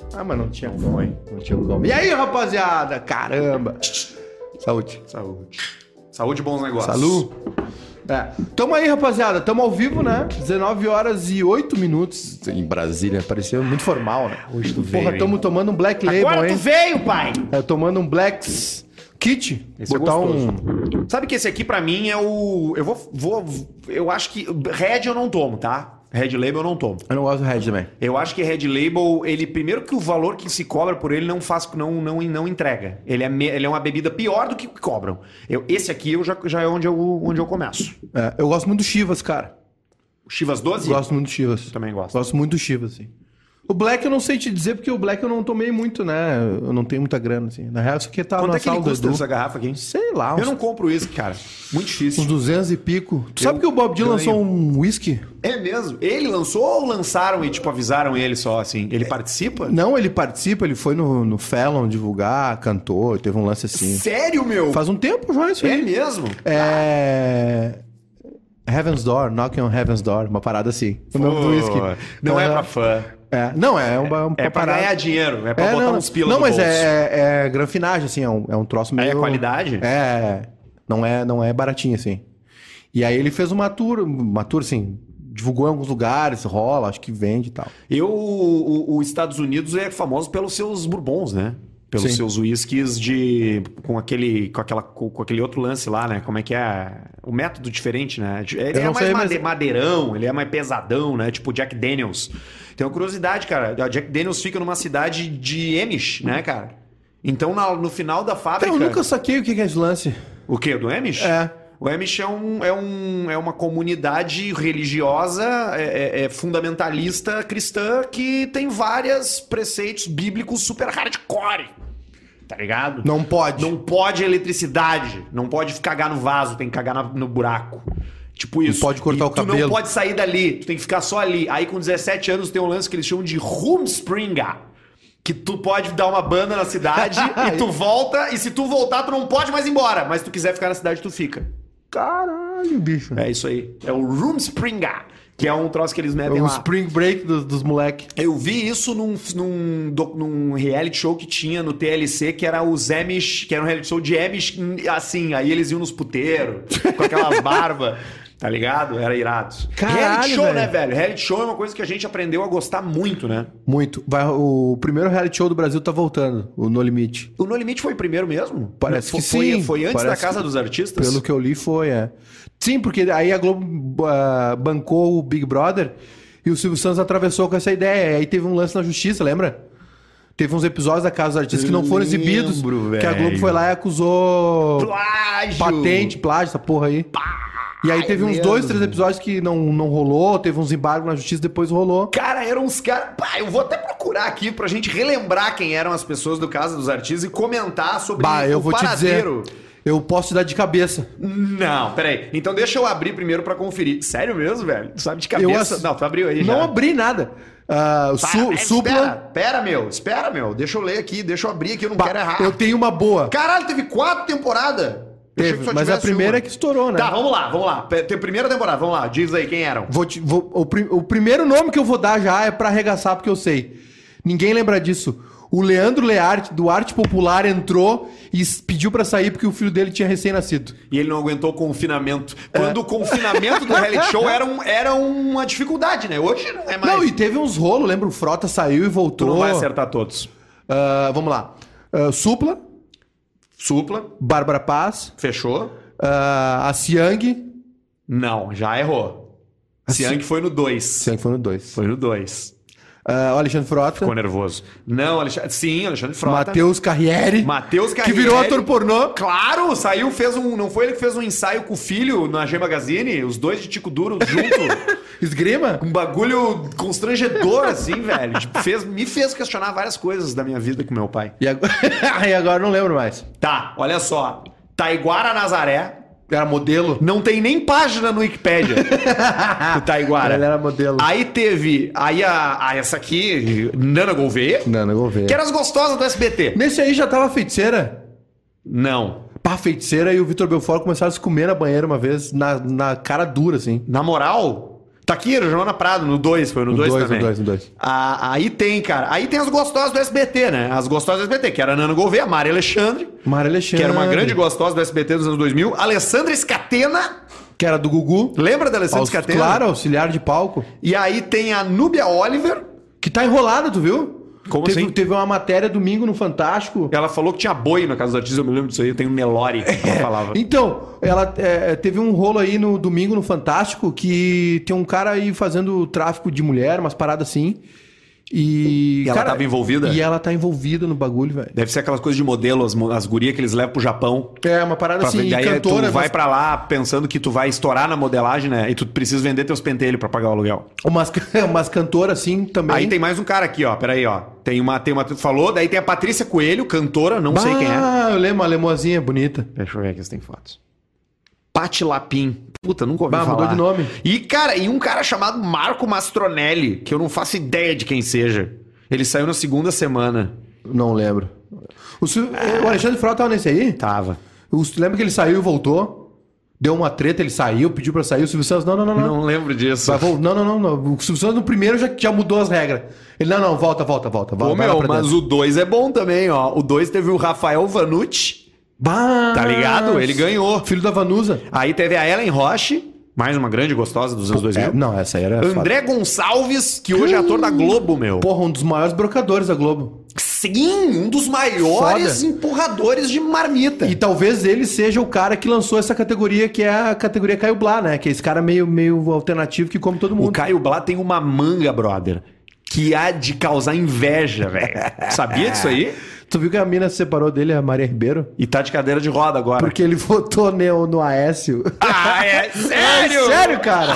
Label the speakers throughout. Speaker 1: tinha como, hein? Ah, Não tinha como. E aí, rapaziada? Caramba! Saúde.
Speaker 2: Saúde. Saúde e bons negócios.
Speaker 1: Salu. É. Tamo aí, rapaziada. Tamo ao vivo, né? 19 horas e 8 minutos em Brasília. Parecia muito formal, né?
Speaker 3: Hoje tu veio,
Speaker 1: Porra,
Speaker 3: hein?
Speaker 1: tamo tomando um Black Label,
Speaker 3: Agora tu
Speaker 1: hein?
Speaker 3: veio, pai!
Speaker 1: É, tomando um Blacks Kit. um-
Speaker 2: Esse é gostoso. Sabe que esse aqui pra mim é o. Eu vou, vou. Eu acho que. Red eu não tomo, tá? Red Label eu não tomo.
Speaker 1: Eu não gosto do Red também.
Speaker 2: Eu acho que Red Label, ele primeiro que o valor que se cobra por ele não faz, não, não, não entrega. Ele é, me- ele é uma bebida pior do que o que cobram. Eu, esse aqui eu já, já é onde eu, onde eu começo.
Speaker 1: É, eu gosto muito do Chivas, cara.
Speaker 2: O Chivas 12?
Speaker 1: Gosto muito do Chivas.
Speaker 2: Também gosto.
Speaker 1: Gosto muito do Chivas, assim. O Black eu não sei te dizer, porque o Black eu não tomei muito, né? Eu não tenho muita grana, assim. Na real, isso aqui tá
Speaker 2: Quanto
Speaker 1: na
Speaker 2: é que ele
Speaker 1: sala do
Speaker 2: custa
Speaker 1: Edu.
Speaker 2: essa garrafa aqui?
Speaker 1: Sei lá, uns,
Speaker 2: Eu não compro isso, cara. Muito
Speaker 1: uns
Speaker 2: difícil.
Speaker 1: 200 e pico. Tu sabe que o Bob Dylan
Speaker 2: ganho.
Speaker 1: lançou um whisky?
Speaker 2: É mesmo? Ele lançou ou lançaram e, tipo, avisaram ele só, assim? Ele participa?
Speaker 1: Não, ele participa, ele foi no, no Fallon divulgar, cantou, teve um lance assim.
Speaker 2: Sério, meu?
Speaker 1: Faz um tempo já isso
Speaker 2: É
Speaker 1: aí.
Speaker 2: mesmo?
Speaker 1: É... Heaven's Door, Knocking on Heaven's Door, uma parada assim. O nome do
Speaker 2: Pô,
Speaker 1: whisky.
Speaker 2: Não é
Speaker 1: Aham.
Speaker 2: pra fã.
Speaker 1: É, não, é uma, uma
Speaker 2: É pra
Speaker 1: parada-
Speaker 2: ganhar dinheiro. É pra botar
Speaker 1: não,
Speaker 2: uns pilas
Speaker 1: Não,
Speaker 2: no
Speaker 1: mas
Speaker 2: bolso.
Speaker 1: é, é, é granfinagem, assim, é um, é um troço meio...
Speaker 2: É qualidade?
Speaker 1: É, não é, não é baratinho, assim. E aí ele fez uma tour, uma tour, assim, divulgou em alguns lugares, rola, acho que vende e tal.
Speaker 2: Eu, o- o- os Estados Unidos é famoso pelos seus bourbons, né? Pelos
Speaker 1: Sim.
Speaker 2: seus uísques de com aquele com aquela com, com aquele outro lance lá, né? Como é que é? O método diferente, né? Ele
Speaker 1: Eu
Speaker 2: é
Speaker 1: não
Speaker 2: mais
Speaker 1: sei, mas-
Speaker 2: made- madeirão, ele é mais pesadão, né? Tipo Jack Daniels. Tem uma curiosidade, cara. A Jack Daniels fica numa cidade de Emish, né, cara? Então na- no final da fábrica.
Speaker 1: Então, eu nunca saquei o que que é esse lance.
Speaker 2: O quê? Do Emish?
Speaker 1: É.
Speaker 2: O Amish é, um, é, um, é uma comunidade religiosa, é, é- é fundamentalista cristã que tem vários preceitos bíblicos super hardcore. Tá ligado?
Speaker 1: Não pode.
Speaker 2: Não pode eletricidade, não pode cagar no vaso, tem que cagar na- no buraco. Tipo isso.
Speaker 1: pode cortar
Speaker 2: E
Speaker 1: o
Speaker 2: Tu não
Speaker 1: cabelo.
Speaker 2: pode sair dali, tu tem que ficar só ali. Aí com 17 anos tem um lance que eles chamam de Rumspringa. Que tu pode dar uma banda na cidade e tu volta, e se tu voltar, tu não pode mais ir embora. Mas se tu quiser ficar na cidade, tu fica.
Speaker 1: Caralho, bicho.
Speaker 2: É isso aí. É o Rumspringa, que é um troço que eles
Speaker 1: É
Speaker 2: metem
Speaker 1: o
Speaker 2: lá.
Speaker 1: spring break dos, dos moleque.
Speaker 2: Eu vi isso num, num, doc- num reality show que tinha no TLC, que era os Emish, que era um reality show de Emish, assim, aí eles iam nos puteiros, com aquelas barbas, tá ligado? Era irado.
Speaker 1: Caralho,
Speaker 2: reality show,
Speaker 1: velho.
Speaker 2: né, velho? Reality show é uma coisa que a gente aprendeu a gostar muito, né?
Speaker 1: Muito. Vai, o primeiro reality show do Brasil tá voltando, o No Limite.
Speaker 2: O No Limite foi primeiro mesmo?
Speaker 1: Parece
Speaker 2: foi,
Speaker 1: que
Speaker 2: foi-
Speaker 1: sim.
Speaker 2: Foi antes
Speaker 1: Parece
Speaker 2: da Casa
Speaker 1: que-
Speaker 2: dos Artistas?
Speaker 1: Pelo que eu li foi, é. Sim, porque aí a Globo ah, bancou o Big Brother e o Silvio Santos atravessou com essa ideia. Aí teve um lance na justiça, lembra? Teve uns episódios da Casa dos Artistas que não foram exibidos.
Speaker 2: Lembro,
Speaker 1: que a Globo
Speaker 2: velho.
Speaker 1: foi lá e acusou
Speaker 2: Plágio!
Speaker 1: patente, plágio, essa porra aí. E aí teve uns
Speaker 2: mesmo.
Speaker 1: dois, três episódios que não, não rolou, teve uns embargos na justiça, depois rolou.
Speaker 2: Cara, eram uns caras. Pá, eu vou até procurar aqui pra gente relembrar quem eram as pessoas do Casa dos Artistas e comentar sobre
Speaker 1: Bah, eu vou te dizer.
Speaker 2: paradeiro.
Speaker 1: Eu posso te dar de cabeça.
Speaker 2: Não, peraí. Então deixa eu abrir primeiro pra conferir. Sério mesmo, velho? Tu sabe de cabeça?
Speaker 1: Eu ass-
Speaker 2: Não, tu abriu aí já.
Speaker 1: Não abri nada. Ah, o
Speaker 2: Para,
Speaker 1: Su-
Speaker 2: é, Espera,
Speaker 1: supla.
Speaker 2: pera, meu. Espera, meu. Deixa eu ler aqui. Deixa eu abrir aqui. Eu não quero errar.
Speaker 1: Eu tenho uma boa.
Speaker 2: Caralho, teve quatro temporadas. Eu achei que
Speaker 1: Teve,
Speaker 2: só
Speaker 1: mas a
Speaker 2: tivesse
Speaker 1: primeira
Speaker 2: uma.
Speaker 1: é que estourou, né?
Speaker 2: Tá, vamos lá, vamos lá. Pe- Tem primeira temporada, vamos lá. Diz aí quem eram.
Speaker 1: Vou te- vou- o, pri- o primeiro nome que eu vou dar já é pra arregaçar, porque eu sei. Ninguém lembra disso. O Leandro Learte, do Arte Popular, entrou e s- pediu pra sair porque o filho dele tinha recém-nascido.
Speaker 2: E ele não aguentou o confinamento.
Speaker 1: É.
Speaker 2: Quando o confinamento do reality show era, um- era uma dificuldade, né? Hoje não é mais.
Speaker 1: Não, e teve uns rolos, lembra? O Frota saiu e
Speaker 2: Tu
Speaker 1: voltou.
Speaker 2: não vai acertar todos.
Speaker 1: Ah, vamos lá. Ah, Supla,
Speaker 2: Supla,
Speaker 1: Bárbara Paz,
Speaker 2: fechou.
Speaker 1: ah, a Siang.
Speaker 2: Não, já errou.
Speaker 1: Assim-
Speaker 2: Siang foi no 2.
Speaker 1: Siang foi no 2.
Speaker 2: Foi no 2.
Speaker 1: o Alexandre Frota,
Speaker 2: Ficou nervoso. Não, Alexandre. Sim, Alexandre Frota.
Speaker 1: Matheus Carriere,
Speaker 2: Matheus
Speaker 1: que
Speaker 2: Carriere.
Speaker 1: virou ator pornô.
Speaker 2: Claro, saiu, fez um. Não foi ele que fez um ensaio com o filho na G Magazine? Os dois de Tico Duro junto.
Speaker 1: Esgrima?
Speaker 2: um bagulho constrangedor, assim, velho. Tipo, fez, me fez questionar várias coisas da minha vida com meu pai.
Speaker 1: E agora, e agora eu não lembro mais.
Speaker 2: Tá, olha só. Taiguara Nazaré.
Speaker 1: Era modelo?
Speaker 2: Não tem nem página no Wikipedia do Taiguara.
Speaker 1: Ela era modelo.
Speaker 2: Aí teve. Aí a, a essa aqui, Nana Gouveia.
Speaker 1: Nana Gouveia.
Speaker 2: Que era as gostosas do SBT.
Speaker 1: Nesse aí já tava a feiticeira.
Speaker 2: Não.
Speaker 1: Pá, a feiticeira e o Vitor Belfort começaram a se comer na banheira uma vez, na, na cara dura, assim.
Speaker 2: Na moral, Tá aqui, a Joana Prado, no 2, foi no
Speaker 1: No
Speaker 2: 2
Speaker 1: dois,
Speaker 2: também.
Speaker 1: no dois, no dois.
Speaker 2: Ah, aí tem, cara. Aí tem as gostosas do SBT, né? As gostosas do SBT, que era a Nana Gouveia, a Mari Alexandre,
Speaker 1: Mara Alexandre.
Speaker 2: que era uma grande gostosa do SBT dos anos 2000. Alessandra Escatena.
Speaker 1: Que era do Gugu.
Speaker 2: Lembra da Alessandra
Speaker 1: Aus-
Speaker 2: Escatena?
Speaker 1: Claro, auxiliar de palco.
Speaker 2: E aí tem a Núbia Oliver.
Speaker 1: Que tá enrolada, tu viu?
Speaker 2: Como
Speaker 1: teve,
Speaker 2: assim?
Speaker 1: Teve uma matéria domingo no Fantástico.
Speaker 2: Ela falou que tinha boi na casa dos artistas, eu me lembro disso aí. Eu tenho um Nelore, que ela falava.
Speaker 1: Então, ela é, teve um rolo aí no domingo no Fantástico que tem um cara aí fazendo tráfico de mulher, umas paradas assim. E.
Speaker 2: E ela
Speaker 1: cara,
Speaker 2: tava envolvida?
Speaker 1: E ela tá envolvida no bagulho, velho.
Speaker 2: Deve ser aquelas coisas de modelo, as, mo- as gurias que eles levam pro Japão.
Speaker 1: É, uma parada
Speaker 2: Pra,
Speaker 1: assim,
Speaker 2: daí
Speaker 1: cantora.
Speaker 2: tu vai
Speaker 1: umas,
Speaker 2: pra lá pensando que tu vai estourar na modelagem, né? E tu precisa vender teus pentelhos pra pagar o aluguel.
Speaker 1: umas, umas cantoras assim também.
Speaker 2: Aí tem mais um cara aqui, ó. Peraí, ó. Tem uma, tem uma. Tu falou, daí tem a Patrícia Coelho, cantora, não sei quem é.
Speaker 1: Ah, eu lembro, uma lemozinha bonita.
Speaker 2: Deixa eu ver aqui se tem fotos. Pati Lapim. Puta, nunca ouvi
Speaker 1: Bah,
Speaker 2: falar.
Speaker 1: mudou de nome.
Speaker 2: E, cara, e um cara chamado Marco Mastronelli, que eu não faço ideia de quem seja. Ele saiu na segunda semana.
Speaker 1: Não lembro. O, Sil- o Alexandre Frota tava nesse aí?
Speaker 2: Tava.
Speaker 1: O- lembra que ele saiu e voltou? Deu uma treta, ele saiu, pediu pra sair. O Silvio Santos, não, não, não, não.
Speaker 2: Não lembro disso.
Speaker 1: Vai, vol- não, não, não, não. O Silvio Santos no primeiro já, já mudou as regras. Ele, não, não, volta, volta, volta.
Speaker 2: Ô,
Speaker 1: Vai, vai lá
Speaker 2: meu,
Speaker 1: pra
Speaker 2: mas
Speaker 1: dentro.
Speaker 2: o 2 é bom também, ó. O 2 teve o Rafael Vanucci,
Speaker 1: Bah,
Speaker 2: tá ligado? Ele ganhou.
Speaker 1: Filho da Vanusa.
Speaker 2: Aí teve a Ellen Roche, mais uma grande gostosa dos anos 2000.
Speaker 1: É, não, essa aí era. foda. Hum.
Speaker 2: André Gonçalves, que hoje é ator da Globo, meu.
Speaker 1: Porra, um dos maiores brocadores da Globo.
Speaker 2: Sim, um dos maiores
Speaker 1: Foda.
Speaker 2: empurradores de marmita.
Speaker 1: E talvez ele seja o cara que lançou essa categoria, que é a categoria Caio Blá, né? Que é esse cara meio, meio alternativo que come todo
Speaker 2: o
Speaker 1: mundo.
Speaker 2: Caio Blá tem uma manga, brother, que há de causar inveja, velho. Sabia disso aí?
Speaker 1: É. Tu viu que a mina se separou dele, a Maria Ribeiro?
Speaker 2: E tá de cadeira de roda agora.
Speaker 1: Porque ele votou no, no Aécio.
Speaker 2: Ah, é sério?
Speaker 1: É sério, cara?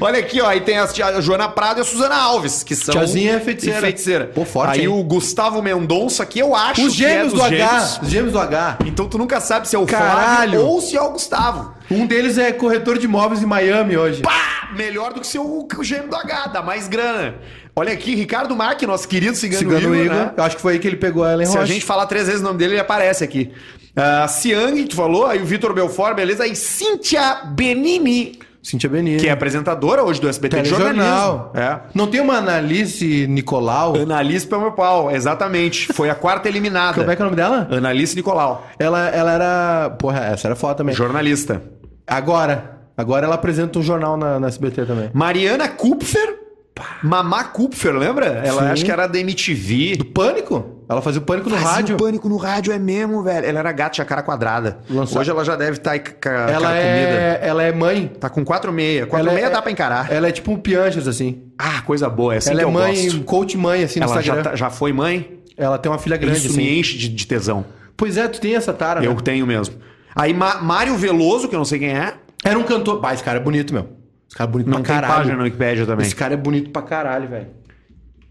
Speaker 2: Olha aqui, ó. Aí tem a, tia- a Joana Prado e a Suzana Alves, que são.
Speaker 1: Tiazinha é feiticeira.
Speaker 2: e feiticeira.
Speaker 1: Pô, forte,
Speaker 2: Aí
Speaker 1: hein?
Speaker 2: o Gustavo Mendonça, que eu acho.
Speaker 1: Os gêmeos
Speaker 2: que
Speaker 1: do
Speaker 2: é dos
Speaker 1: H. Os gêmeos do H.
Speaker 2: Então tu nunca sabe se é o
Speaker 1: Caralho.
Speaker 2: Flávio ou se é o Gustavo.
Speaker 1: Um deles é corretor de imóveis em Miami hoje.
Speaker 2: Pá! Ah, Melhor do que ser o, o gêmeo do H, dá mais grana. Olha aqui, Ricardo Marque, nosso querido cigano,
Speaker 1: Cigano
Speaker 2: Igor,
Speaker 1: Igor.
Speaker 2: né?
Speaker 1: Eu acho que foi aí que ele pegou a Ellen
Speaker 2: Se
Speaker 1: Rocha.
Speaker 2: a gente falar três vezes o nome dele, ele aparece aqui. Ah, Ciang, tu falou, aí o Vitor Belfort, beleza? Aí Cíntia Benini,
Speaker 1: Cintia Benini.
Speaker 2: que é apresentadora hoje do SBT de jornalismo.
Speaker 1: Telejornal.
Speaker 2: É.
Speaker 1: Não tem uma Analice Nicolau?
Speaker 2: Analice Pelmepau, exatamente. Foi a quarta eliminada.
Speaker 1: Como é que é o nome dela?
Speaker 2: Analice Nicolau,
Speaker 1: Ela, ela era... Porra, essa era foda também.
Speaker 2: jornalista.
Speaker 1: Agora. Agora ela apresenta um jornal na, na SBT também.
Speaker 2: Mariana Kupfer, Mamá Kupfer, lembra? Ela
Speaker 1: Sim.
Speaker 2: acho que era da MTV.
Speaker 1: Do Pânico? Ela fazia o Pânico no
Speaker 2: Fazia
Speaker 1: rádio.
Speaker 2: o um pânico no rádio é mesmo, velho. Ela era gata, tinha cara quadrada.
Speaker 1: Lançou-
Speaker 2: Hoje ela já deve estar com a
Speaker 1: Ela
Speaker 2: cara comida.
Speaker 1: é, ela é mãe.
Speaker 2: Tá com 4,6. 4,6 dá pra encarar.
Speaker 1: Ela é tipo um Pianches, assim.
Speaker 2: Ah, coisa boa. É assim
Speaker 1: ela
Speaker 2: que
Speaker 1: é
Speaker 2: eu
Speaker 1: mãe,
Speaker 2: gosto.
Speaker 1: coach mãe, assim, no
Speaker 2: Ela já,
Speaker 1: Instagram.
Speaker 2: tá- já foi mãe.
Speaker 1: Ela tem uma filha grande,
Speaker 2: Isso
Speaker 1: assim.
Speaker 2: me enche de, de tesão.
Speaker 1: Pois é, tu tem essa tara,
Speaker 2: Eu
Speaker 1: né?
Speaker 2: tenho mesmo. Aí Ma- Mário Veloso, que eu não sei quem é.
Speaker 1: Era um cantor... Bah, esse cara é bonito, meu. Esse cara é bonito
Speaker 2: Não
Speaker 1: pra
Speaker 2: tem
Speaker 1: caralho.
Speaker 2: página na Wikipédia também.
Speaker 1: Esse cara é bonito pra caralho, velho.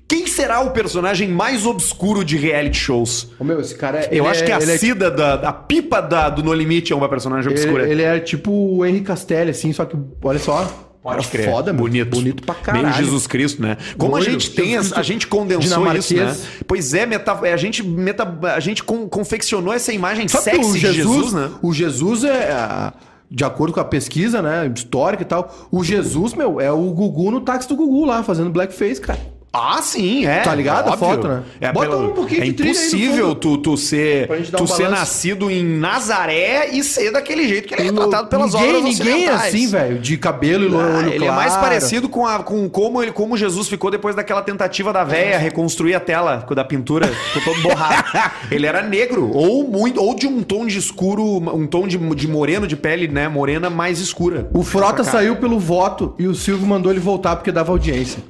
Speaker 2: Quem será o personagem mais obscuro de reality shows?
Speaker 1: Ô, meu, esse cara...
Speaker 2: Eu
Speaker 1: ele
Speaker 2: acho
Speaker 1: é-
Speaker 2: que a
Speaker 1: ele é
Speaker 2: Cida, da, a pipa da- do No Limite, é uma personagem obscura.
Speaker 1: Ele, ele é tipo o Henry Castelli, assim, só que, olha só.
Speaker 2: Pode
Speaker 1: cara
Speaker 2: crer.
Speaker 1: Foda, meu.
Speaker 2: bonito.
Speaker 1: Bonito pra caralho.
Speaker 2: Meio Jesus Cristo, né? Como a
Speaker 1: Loiro.
Speaker 2: gente tem,
Speaker 1: Jesus
Speaker 2: essa- a
Speaker 1: Cristo
Speaker 2: gente condensou
Speaker 1: dinamarquês.
Speaker 2: isso, né? Pois é, meta, é, a gente, meta, a gente con- confeccionou essa imagem
Speaker 1: Sabe que
Speaker 2: sexy
Speaker 1: o
Speaker 2: de
Speaker 1: Jesus,
Speaker 2: Jesus, né?
Speaker 1: O Jesus é, a- de acordo com a pesquisa, né, histórica e tal, o Jesus, meu, é o Gugu no táxi do Gugu lá, fazendo blackface, cara.
Speaker 2: Ah, sim, é.
Speaker 1: Tá ligado? A
Speaker 2: Óbvio.
Speaker 1: foto, né?
Speaker 2: É,
Speaker 1: Bota
Speaker 2: pelo-
Speaker 1: um pouquinho
Speaker 2: é
Speaker 1: de trilha aí no
Speaker 2: impossível
Speaker 1: fundo.
Speaker 2: tu, tu ser,
Speaker 1: Pra gente dar
Speaker 2: tu
Speaker 1: um
Speaker 2: ser
Speaker 1: balanço.
Speaker 2: nascido em Nazaré e ser daquele jeito que ele é retratado pelas
Speaker 1: ninguém,
Speaker 2: obras
Speaker 1: Ninguém é
Speaker 2: ocidentais.
Speaker 1: assim, velho, de cabelo e olho
Speaker 2: Ah,
Speaker 1: claro.
Speaker 2: ele é mais parecido com, a- com como, ele, como Jesus ficou depois daquela tentativa da véia reconstruir a tela com- da pintura, ficou todo borrado. ele era negro, ou muito, ou de um tom de escuro, um tom de, de moreno de pele, né? Morena mais escura.
Speaker 1: O Frota
Speaker 2: Pra cá.
Speaker 1: saiu pelo voto e o Silvio mandou ele voltar porque dava audiência.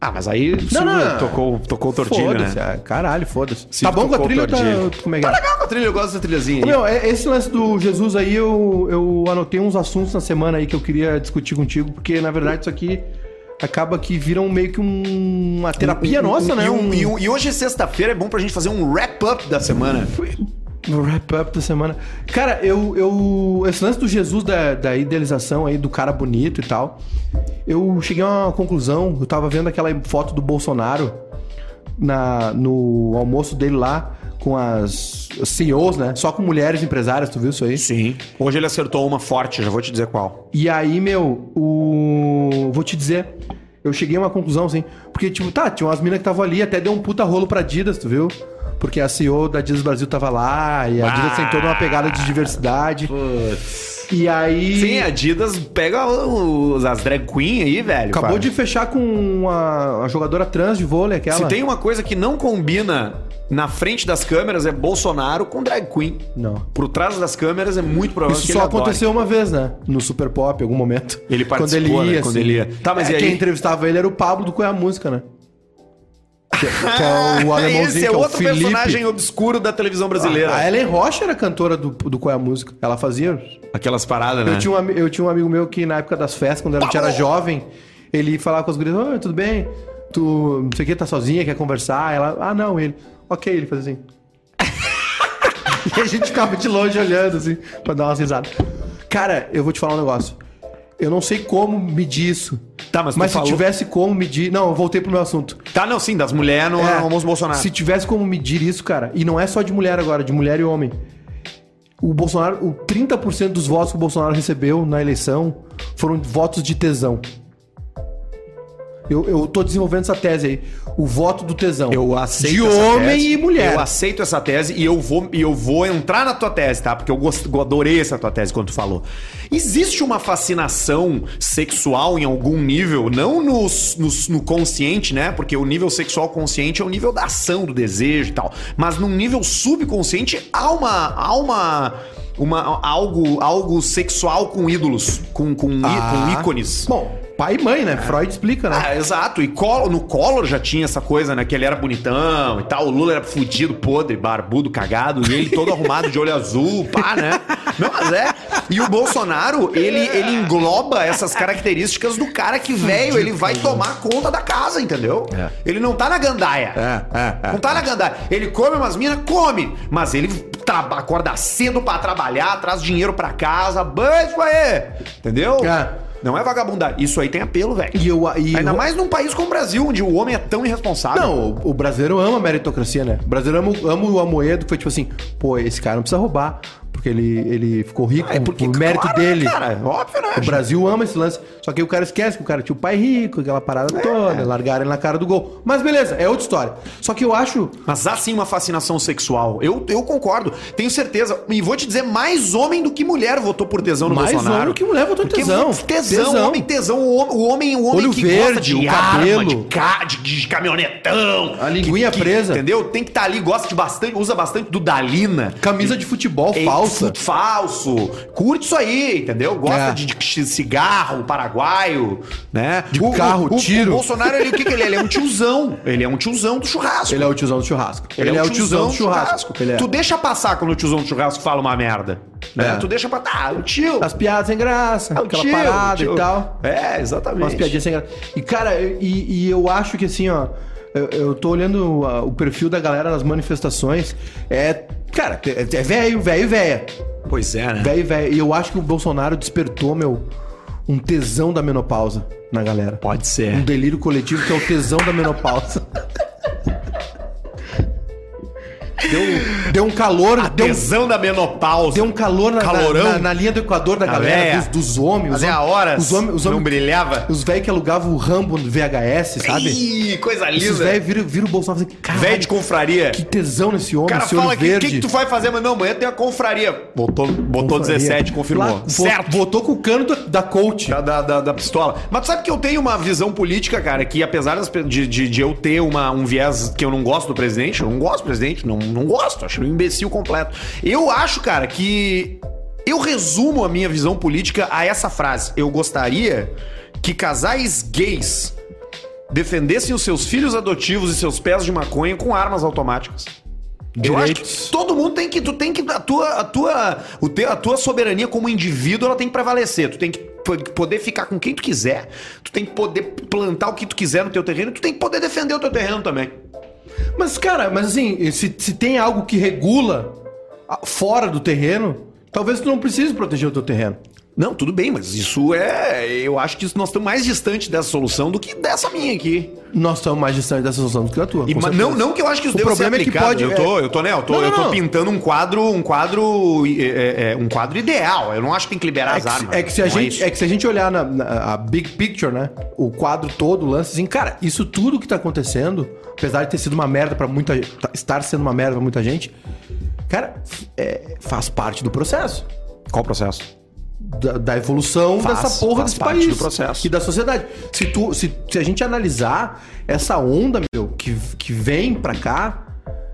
Speaker 2: Ah, mas aí sim,
Speaker 1: não.
Speaker 2: tocou, tocou tortilha,
Speaker 1: Foda-se,
Speaker 2: né?
Speaker 1: ah, caralho, foda-se.
Speaker 2: Se
Speaker 1: Tá bom com a
Speaker 2: tocou
Speaker 1: trilha ou tá,
Speaker 2: tordilha.
Speaker 1: como é que
Speaker 2: Tá
Speaker 1: é?
Speaker 2: legal com a trilha, eu gosto dessa trilhazinha. aí.
Speaker 1: Meu, é- esse lance do Jesus aí, eu, eu anotei uns assuntos na semana aí que eu queria discutir contigo, porque na verdade isso aqui acaba que vira um, meio que um- uma terapia nossa, né?
Speaker 2: E, um- e um- e hoje é sexta-feira, é bom pra gente fazer um wrap-up da semana.
Speaker 1: No wrap-up um da semana. Cara, eu, eu. Esse lance do Jesus, da, da idealização aí, do cara bonito e tal. Eu cheguei a uma conclusão. Eu tava vendo aquela foto do Bolsonaro na, no almoço dele lá com as CEOs, né? Só com mulheres empresárias, tu viu isso aí?
Speaker 2: Sim. Hoje ele acertou uma forte, já vou te dizer qual.
Speaker 1: E aí, meu, o. Vou te dizer. Eu cheguei a uma conclusão, assim. Porque, tipo, tá, tinha umas minas que estavam ali, até deu um puta rolo pra Adidas, tu viu? Porque a CEO da Adidas Brasil tava lá, e a Adidas
Speaker 2: Ah.
Speaker 1: tem toda uma pegada de diversidade. E aí.
Speaker 2: Sim, é. a Adidas pega os, as drag queen aí, velho.
Speaker 1: acabou
Speaker 2: cara.
Speaker 1: de fechar com a, a jogadora trans de vôlei, aquela.
Speaker 2: Se tem uma coisa que não combina na frente das câmeras é Bolsonaro com drag queen.
Speaker 1: Não.
Speaker 2: Por trás das câmeras é muito provável
Speaker 1: Isso
Speaker 2: que
Speaker 1: só
Speaker 2: ele adore.
Speaker 1: aconteceu uma vez, né? No Super Pop, em algum momento.
Speaker 2: Ele participou,
Speaker 1: Quando ele ia,
Speaker 2: né? Quando
Speaker 1: assim.
Speaker 2: ele ia. Tá, mas
Speaker 1: É,
Speaker 2: e aí?
Speaker 1: Quem entrevistava ele era o Pablo do Qual é a Música, né? Que, que é o alemãozinho,
Speaker 2: Esse é
Speaker 1: que é o
Speaker 2: outro
Speaker 1: Felipe. Ah, é?
Speaker 2: personagem obscuro da televisão brasileira.
Speaker 1: A Ellen Rocha era cantora do, do Qual é a Música. Ela fazia.
Speaker 2: Aquelas paradas, né?
Speaker 1: Eu, tinha um, ami- eu tinha um amigo meu que na época das festas, quando a gente era jovem, ele falava com as gurias, "Oi, tudo bem? Tu não sei o que, tá sozinha, quer conversar? Ela, ah não, ele. Ok, ele fazia assim. e a gente ficava de longe olhando, assim, pra dar umas risadas. Cara, eu vou te falar um negócio. Eu não sei como medir isso.
Speaker 2: Tá, mas tu
Speaker 1: mas se
Speaker 2: falou-
Speaker 1: tivesse como medir. Não, eu voltei pro meu assunto.
Speaker 2: Tá, não, sim, das mulheres no
Speaker 1: É,
Speaker 2: almoço Bolsonaro.
Speaker 1: Se tivesse como medir isso, cara, e não é só de mulher agora, de mulher e homem. O Bolsonaro, o 30% dos votos que o Bolsonaro recebeu na eleição foram votos de tesão. Eu, eu tô desenvolvendo essa tese aí. O voto do tesão.
Speaker 2: Eu aceito
Speaker 1: De
Speaker 2: essa
Speaker 1: homem
Speaker 2: tese.
Speaker 1: e mulher.
Speaker 2: Eu aceito essa tese e eu vou, e eu vou entrar na tua tese, tá? Porque eu, gost, eu adorei essa tua tese quando tu falou. Existe uma fascinação sexual em algum nível, não no, s- no, s- no consciente, né? Porque o nível sexual consciente é o nível da ação, do desejo e tal. Mas num nível subconsciente há uma. Há uma uma, algo, algo sexual com ídolos, com, com, í-
Speaker 1: Ah.
Speaker 2: com ícones.
Speaker 1: Bom, pai e mãe, né? Freud explica, né?
Speaker 2: Ah, exato. E Collor- no Collor já tinha essa coisa, né? Que ele era bonitão e tal. O Lula era fudido, podre, barbudo, cagado. E ele todo arrumado de olho azul, pá, né? Não, mas é. E o Bolsonaro, ele, ele engloba essas características do cara que, velho, ele vai tomar conta da casa, entendeu?
Speaker 1: É.
Speaker 2: Ele não tá na gandaia. Não tá na gandaia. Ele come umas minas, come. Mas ele traba- acorda cedo pra trabalhar, traz dinheiro pra casa, banho, aí. Entendeu?
Speaker 1: É.
Speaker 2: Não é vagabundagem. Isso aí tem apelo, velho.
Speaker 1: E eu- e
Speaker 2: Ainda
Speaker 1: eu-
Speaker 2: mais num país como o Brasil, onde o homem é tão irresponsável.
Speaker 1: Não, o- o brasileiro ama a meritocracia, né? O brasileiro ama, o- ama o Amoedo, que foi tipo assim, pô, esse cara não precisa roubar, porque ele, ele ficou rico
Speaker 2: Ah, é porque,
Speaker 1: por mérito
Speaker 2: claro, né,
Speaker 1: dele.
Speaker 2: cara? Óbvio, né?
Speaker 1: O Brasil ama esse lance. Só que aí o cara esquece que o cara tinha o pai rico, aquela
Speaker 2: É.
Speaker 1: parada toda, largaram ele na cara do gol. Mas beleza, é outra história. Só que eu acho.
Speaker 2: Mas há sim uma fascinação sexual. Eu, eu concordo. Tenho certeza. E vou te dizer, mais homem do que mulher votou por tesão no
Speaker 1: Mais
Speaker 2: Bolsonaro.
Speaker 1: homem que mulher votou em
Speaker 2: Porque
Speaker 1: tesão.
Speaker 2: Tesão,
Speaker 1: Tesão.
Speaker 2: homem, tesão. O homem, o homem, o homem
Speaker 1: Olho
Speaker 2: que
Speaker 1: verde, o cabelo.
Speaker 2: de, ca- de, de caminhonetão.
Speaker 1: A linguinha
Speaker 2: que- que-
Speaker 1: presa.
Speaker 2: Entendeu? Tem que estar ali, gosta de bastante, usa bastante do Dalina.
Speaker 1: Camisa de futebol
Speaker 2: É,
Speaker 1: falsa.
Speaker 2: fu- Falso. Curte isso aí, entendeu? Gosta
Speaker 1: É.
Speaker 2: de, de cigarro paraguaio, né? De
Speaker 1: carro, tiro.
Speaker 2: O Bolsonaro, ele, o que, que ele é? Ele é um tiozão. Ele é um tiozão do churrasco. um
Speaker 1: Ele é o tiozão do churrasco. Ele, é, o tiozão do churrasco. Ele é.
Speaker 2: Tu deixa passar quando o tiozão do churrasco fala uma merda. né?
Speaker 1: É.
Speaker 2: Tu deixa passar. Ah, o tio.
Speaker 1: As piadas sem graça,
Speaker 2: ah, o
Speaker 1: aquela
Speaker 2: tio,
Speaker 1: parada
Speaker 2: o tio.
Speaker 1: e tal.
Speaker 2: É, exatamente.
Speaker 1: Umas piadinhas sem graça. E, cara, e, e eu acho que assim, ó. Eu, eu tô olhando ah, o perfil da galera nas manifestações. É. Cara, é é velho, velho, velho.
Speaker 2: Pois é, né?
Speaker 1: Velho, velho. E eu acho que o Bolsonaro despertou, meu, um tesão da menopausa na galera.
Speaker 2: Pode ser.
Speaker 1: Um delírio coletivo que é o tesão da menopausa. Deu, deu um calor. deu,
Speaker 2: Tesão da menopausa.
Speaker 1: deu um calor na,
Speaker 2: Calorão. Ah,
Speaker 1: na,
Speaker 2: é?
Speaker 1: na- na linha do Equador da
Speaker 2: Na
Speaker 1: galera,
Speaker 2: véia.
Speaker 1: dos, dos homens. os
Speaker 2: Fazia
Speaker 1: homens-
Speaker 2: horas
Speaker 1: Os homens, os
Speaker 2: não
Speaker 1: homens
Speaker 2: brilhava.
Speaker 1: os velhos que alugavam o Rambo no VHS, sabe?
Speaker 2: Ih, coisa
Speaker 1: Esses
Speaker 2: linda.
Speaker 1: velhos viram, viram o Bolsonaro e falam assim,
Speaker 2: Velho
Speaker 1: caralho,
Speaker 2: de confraria.
Speaker 1: que tesão nesse homem,
Speaker 2: O cara
Speaker 1: esse
Speaker 2: fala
Speaker 1: olho
Speaker 2: aqui, o
Speaker 1: verde.
Speaker 2: que, que tu vai fazer? Mas não, amanhã tem a confraria. Botou, botou
Speaker 1: Confraria.
Speaker 2: 17, confirmou.
Speaker 1: Lá, vo- Botou com o cano da, da coach.
Speaker 2: Da, da, da- da pistola. Mas tu sabe que eu tenho uma visão política, cara, que apesar das pe- de, de, de eu ter uma, um viés que eu não gosto do presidente, eu não gosto do presidente, não, não gosto, acho um imbecil completo. Eu acho, cara, que. Eu resumo a minha visão política a essa frase. Eu gostaria que casais gays defendessem os seus filhos adotivos e seus pés de maconha com armas automáticas. Eu acho
Speaker 1: Direitos.
Speaker 2: que todo mundo tem que. Tu tem que. A tua, a tua, o teu, a tua soberania como indivíduo ela tem que prevalecer. Tu tem que po- poder ficar com quem tu quiser. Tu tem que poder plantar o que tu quiser no teu terreno. Tu tem que poder defender o teu terreno também.
Speaker 1: Mas, cara, mas assim, se, se tem algo que regula a- fora do terreno, talvez tu não precise proteger o teu terreno.
Speaker 2: Não, tudo bem, mas isso é. Eu acho que isso- nós estamos mais distante dessa solução do que dessa minha aqui.
Speaker 1: Nós estamos mais distantes dessa solução do que a tua.
Speaker 2: E,
Speaker 1: com
Speaker 2: mas
Speaker 1: certeza.
Speaker 2: não, não que eu acho que isso
Speaker 1: O
Speaker 2: deva
Speaker 1: problema
Speaker 2: ser
Speaker 1: é que
Speaker 2: aplicado.
Speaker 1: pode-
Speaker 2: Eu tô, eu tô, né? Eu tô,
Speaker 1: Não, não,
Speaker 2: eu tô
Speaker 1: não.
Speaker 2: pintando um quadro, um quadro, é, é, é, um quadro ideal. Eu não acho que tem que liberar
Speaker 1: É
Speaker 2: as
Speaker 1: que, se-
Speaker 2: armas.
Speaker 1: é que se a
Speaker 2: Não
Speaker 1: gente,
Speaker 2: isso.
Speaker 1: é que se a gente olhar na, na- a big picture, né? O quadro todo, o lance, assim, cara, isso tudo que tá acontecendo, apesar de ter sido uma merda pra muita gente, estar sendo uma merda pra muita gente, cara, f- é, faz parte do processo.
Speaker 2: Qual o processo?
Speaker 1: Da, da evolução
Speaker 2: Faz-
Speaker 1: dessa porra
Speaker 2: faz
Speaker 1: desse
Speaker 2: parte
Speaker 1: país.
Speaker 2: do processo.
Speaker 1: E da sociedade. Se, tu, se, se a gente analisar essa onda, meu, que, que vem pra cá,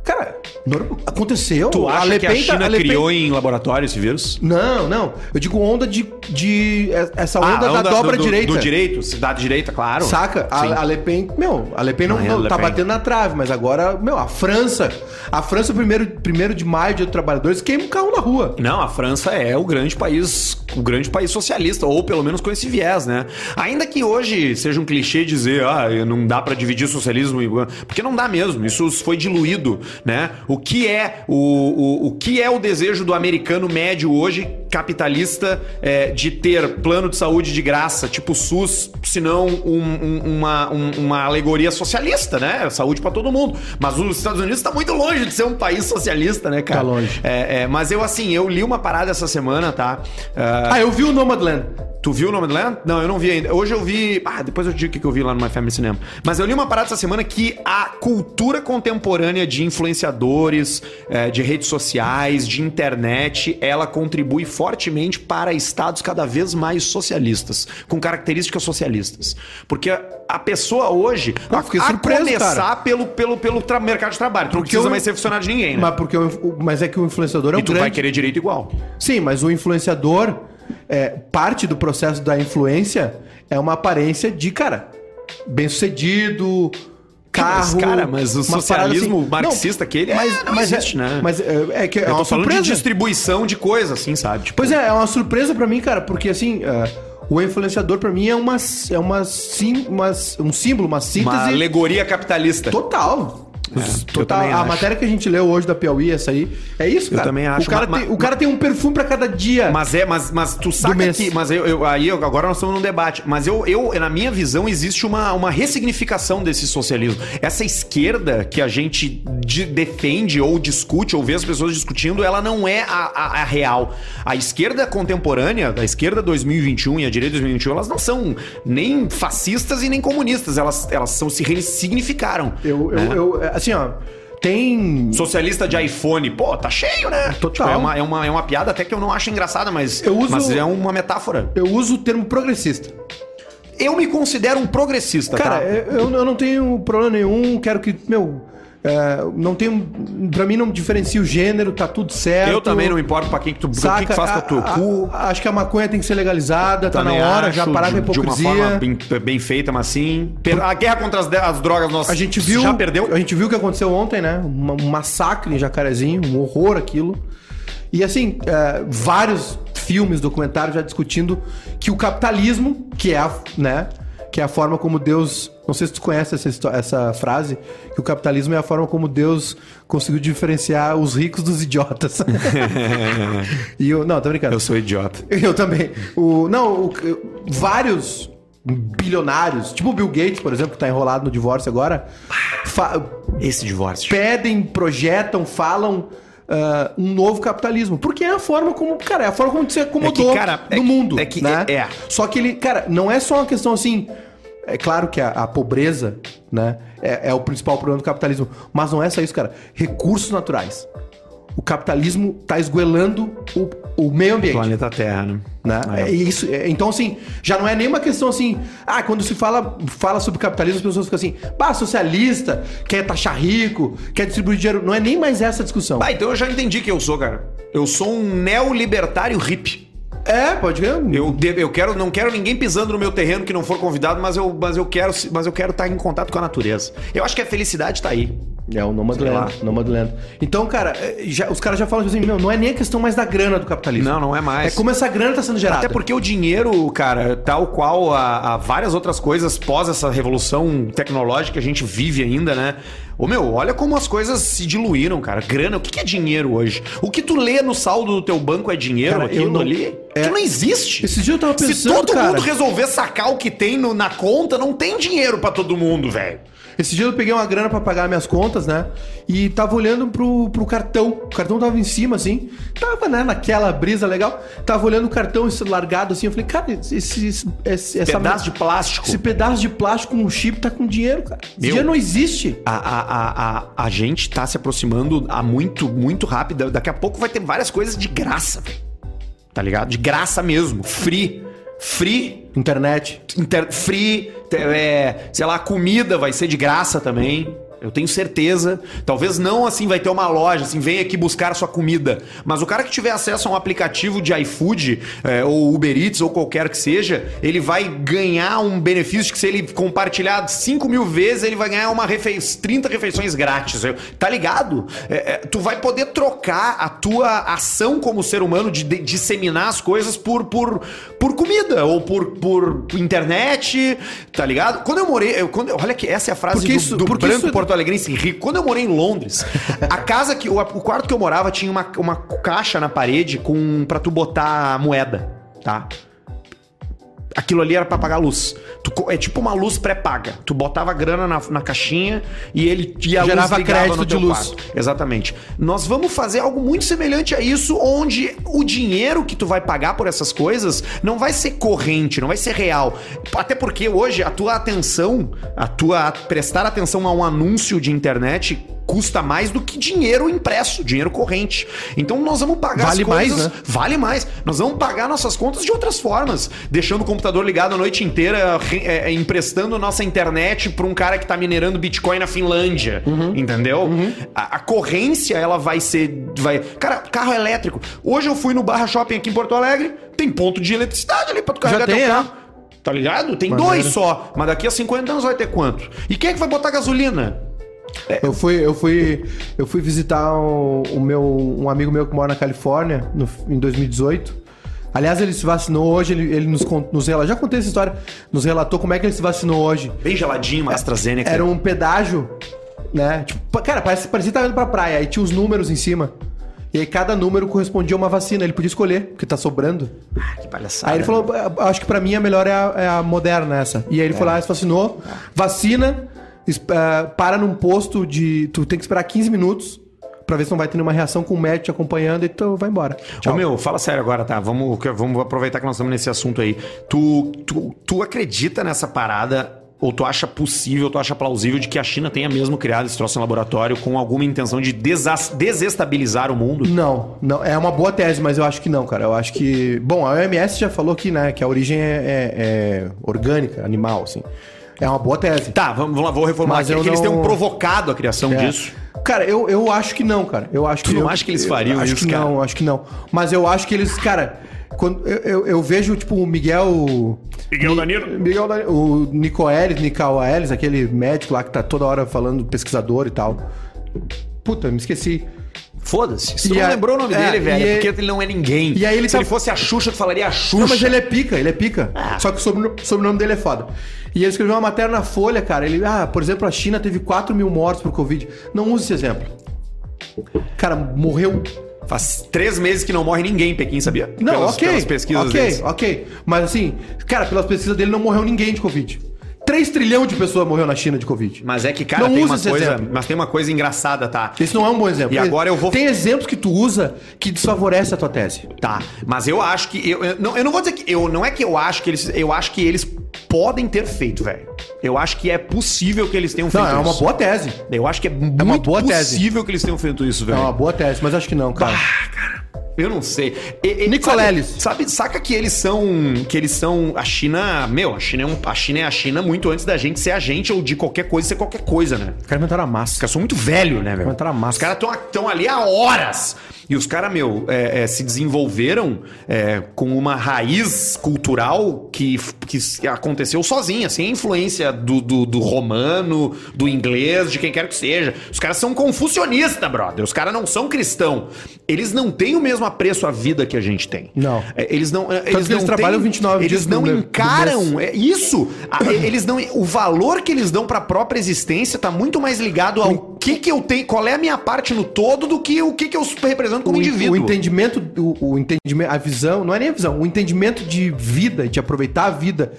Speaker 1: cara, norm- aconteceu.
Speaker 2: Tu acha
Speaker 1: Le
Speaker 2: que a
Speaker 1: Pen tá-
Speaker 2: China
Speaker 1: Le Pen-
Speaker 2: criou em laboratório esse vírus?
Speaker 1: Não, não. Eu digo onda de. de é, essa
Speaker 2: Ah,
Speaker 1: onda, da
Speaker 2: do-
Speaker 1: dobra
Speaker 2: do,
Speaker 1: direita.
Speaker 2: Do direito, cidade direita, claro.
Speaker 1: Saca?
Speaker 2: Sim.
Speaker 1: A, a Le Pen, meu, a Le Pen não,
Speaker 2: Ah, é,
Speaker 1: não
Speaker 2: Le
Speaker 1: tá
Speaker 2: Pen.
Speaker 1: batendo na trave, mas agora, meu, a França. A França, primeiro, primeiro de maio, dia dos trabalhadores, queima um carro na rua.
Speaker 2: Não, a França é o grande país, o grande país socialista, ou pelo menos com esse viés, né? Ainda que hoje seja um clichê dizer, ah, não dá pra dividir socialismo, e- porque não dá mesmo. Isso foi diluído, né? O que é o, o, o que é o desejo do americano médio hoje, capitalista, é, de ter plano de saúde de graça, tipo SUS, se não um- um- uma, um- uma alegoria socialista, né? Saúde pra todo mundo. Mas os Estados Unidos tá muito longe de ser um país socialista, né, cara?
Speaker 1: Tá longe.
Speaker 2: É, é, mas eu, assim, eu li uma parada essa semana, tá? Ah,
Speaker 1: Ah, eu vi o Nomadland.
Speaker 2: tu viu o nome do Land? Não, eu não vi ainda. Hoje eu vi. Ah, depois eu digo o que que eu vi lá no My Family Cinema. Mas eu li uma parada essa semana que a cultura contemporânea de influenciadores, eh, de redes sociais, de internet, ela contribui fortemente para estados cada vez mais socialistas, com características socialistas. Porque a- a pessoa hoje.
Speaker 1: Pô, fiquei
Speaker 2: a
Speaker 1: surpreso,
Speaker 2: começar
Speaker 1: cara.
Speaker 2: pelo, pelo, pelo tra- mercado de trabalho. Tu não
Speaker 1: Porque
Speaker 2: precisa
Speaker 1: eu-
Speaker 2: mais ser funcionário de ninguém, né?
Speaker 1: Mas, porque o, o- mas é que o influenciador é
Speaker 2: e
Speaker 1: um
Speaker 2: tu vai
Speaker 1: grande.
Speaker 2: querer direito igual.
Speaker 1: Sim, mas o influenciador, é, parte do processo da influência é uma aparência de, cara, bem sucedido, carro.
Speaker 2: mas, cara, mas o
Speaker 1: uma parada
Speaker 2: socialismo
Speaker 1: assim.
Speaker 2: marxista que ele é,
Speaker 1: mas,
Speaker 2: não
Speaker 1: mas
Speaker 2: existe,
Speaker 1: é,
Speaker 2: né?
Speaker 1: Mas é, é que é
Speaker 2: Eu
Speaker 1: uma
Speaker 2: tô falando de
Speaker 1: surpresa.
Speaker 2: distribuição de coisa, assim, sabe? Tipo,
Speaker 1: Pois é, é uma surpresa pra mim, cara, porque assim, é, o influenciador pra mim é uma, é uma, sim, uma- um símbolo, uma síntese
Speaker 2: uma alegoria capitalista.
Speaker 1: total. Total.
Speaker 2: também
Speaker 1: A
Speaker 2: acho.
Speaker 1: matéria que a gente leu hoje da Piauí, essa aí, é isso,
Speaker 2: Eu
Speaker 1: cara.
Speaker 2: também acho,
Speaker 1: O cara,
Speaker 2: ma-
Speaker 1: tem,
Speaker 2: ma-
Speaker 1: o cara tem um perfume pra cada dia.
Speaker 2: Mas é, mas, mas tu saca
Speaker 1: mês.
Speaker 2: que. Mas eu, eu- aí eu- agora nós estamos num debate. Mas eu, eu na minha visão, existe uma, uma ressignificação desse socialismo. Essa esquerda que a gente de- defende ou discute, ou vê as pessoas discutindo, ela não é a, a- a real. A esquerda contemporânea, a esquerda 2021 e a direita 2021, elas não são nem fascistas e nem comunistas. Elas, elas são, se ressignificaram.
Speaker 1: Eu, eu,
Speaker 2: né?
Speaker 1: eu- assim, ó, tem.
Speaker 2: Socialista de iPhone, pô, tá cheio, né?
Speaker 1: Total.
Speaker 2: é, uma, é, uma, é uma piada até que eu não acho engraçada, mas,
Speaker 1: Eu uso-
Speaker 2: mas é uma metáfora.
Speaker 1: Eu uso o termo progressista.
Speaker 2: Eu me considero um progressista,
Speaker 1: Cara, é
Speaker 2: tá?
Speaker 1: eu, eu- eu não tenho problema nenhum, quero que. Meu. é, não tenho. Pra mim não diferencia o gênero, tá tudo certo.
Speaker 2: Eu também não importo pra quem que tu, o
Speaker 1: Saca,
Speaker 2: que que faz com o teu
Speaker 1: a-
Speaker 2: cu.
Speaker 1: a- acho que a maconha tem que ser legalizada, tá na
Speaker 2: Também
Speaker 1: hora, já
Speaker 2: acho,
Speaker 1: parar com a
Speaker 2: de, de uma
Speaker 1: hipocrisia.
Speaker 2: forma bem, bem feita, mas sim. Per- A guerra contra as, de- as drogas nossa
Speaker 1: A gente viu.
Speaker 2: já perdeu.
Speaker 1: A gente viu o que aconteceu ontem, né? Uma- Um massacre em Jacarezinho, um horror aquilo. E assim, é, vários filmes, documentários já discutindo que o capitalismo, que é a, né, que é a forma como Deus. Não sei se tu conhece essa, histó- essa frase, que o capitalismo é a forma como Deus conseguiu diferenciar os ricos dos idiotas. e eu, não, tô brincando.
Speaker 2: Eu sou idiota.
Speaker 1: Eu também. O, não, o- vários bilionários, tipo o Bill Gates, por exemplo, que tá enrolado no divórcio agora, fa-
Speaker 2: Esse divórcio.
Speaker 1: pedem, projetam, falam ah, um novo capitalismo. Porque é a forma como, cara, é a forma como se acomodou
Speaker 2: É que, cara, é
Speaker 1: no
Speaker 2: que-
Speaker 1: mundo.
Speaker 2: é que
Speaker 1: né?
Speaker 2: é- é.
Speaker 1: Só que ele, cara, não é só uma questão assim. É claro que a, a pobreza, né, é, é o principal problema do capitalismo. Mas não é só isso, cara. Recursos naturais. O capitalismo tá esguelando o, o meio ambiente
Speaker 2: Planeta Terra, né?
Speaker 1: né?
Speaker 2: É.
Speaker 1: É isso, é, então, assim, já não é nenhuma questão assim. Ah, quando se fala, fala sobre capitalismo, as pessoas ficam assim, bah, socialista, quer taxar rico, quer distribuir dinheiro. Não é nem mais essa a discussão.
Speaker 2: Bah, então eu já entendi que eu sou, cara. Eu sou um neolibertário hippie.
Speaker 1: É, pode ver.
Speaker 2: Eu, de- eu quero, não quero ninguém pisando no meu terreno que não for convidado, mas eu, mas eu quero, se- mas eu quero estar em contato com a natureza. Eu acho que a felicidade tá aí.
Speaker 1: É o Nomadland, Nomadland. Então, cara, eh, já- os caras já falam assim, meu, não é nem a questão mais da grana do capitalismo.
Speaker 2: Não, não é
Speaker 1: É
Speaker 2: mais.
Speaker 1: como essa grana tá sendo gerada.
Speaker 2: Até porque o dinheiro, cara, tal qual a, a várias outras coisas pós essa revolução tecnológica que a gente vive ainda, né? Ô meu, olha como as coisas se diluíram, cara. Grana, o que que é dinheiro hoje? O que tu lê no saldo do teu banco é dinheiro?
Speaker 1: Cara, eu
Speaker 2: aquilo
Speaker 1: não-
Speaker 2: ali?
Speaker 1: é.
Speaker 2: Aquilo não existe.
Speaker 1: Esse dia eu tava pensando,
Speaker 2: Se todo
Speaker 1: cara,
Speaker 2: mundo resolver sacar o que tem no- na conta, não tem dinheiro pra todo mundo, velho.
Speaker 1: Esse dia eu peguei uma grana pra pagar minhas contas, né? E tava olhando pro, pro cartão. O cartão tava em cima, assim. Tava, né, naquela brisa legal. Tava olhando o cartão esse largado, assim. Eu falei, cara, esse, esse- esse- essa-
Speaker 2: Pedaço de plástico.
Speaker 1: esse pedaço de plástico com um chip tá com dinheiro, cara. Esse
Speaker 2: Meu.
Speaker 1: dinheiro não existe.
Speaker 2: A, a, a, a, a gente tá se aproximando a muito, muito rápido. Daqui a pouco vai ter várias coisas de graça, velho. Tá ligado? De graça mesmo. Free. Free.
Speaker 1: Internet.
Speaker 2: Inter, free. te- É, sei lá, comida vai ser de graça também. Eu tenho certeza. Talvez não assim vai ter uma loja, assim, vem aqui buscar a sua comida. Mas o cara que tiver acesso a um aplicativo de iFood, é, ou Uber Eats, ou qualquer que seja, ele vai ganhar um benefício que se ele compartilhar 5 mil vezes, ele vai ganhar uma refei 30 refeições grátis. Eu- Tá ligado? É, é, tu vai poder trocar a tua ação como ser humano de, de- disseminar as coisas por, por, por comida ou por, por internet, tá ligado? Quando eu morei. eu- quando, eu- olha que essa é a frase
Speaker 1: Porque
Speaker 2: do,
Speaker 1: isso-
Speaker 2: do
Speaker 1: porque
Speaker 2: branco
Speaker 1: isso- é
Speaker 2: porto alegrense rico. Quando eu morei em Londres, a casa que. O, o quarto que eu morava tinha uma, uma caixa na parede com para tu botar moeda, tá? Aquilo ali era pra pagar a luz. Tu co- é tipo uma luz pré-paga. Tu botava a grana na, na caixinha e ele e a
Speaker 1: Gerava
Speaker 2: luz ligava
Speaker 1: crédito
Speaker 2: no teu
Speaker 1: de luz.
Speaker 2: quarto. Exatamente. Nós vamos fazer algo muito semelhante a isso, onde o dinheiro que tu vai pagar por essas coisas não vai ser corrente, não vai ser real. Até porque hoje a tua atenção, a tua prestar atenção a um anúncio de internet custa mais do que dinheiro impresso, dinheiro corrente. Então nós vamos pagar
Speaker 1: Vale
Speaker 2: as
Speaker 1: mais,
Speaker 2: coisas
Speaker 1: né?
Speaker 2: Vale mais. Nós vamos pagar nossas contas de outras formas. Deixando o computador ligado a noite inteira, re- é, é, emprestando nossa internet pra um cara que tá minerando Bitcoin na Finlândia.
Speaker 1: Uhum.
Speaker 2: Entendeu? A, a corrência, ela vai ser. Vai... Cara, carro elétrico. Hoje eu fui no Barra Shopping aqui em Porto Alegre, tem ponto de eletricidade ali pra tu carregar
Speaker 1: tem,
Speaker 2: teu
Speaker 1: é.
Speaker 2: carro. Tá ligado? Tem
Speaker 1: Maneiro.
Speaker 2: dois só. Mas daqui a 50 anos vai ter quanto? E quem é que vai botar gasolina? É.
Speaker 1: Eu fui, eu fui, eu fui visitar o, o meu, um amigo meu que mora na Califórnia no- em 2018. Aliás, ele se vacinou hoje, ele, ele nos, con- nos relatou, já contei essa história, nos relatou como é que ele se vacinou hoje.
Speaker 2: Bem geladinho, uma AstraZeneca.
Speaker 1: Era um pedágio, né? Tipo, pa- cara, parece, parecia que tava indo pra praia, aí tinha os números em cima. E aí cada número correspondia a uma vacina, ele podia escolher, porque tá sobrando.
Speaker 2: Ah, que palhaçada.
Speaker 1: Aí ele falou, "Ah, acho que pra mim a melhor é a, é a moderna essa. E aí ele foi lá, se vacinou, vacina, es- ah, para num posto de... Tu tem que esperar 15 minutos pra ver se não vai ter nenhuma reação com o médico te acompanhando e tu vai embora.
Speaker 2: Ô meu, fala sério agora, tá? Vamos, que- vamos aproveitar que nós estamos nesse assunto aí. Tu, tu, tu acredita nessa parada? Ou tu acha possível, tu acha plausível de que a China tenha mesmo criado esse troço em laboratório com alguma intenção de desas- desestabilizar o mundo?
Speaker 1: Não, não, é uma boa tese, mas eu acho que não, cara. Eu acho que. Bom, a OMS já falou que, né, que a origem é, é- é orgânica, animal, assim. É uma boa tese.
Speaker 2: Tá, vamos, vamos lá, vou reformular
Speaker 1: Mas
Speaker 2: aqui.
Speaker 1: eu
Speaker 2: É que eles
Speaker 1: não-
Speaker 2: tenham provocado a criação
Speaker 1: É.
Speaker 2: disso.
Speaker 1: Cara, eu, eu acho que não, cara. Eu acho
Speaker 2: Tu
Speaker 1: que
Speaker 2: não
Speaker 1: eu-
Speaker 2: acha que eles
Speaker 1: eu
Speaker 2: fariam
Speaker 1: acho
Speaker 2: isso,
Speaker 1: que
Speaker 2: cara?
Speaker 1: Não, acho que não. Mas eu acho que eles, cara, quando eu, eu, eu vejo tipo o Miguel
Speaker 2: Miguel
Speaker 1: Mi-
Speaker 2: Danilo?
Speaker 1: Miguel Danilo, o Nicoelis, Nicoelis, aquele médico lá que tá toda hora falando pesquisador e tal. Puta, me esqueci.
Speaker 2: Foda-se. Se
Speaker 1: E
Speaker 2: tu não
Speaker 1: a-
Speaker 2: lembrou o nome
Speaker 1: é,
Speaker 2: dele, velho,
Speaker 1: e
Speaker 2: é porque
Speaker 1: ele-
Speaker 2: ele não é ninguém.
Speaker 1: E aí ele
Speaker 2: Se
Speaker 1: tá-
Speaker 2: ele fosse a Xuxa, tu falaria a Xuxa.
Speaker 1: Não, mas ele é pica, ele é pica. Só que o sobrenome, sobrenome dele é foda. E ele escreveu uma matéria na Folha, cara. Ele, ah, por exemplo, a China teve 4 mil mortos por Covid. Não use esse exemplo. Cara, morreu.
Speaker 2: Faz três meses que não morre ninguém em Pequim, sabia?
Speaker 1: Não,
Speaker 2: Pelas-
Speaker 1: ok.
Speaker 2: Pelas pesquisas
Speaker 1: ok,
Speaker 2: deles.
Speaker 1: ok. Mas assim, cara, pelas pesquisas dele não morreu ninguém de Covid. 3 trilhão de pessoas morreu na China de Covid.
Speaker 2: Mas é que, cara,
Speaker 1: Não
Speaker 2: tem
Speaker 1: usa
Speaker 2: uma
Speaker 1: esse
Speaker 2: coisa.
Speaker 1: exemplo.
Speaker 2: Mas tem uma coisa engraçada, tá?
Speaker 1: Esse não é um bom exemplo.
Speaker 2: E agora eu vou-
Speaker 1: Tem exemplos que tu usa que desfavorece a tua tese.
Speaker 2: Tá, mas eu acho que. Eu, eu- não, eu não vou dizer que. Eu, não é que eu acho que eles. Eu acho que eles podem ter feito, velho. Eu acho que é possível que eles tenham
Speaker 1: Não,
Speaker 2: feito
Speaker 1: é uma
Speaker 2: isso.
Speaker 1: boa tese.
Speaker 2: Eu acho que é,
Speaker 1: uma
Speaker 2: muito
Speaker 1: boa tese.
Speaker 2: possível que eles tenham feito isso,
Speaker 1: É
Speaker 2: velho.
Speaker 1: uma boa tese, mas acho que não, cara.
Speaker 2: Eu não sei. E, e,
Speaker 1: Nicoleles.
Speaker 2: Sabe, sabe- saca que eles são. Que eles são. A China. Meu, a China, é um- a China é a China muito antes da gente ser a gente ou de qualquer coisa ser qualquer coisa, né?
Speaker 1: Os caras inventaram a
Speaker 2: Os
Speaker 1: máscara.
Speaker 2: caras são muito velho, né, meu?
Speaker 1: Inventaram a
Speaker 2: Os
Speaker 1: máscara.
Speaker 2: caras estão ali há horas. E os caras, meu, é, é, se desenvolveram é, com uma raiz cultural que, que s- aconteceu sozinha, sem a influência do, do, do romano, do inglês, de quem quer que seja. Os caras são confucionistas, brother. Os caras não são cristão. Eles não têm o mesmo apreço à vida que a gente tem.
Speaker 1: Não.
Speaker 2: É, Eles não. é, Eles,
Speaker 1: que eles
Speaker 2: não
Speaker 1: trabalham
Speaker 2: têm-
Speaker 1: 29
Speaker 2: Eles
Speaker 1: dias
Speaker 2: não
Speaker 1: no mês- no
Speaker 2: encaram
Speaker 1: mês.
Speaker 2: é isso. A- e- eles não, o valor que eles dão pra própria existência tá muito mais ligado ao que que eu tenho, qual é a minha parte no todo do que o que que eu represento como
Speaker 1: o,
Speaker 2: indivíduo.
Speaker 1: o entendimento, o, o entendimento, a visão, não é nem a visão, o entendimento de vida, de aproveitar a vida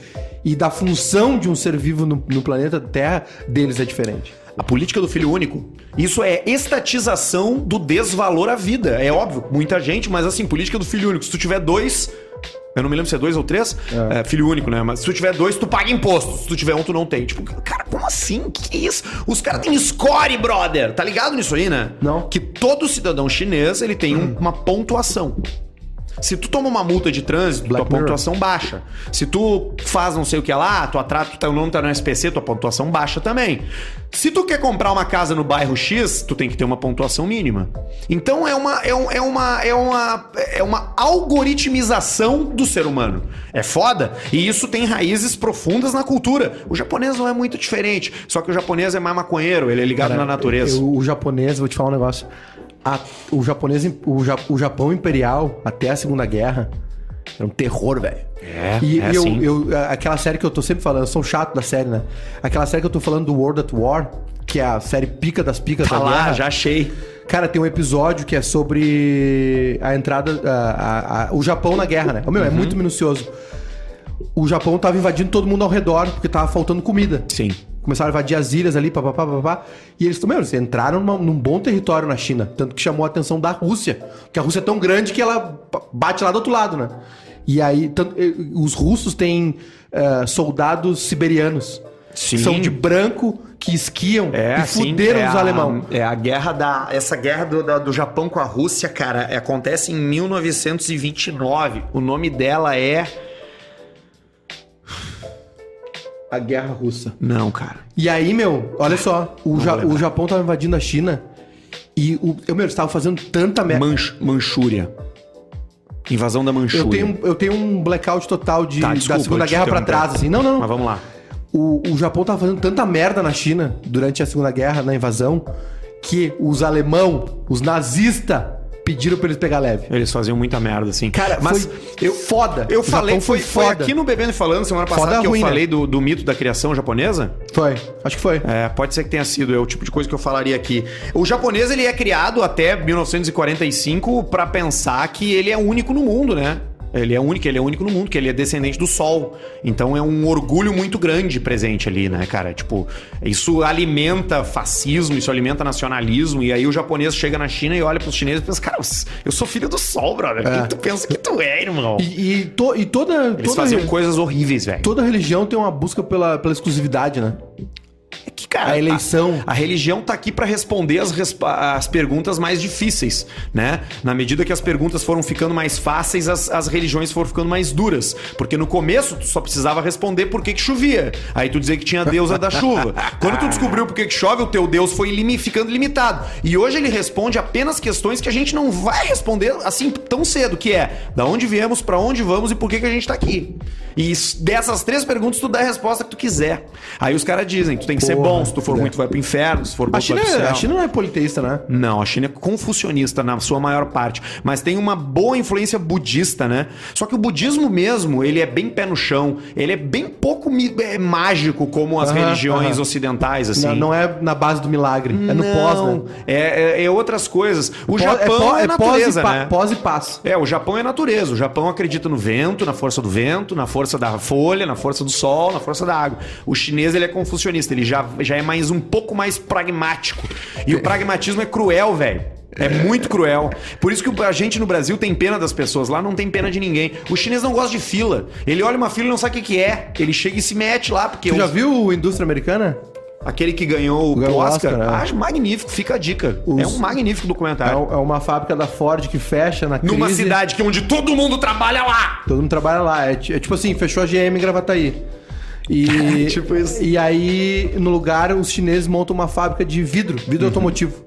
Speaker 1: e da função de um ser vivo no, no planeta Terra deles é diferente.
Speaker 2: A política do filho único. Isso é estatização do desvalor à vida. É óbvio, muita gente, mas assim, política do filho único. Se tu tiver dois. Eu não me lembro se é dois ou três. é, filho único, né? Mas se tu tiver dois, tu paga imposto. Se tu tiver um, tu não tem. Tipo, cara, como assim? Que isso? Os caras têm score, brother. Tá ligado nisso aí, né?
Speaker 1: Não.
Speaker 2: Que todo cidadão chinês, ele tem um- uma pontuação. Se tu toma uma multa de trânsito,
Speaker 1: Black
Speaker 2: tua
Speaker 1: Mirror.
Speaker 2: pontuação baixa. Se tu faz não sei o que lá, tu atraso, teu nome tá no SPC, tua pontuação baixa também. Se tu quer comprar uma casa no bairro X, tu tem que ter uma pontuação mínima. Então é uma é, um- é uma é uma é uma algoritmização do ser humano. É foda e isso tem raízes profundas na cultura. O japonês não é muito diferente, só que o japonês é mais maconheiro, ele é ligado na natureza.
Speaker 1: Eu- o japonês, vou te falar um negócio. A- o japonês, o, Ja- o Japão imperial até a Segunda Guerra era um terror, velho.
Speaker 2: É,
Speaker 1: E,
Speaker 2: é
Speaker 1: e eu,
Speaker 2: assim.
Speaker 1: eu- a- aquela série que eu tô sempre falando, eu sou um chato da série, né? Aquela série que eu tô falando do World at War, que é a série pica das picas
Speaker 2: Tá
Speaker 1: da
Speaker 2: lá,
Speaker 1: guerra.
Speaker 2: já achei.
Speaker 1: Cara, tem um episódio que é sobre a entrada. a- a- a- o Japão na guerra, né? Ô,
Speaker 2: Uhum.
Speaker 1: Meu, é muito minucioso. O Japão tava invadindo todo mundo ao redor, porque tava faltando comida.
Speaker 2: Sim.
Speaker 1: Começaram a invadir as ilhas ali, papapá, papapá. E eles também eles entraram numa- num bom território na China. Tanto que chamou a atenção da Rússia. Porque a Rússia é tão grande que ela ba- bate lá do outro lado, né? E aí, tanto- eh, os russos têm eh, soldados siberianos.
Speaker 2: Sim.
Speaker 1: São de branco, que esquiam e
Speaker 2: sim,
Speaker 1: fuderam
Speaker 2: é
Speaker 1: os
Speaker 2: a-
Speaker 1: alemão.
Speaker 2: É a guerra da. Essa guerra do, da- do Japão com a Rússia, cara, é- acontece em 1929. O nome dela é.
Speaker 1: A guerra russa.
Speaker 2: Não, cara.
Speaker 1: E aí, meu, olha só, o, Ja-
Speaker 2: lembrar.
Speaker 1: o Japão tava invadindo a China e o, eu, meu, eles estavam fazendo tanta merda.
Speaker 2: é Manch, Manchúria. Invasão da Manchúria.
Speaker 1: Eu tenho, eu tenho um blackout total de,
Speaker 2: Tá,
Speaker 1: da
Speaker 2: desculpa,
Speaker 1: Segunda
Speaker 2: eu te
Speaker 1: Guerra pra
Speaker 2: interromper.
Speaker 1: trás, assim. Não, não,
Speaker 2: Mas
Speaker 1: não.
Speaker 2: vamos lá.
Speaker 1: O, o Japão tava fazendo tanta merda na China durante a Segunda Guerra, na invasão, que os alemão, os nazistas, pediram pra eles pegar leve.
Speaker 2: Eles faziam muita merda, assim.
Speaker 1: Cara,
Speaker 2: mas
Speaker 1: foi
Speaker 2: eu
Speaker 1: foda.
Speaker 2: Eu
Speaker 1: O
Speaker 2: falei,
Speaker 1: Japão
Speaker 2: foi, foi aqui no Bebendo e Falando semana passada
Speaker 1: Foda
Speaker 2: que
Speaker 1: ruim,
Speaker 2: eu
Speaker 1: né?
Speaker 2: falei do, do mito da criação japonesa.
Speaker 1: Foi, acho que foi.
Speaker 2: É, pode ser que tenha sido, é o tipo de coisa que eu falaria aqui. O japonês, ele é criado até 1945 pra pensar que ele é único no mundo, né? Ele é único, ele é único no mundo, que ele é descendente do sol. Então é um orgulho muito grande presente ali, né, cara? Tipo, isso alimenta fascismo, isso alimenta nacionalismo. E aí o japonês chega na China e olha pros chineses e pensa, cara, eu sou filho do sol, brother. Quem tu pensa que tu é, irmão?
Speaker 1: E, e to- e toda.
Speaker 2: Eles
Speaker 1: toda,
Speaker 2: faziam coisas horríveis, velho.
Speaker 1: toda religião tem uma busca pela, pela exclusividade, né?
Speaker 2: É que, cara,
Speaker 1: A eleição.
Speaker 2: A, a religião tá aqui pra responder as, resp- as perguntas mais difíceis, né? Na medida que as perguntas foram ficando mais fáceis, as, as religiões foram ficando mais duras. Porque no começo tu só precisava responder por que, que chovia. Aí tu dizia que tinha a deusa da chuva. Quando tu descobriu por que, que chove, o teu Deus foi limi- ficando limitado. E hoje ele responde apenas questões que a gente não vai responder assim tão cedo, que é da onde viemos, pra onde vamos e por que, que a gente tá aqui. E s- dessas três perguntas, tu dá a resposta que tu quiser. Aí os caras dizem, tu tem que ser
Speaker 1: Porra,
Speaker 2: bom, se tu for
Speaker 1: né?
Speaker 2: ruim, tu vai pro inferno, se for bom,
Speaker 1: A
Speaker 2: tu
Speaker 1: China,
Speaker 2: vai pro céu.
Speaker 1: a China não é politeísta, né?
Speaker 2: Não, a China é confucionista na sua maior parte, mas tem uma boa influência budista, né? Só que o budismo mesmo, ele é bem pé no chão, ele é bem pouco mi- é, mágico como as
Speaker 1: Aham,
Speaker 2: religiões
Speaker 1: aham.
Speaker 2: ocidentais, assim.
Speaker 1: Não, não é na base do milagre, é no pós, né?
Speaker 2: É, é- é outras coisas. O
Speaker 1: Pós-
Speaker 2: Japão
Speaker 1: pó-
Speaker 2: é, natureza,
Speaker 1: pós, e pa-
Speaker 2: né?
Speaker 1: pós e paz.
Speaker 2: É, o Japão é natureza. O Japão acredita no vento, na força do vento, na força da folha, na força do sol, na força da água. O chinês ele é confucionista, ele já, já é mais um pouco mais pragmático. E o pragmatismo é cruel, velho. É muito cruel. Por isso que a gente no Brasil tem pena das pessoas, lá não tem pena de ninguém. O chinês não gosta de fila. Ele olha uma fila e não sabe o que que é. Ele chega e se mete lá, porque
Speaker 1: Tu já
Speaker 2: os-
Speaker 1: viu o Indústria Americana?
Speaker 2: Aquele que ganhou o,
Speaker 1: Ganhou o
Speaker 2: Oscar.
Speaker 1: Oscar, é.
Speaker 2: Acho magnífico, fica a dica.
Speaker 1: Os-
Speaker 2: É um magnífico
Speaker 1: É,
Speaker 2: documentário.
Speaker 1: um- é uma fábrica da Ford que fecha na é um crise.
Speaker 2: Numa cidade que onde todo mundo trabalha lá.
Speaker 1: Todo mundo trabalha lá. É, ti- é tipo assim, fechou a GM em Gravataí. E,
Speaker 2: Tipo isso.
Speaker 1: e aí, no lugar, os chineses montam uma fábrica de vidro,
Speaker 2: Uhum.
Speaker 1: vidro automotivo.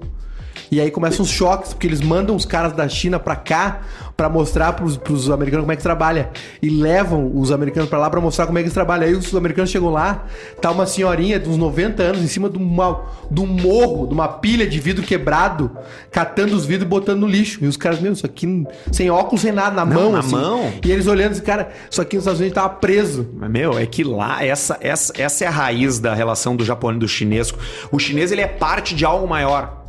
Speaker 1: E aí começam os choques, porque eles mandam os caras da China pra cá pra mostrar pros, pros americanos como é que trabalha. E levam os americanos pra lá pra mostrar como é que eles trabalham. Aí os americanos chegam lá, tá uma senhorinha de uns 90 anos em cima de, uma, de um morro, de uma pilha de vidro quebrado, catando os vidros e botando no lixo. E os caras, meu, isso aqui n- sem óculos, sem nada, na mão. assim.
Speaker 2: na mão?
Speaker 1: E eles olhando, esse cara, isso aqui nos Estados Unidos tava preso.
Speaker 2: Mas, Meu, é que lá, essa, essa, essa é a raiz da relação do japonês e do chinês. O chinês, ele é parte de algo maior.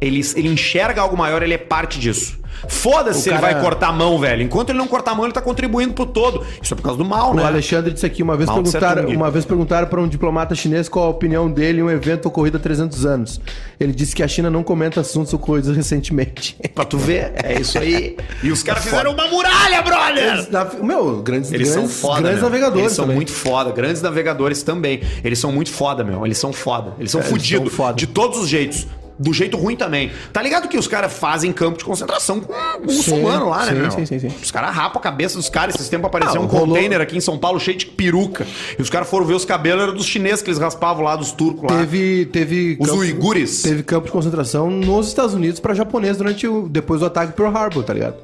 Speaker 2: Ele, ele enxerga algo maior, ele é parte disso. Foda-se
Speaker 1: O
Speaker 2: se ele
Speaker 1: cara-
Speaker 2: vai cortar a mão, velho. Enquanto ele não cortar a mão, ele tá contribuindo pro todo. Isso é por causa do mal,
Speaker 1: O
Speaker 2: né?
Speaker 1: Alexandre disse aqui, uma vez,
Speaker 2: Mao Tse
Speaker 1: perguntaram,
Speaker 2: Tung.
Speaker 1: uma vez perguntaram para um diplomata chinês qual a opinião dele em um evento ocorrido há 300 anos. Ele disse que a China não comenta assuntos ocorridos recentemente.
Speaker 2: Pra tu ver, é isso aí. E os caras fizeram uma muralha, brother!
Speaker 1: Na- Meu, grandes,
Speaker 2: Eles
Speaker 1: grandes,
Speaker 2: são foda,
Speaker 1: grandes
Speaker 2: meu.
Speaker 1: navegadores
Speaker 2: Eles são
Speaker 1: também.
Speaker 2: muito foda, grandes navegadores também. Eles são muito foda, meu. Eles são foda. Eles são
Speaker 1: É, eles são
Speaker 2: fudidos
Speaker 1: foda.
Speaker 2: de todos os jeitos. Do jeito ruim também. Tá ligado que os caras fazem campo de concentração com um muçulmano lá, né,
Speaker 1: sim,
Speaker 2: meu?
Speaker 1: sim, sim, sim.
Speaker 2: Os caras rapam a cabeça dos caras. Esses tempos apareceu
Speaker 1: Ah,
Speaker 2: um
Speaker 1: rolou-
Speaker 2: container aqui em São Paulo cheio de peruca. E os caras foram ver os cabelos, era dos chineses que eles raspavam lá, dos turcos lá.
Speaker 1: Teve, teve,
Speaker 2: Os
Speaker 1: campo,
Speaker 2: uigures.
Speaker 1: teve campo de concentração nos Estados Unidos para japonês durante o, depois do ataque Pearl Harbor, tá ligado?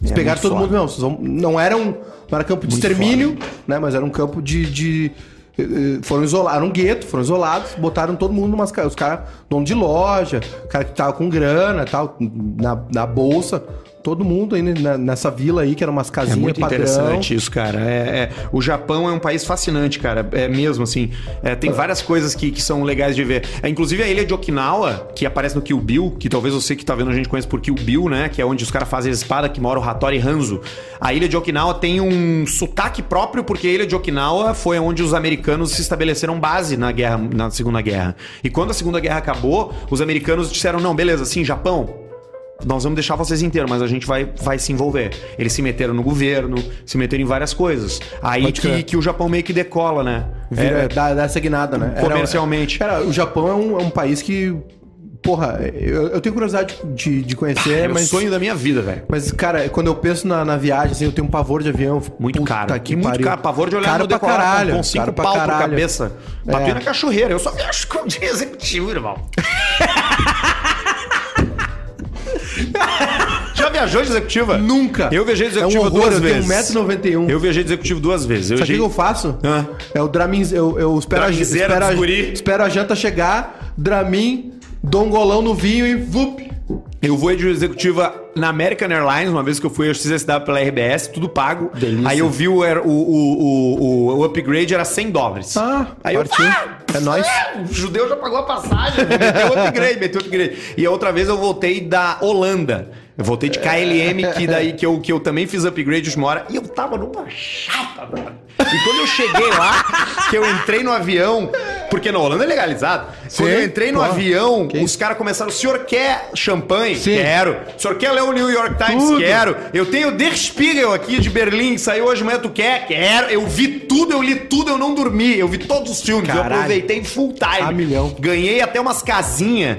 Speaker 1: Eles
Speaker 2: É,
Speaker 1: pegaram
Speaker 2: muito
Speaker 1: todo
Speaker 2: foda.
Speaker 1: mundo, não, vocês vão- não era um, não era campo de extermínio, né, mas era um campo de, de- eh, eh, foram isolados, era um gueto, foram isolados, botaram todo mundo numas ca- os caras, dono de loja, cara que tava com grana, e tal, na, na bolsa, todo mundo aí na- nessa vila aí que era umas
Speaker 2: É
Speaker 1: casinhas
Speaker 2: muito
Speaker 1: padrão.
Speaker 2: interessante isso, cara. É, é- o Japão é um país fascinante, cara. É mesmo, assim. É, tem várias coisas que, que são legais de ver. É, inclusive a ilha de Okinawa, que aparece no Kill Bill, que talvez você que tá vendo a gente conheça por Kill Bill, né? Que é onde os caras fazem a espada, que mora o Hattori Hanzo. A ilha de Okinawa tem um sotaque próprio, porque a ilha de Okinawa foi onde os americanos se estabeleceram base na guerra, na Segunda Guerra. E quando a Segunda Guerra acabou, os americanos disseram, não, beleza, sim, Japão, nós vamos deixar vocês inteiros, mas a gente vai, vai se envolver. Eles se meteram no governo, se meteram em várias coisas. Aí
Speaker 1: Pode
Speaker 2: que,
Speaker 1: crer.
Speaker 2: que o Japão meio que decola, né?
Speaker 1: Vira,
Speaker 2: É,
Speaker 1: dá, dá essa guinada, né? Era-
Speaker 2: Comercialmente.
Speaker 1: Cara, o Japão é um, é um país que. Porra, eu, eu tenho curiosidade de, de conhecer,
Speaker 2: é o
Speaker 1: mas.
Speaker 2: sonho da minha vida, velho.
Speaker 1: Mas, cara, quando eu penso na, na viagem, assim, eu tenho um pavor de avião. eu fico,
Speaker 2: Muito
Speaker 1: puta
Speaker 2: caro.
Speaker 1: Que
Speaker 2: muito
Speaker 1: pariu.
Speaker 2: caro. Pavor de olhar
Speaker 1: caro
Speaker 2: no
Speaker 1: pra
Speaker 2: decolar
Speaker 1: caralho.
Speaker 2: com, com cinco
Speaker 1: caro pra
Speaker 2: pau por
Speaker 1: caralho.
Speaker 2: cabeça. Bateu
Speaker 1: É.
Speaker 2: na cachoeira. Eu só viajo com de executivo, irmão. Já viajou de executiva?
Speaker 1: Nunca.
Speaker 2: Eu viajei de
Speaker 1: É um
Speaker 2: executiva
Speaker 1: horror,
Speaker 2: duas
Speaker 1: eu tenho
Speaker 2: vezes.
Speaker 1: 1,91m.
Speaker 2: Eu viajei de executivo duas vezes. Eu
Speaker 1: Sabe um. o que
Speaker 2: viajei-
Speaker 1: que eu faço?
Speaker 2: Hã?
Speaker 1: É o Dramin. Eu, eu espero, a,
Speaker 2: Draminzeira
Speaker 1: espero, a,
Speaker 2: dos guri.
Speaker 1: espero a janta chegar, Dramin, dou um golão no vinho e vup.
Speaker 2: Eu voei de executiva na American Airlines, uma vez que eu fui, eu fiz esse dado pela RBS, tudo pago.
Speaker 1: Delícia.
Speaker 2: Aí eu vi o, aer- o, o, o, o upgrade era 100 dólares.
Speaker 1: Ah,
Speaker 2: Aí eu,
Speaker 1: partiu. É nóis.
Speaker 2: O judeu já pagou a passagem, né? meteu upgrade, meteu upgrade. E a outra vez eu voltei da Holanda. Eu voltei de KLM, que daí que eu, que eu também fiz upgrade de última hora. E eu tava numa chata, brother. E quando eu cheguei lá, que eu entrei no avião, porque na Holanda é legalizado.
Speaker 1: Sim.
Speaker 2: quando eu entrei no
Speaker 1: Pô,
Speaker 2: avião,
Speaker 1: que
Speaker 2: os caras começaram, o senhor quer champanhe?
Speaker 1: Sim.
Speaker 2: Quero. O senhor quer ler o New York Times?
Speaker 1: Tudo.
Speaker 2: Quero. Eu tenho Der Spiegel aqui de Berlim, que saiu hoje de manhã, tu quer? Quero. Eu vi tudo, eu li tudo, eu não dormi. Eu vi todos os filmes, eu
Speaker 1: Caralho.
Speaker 2: aproveitei full time.
Speaker 1: A milhão.
Speaker 2: Ganhei até umas casinhas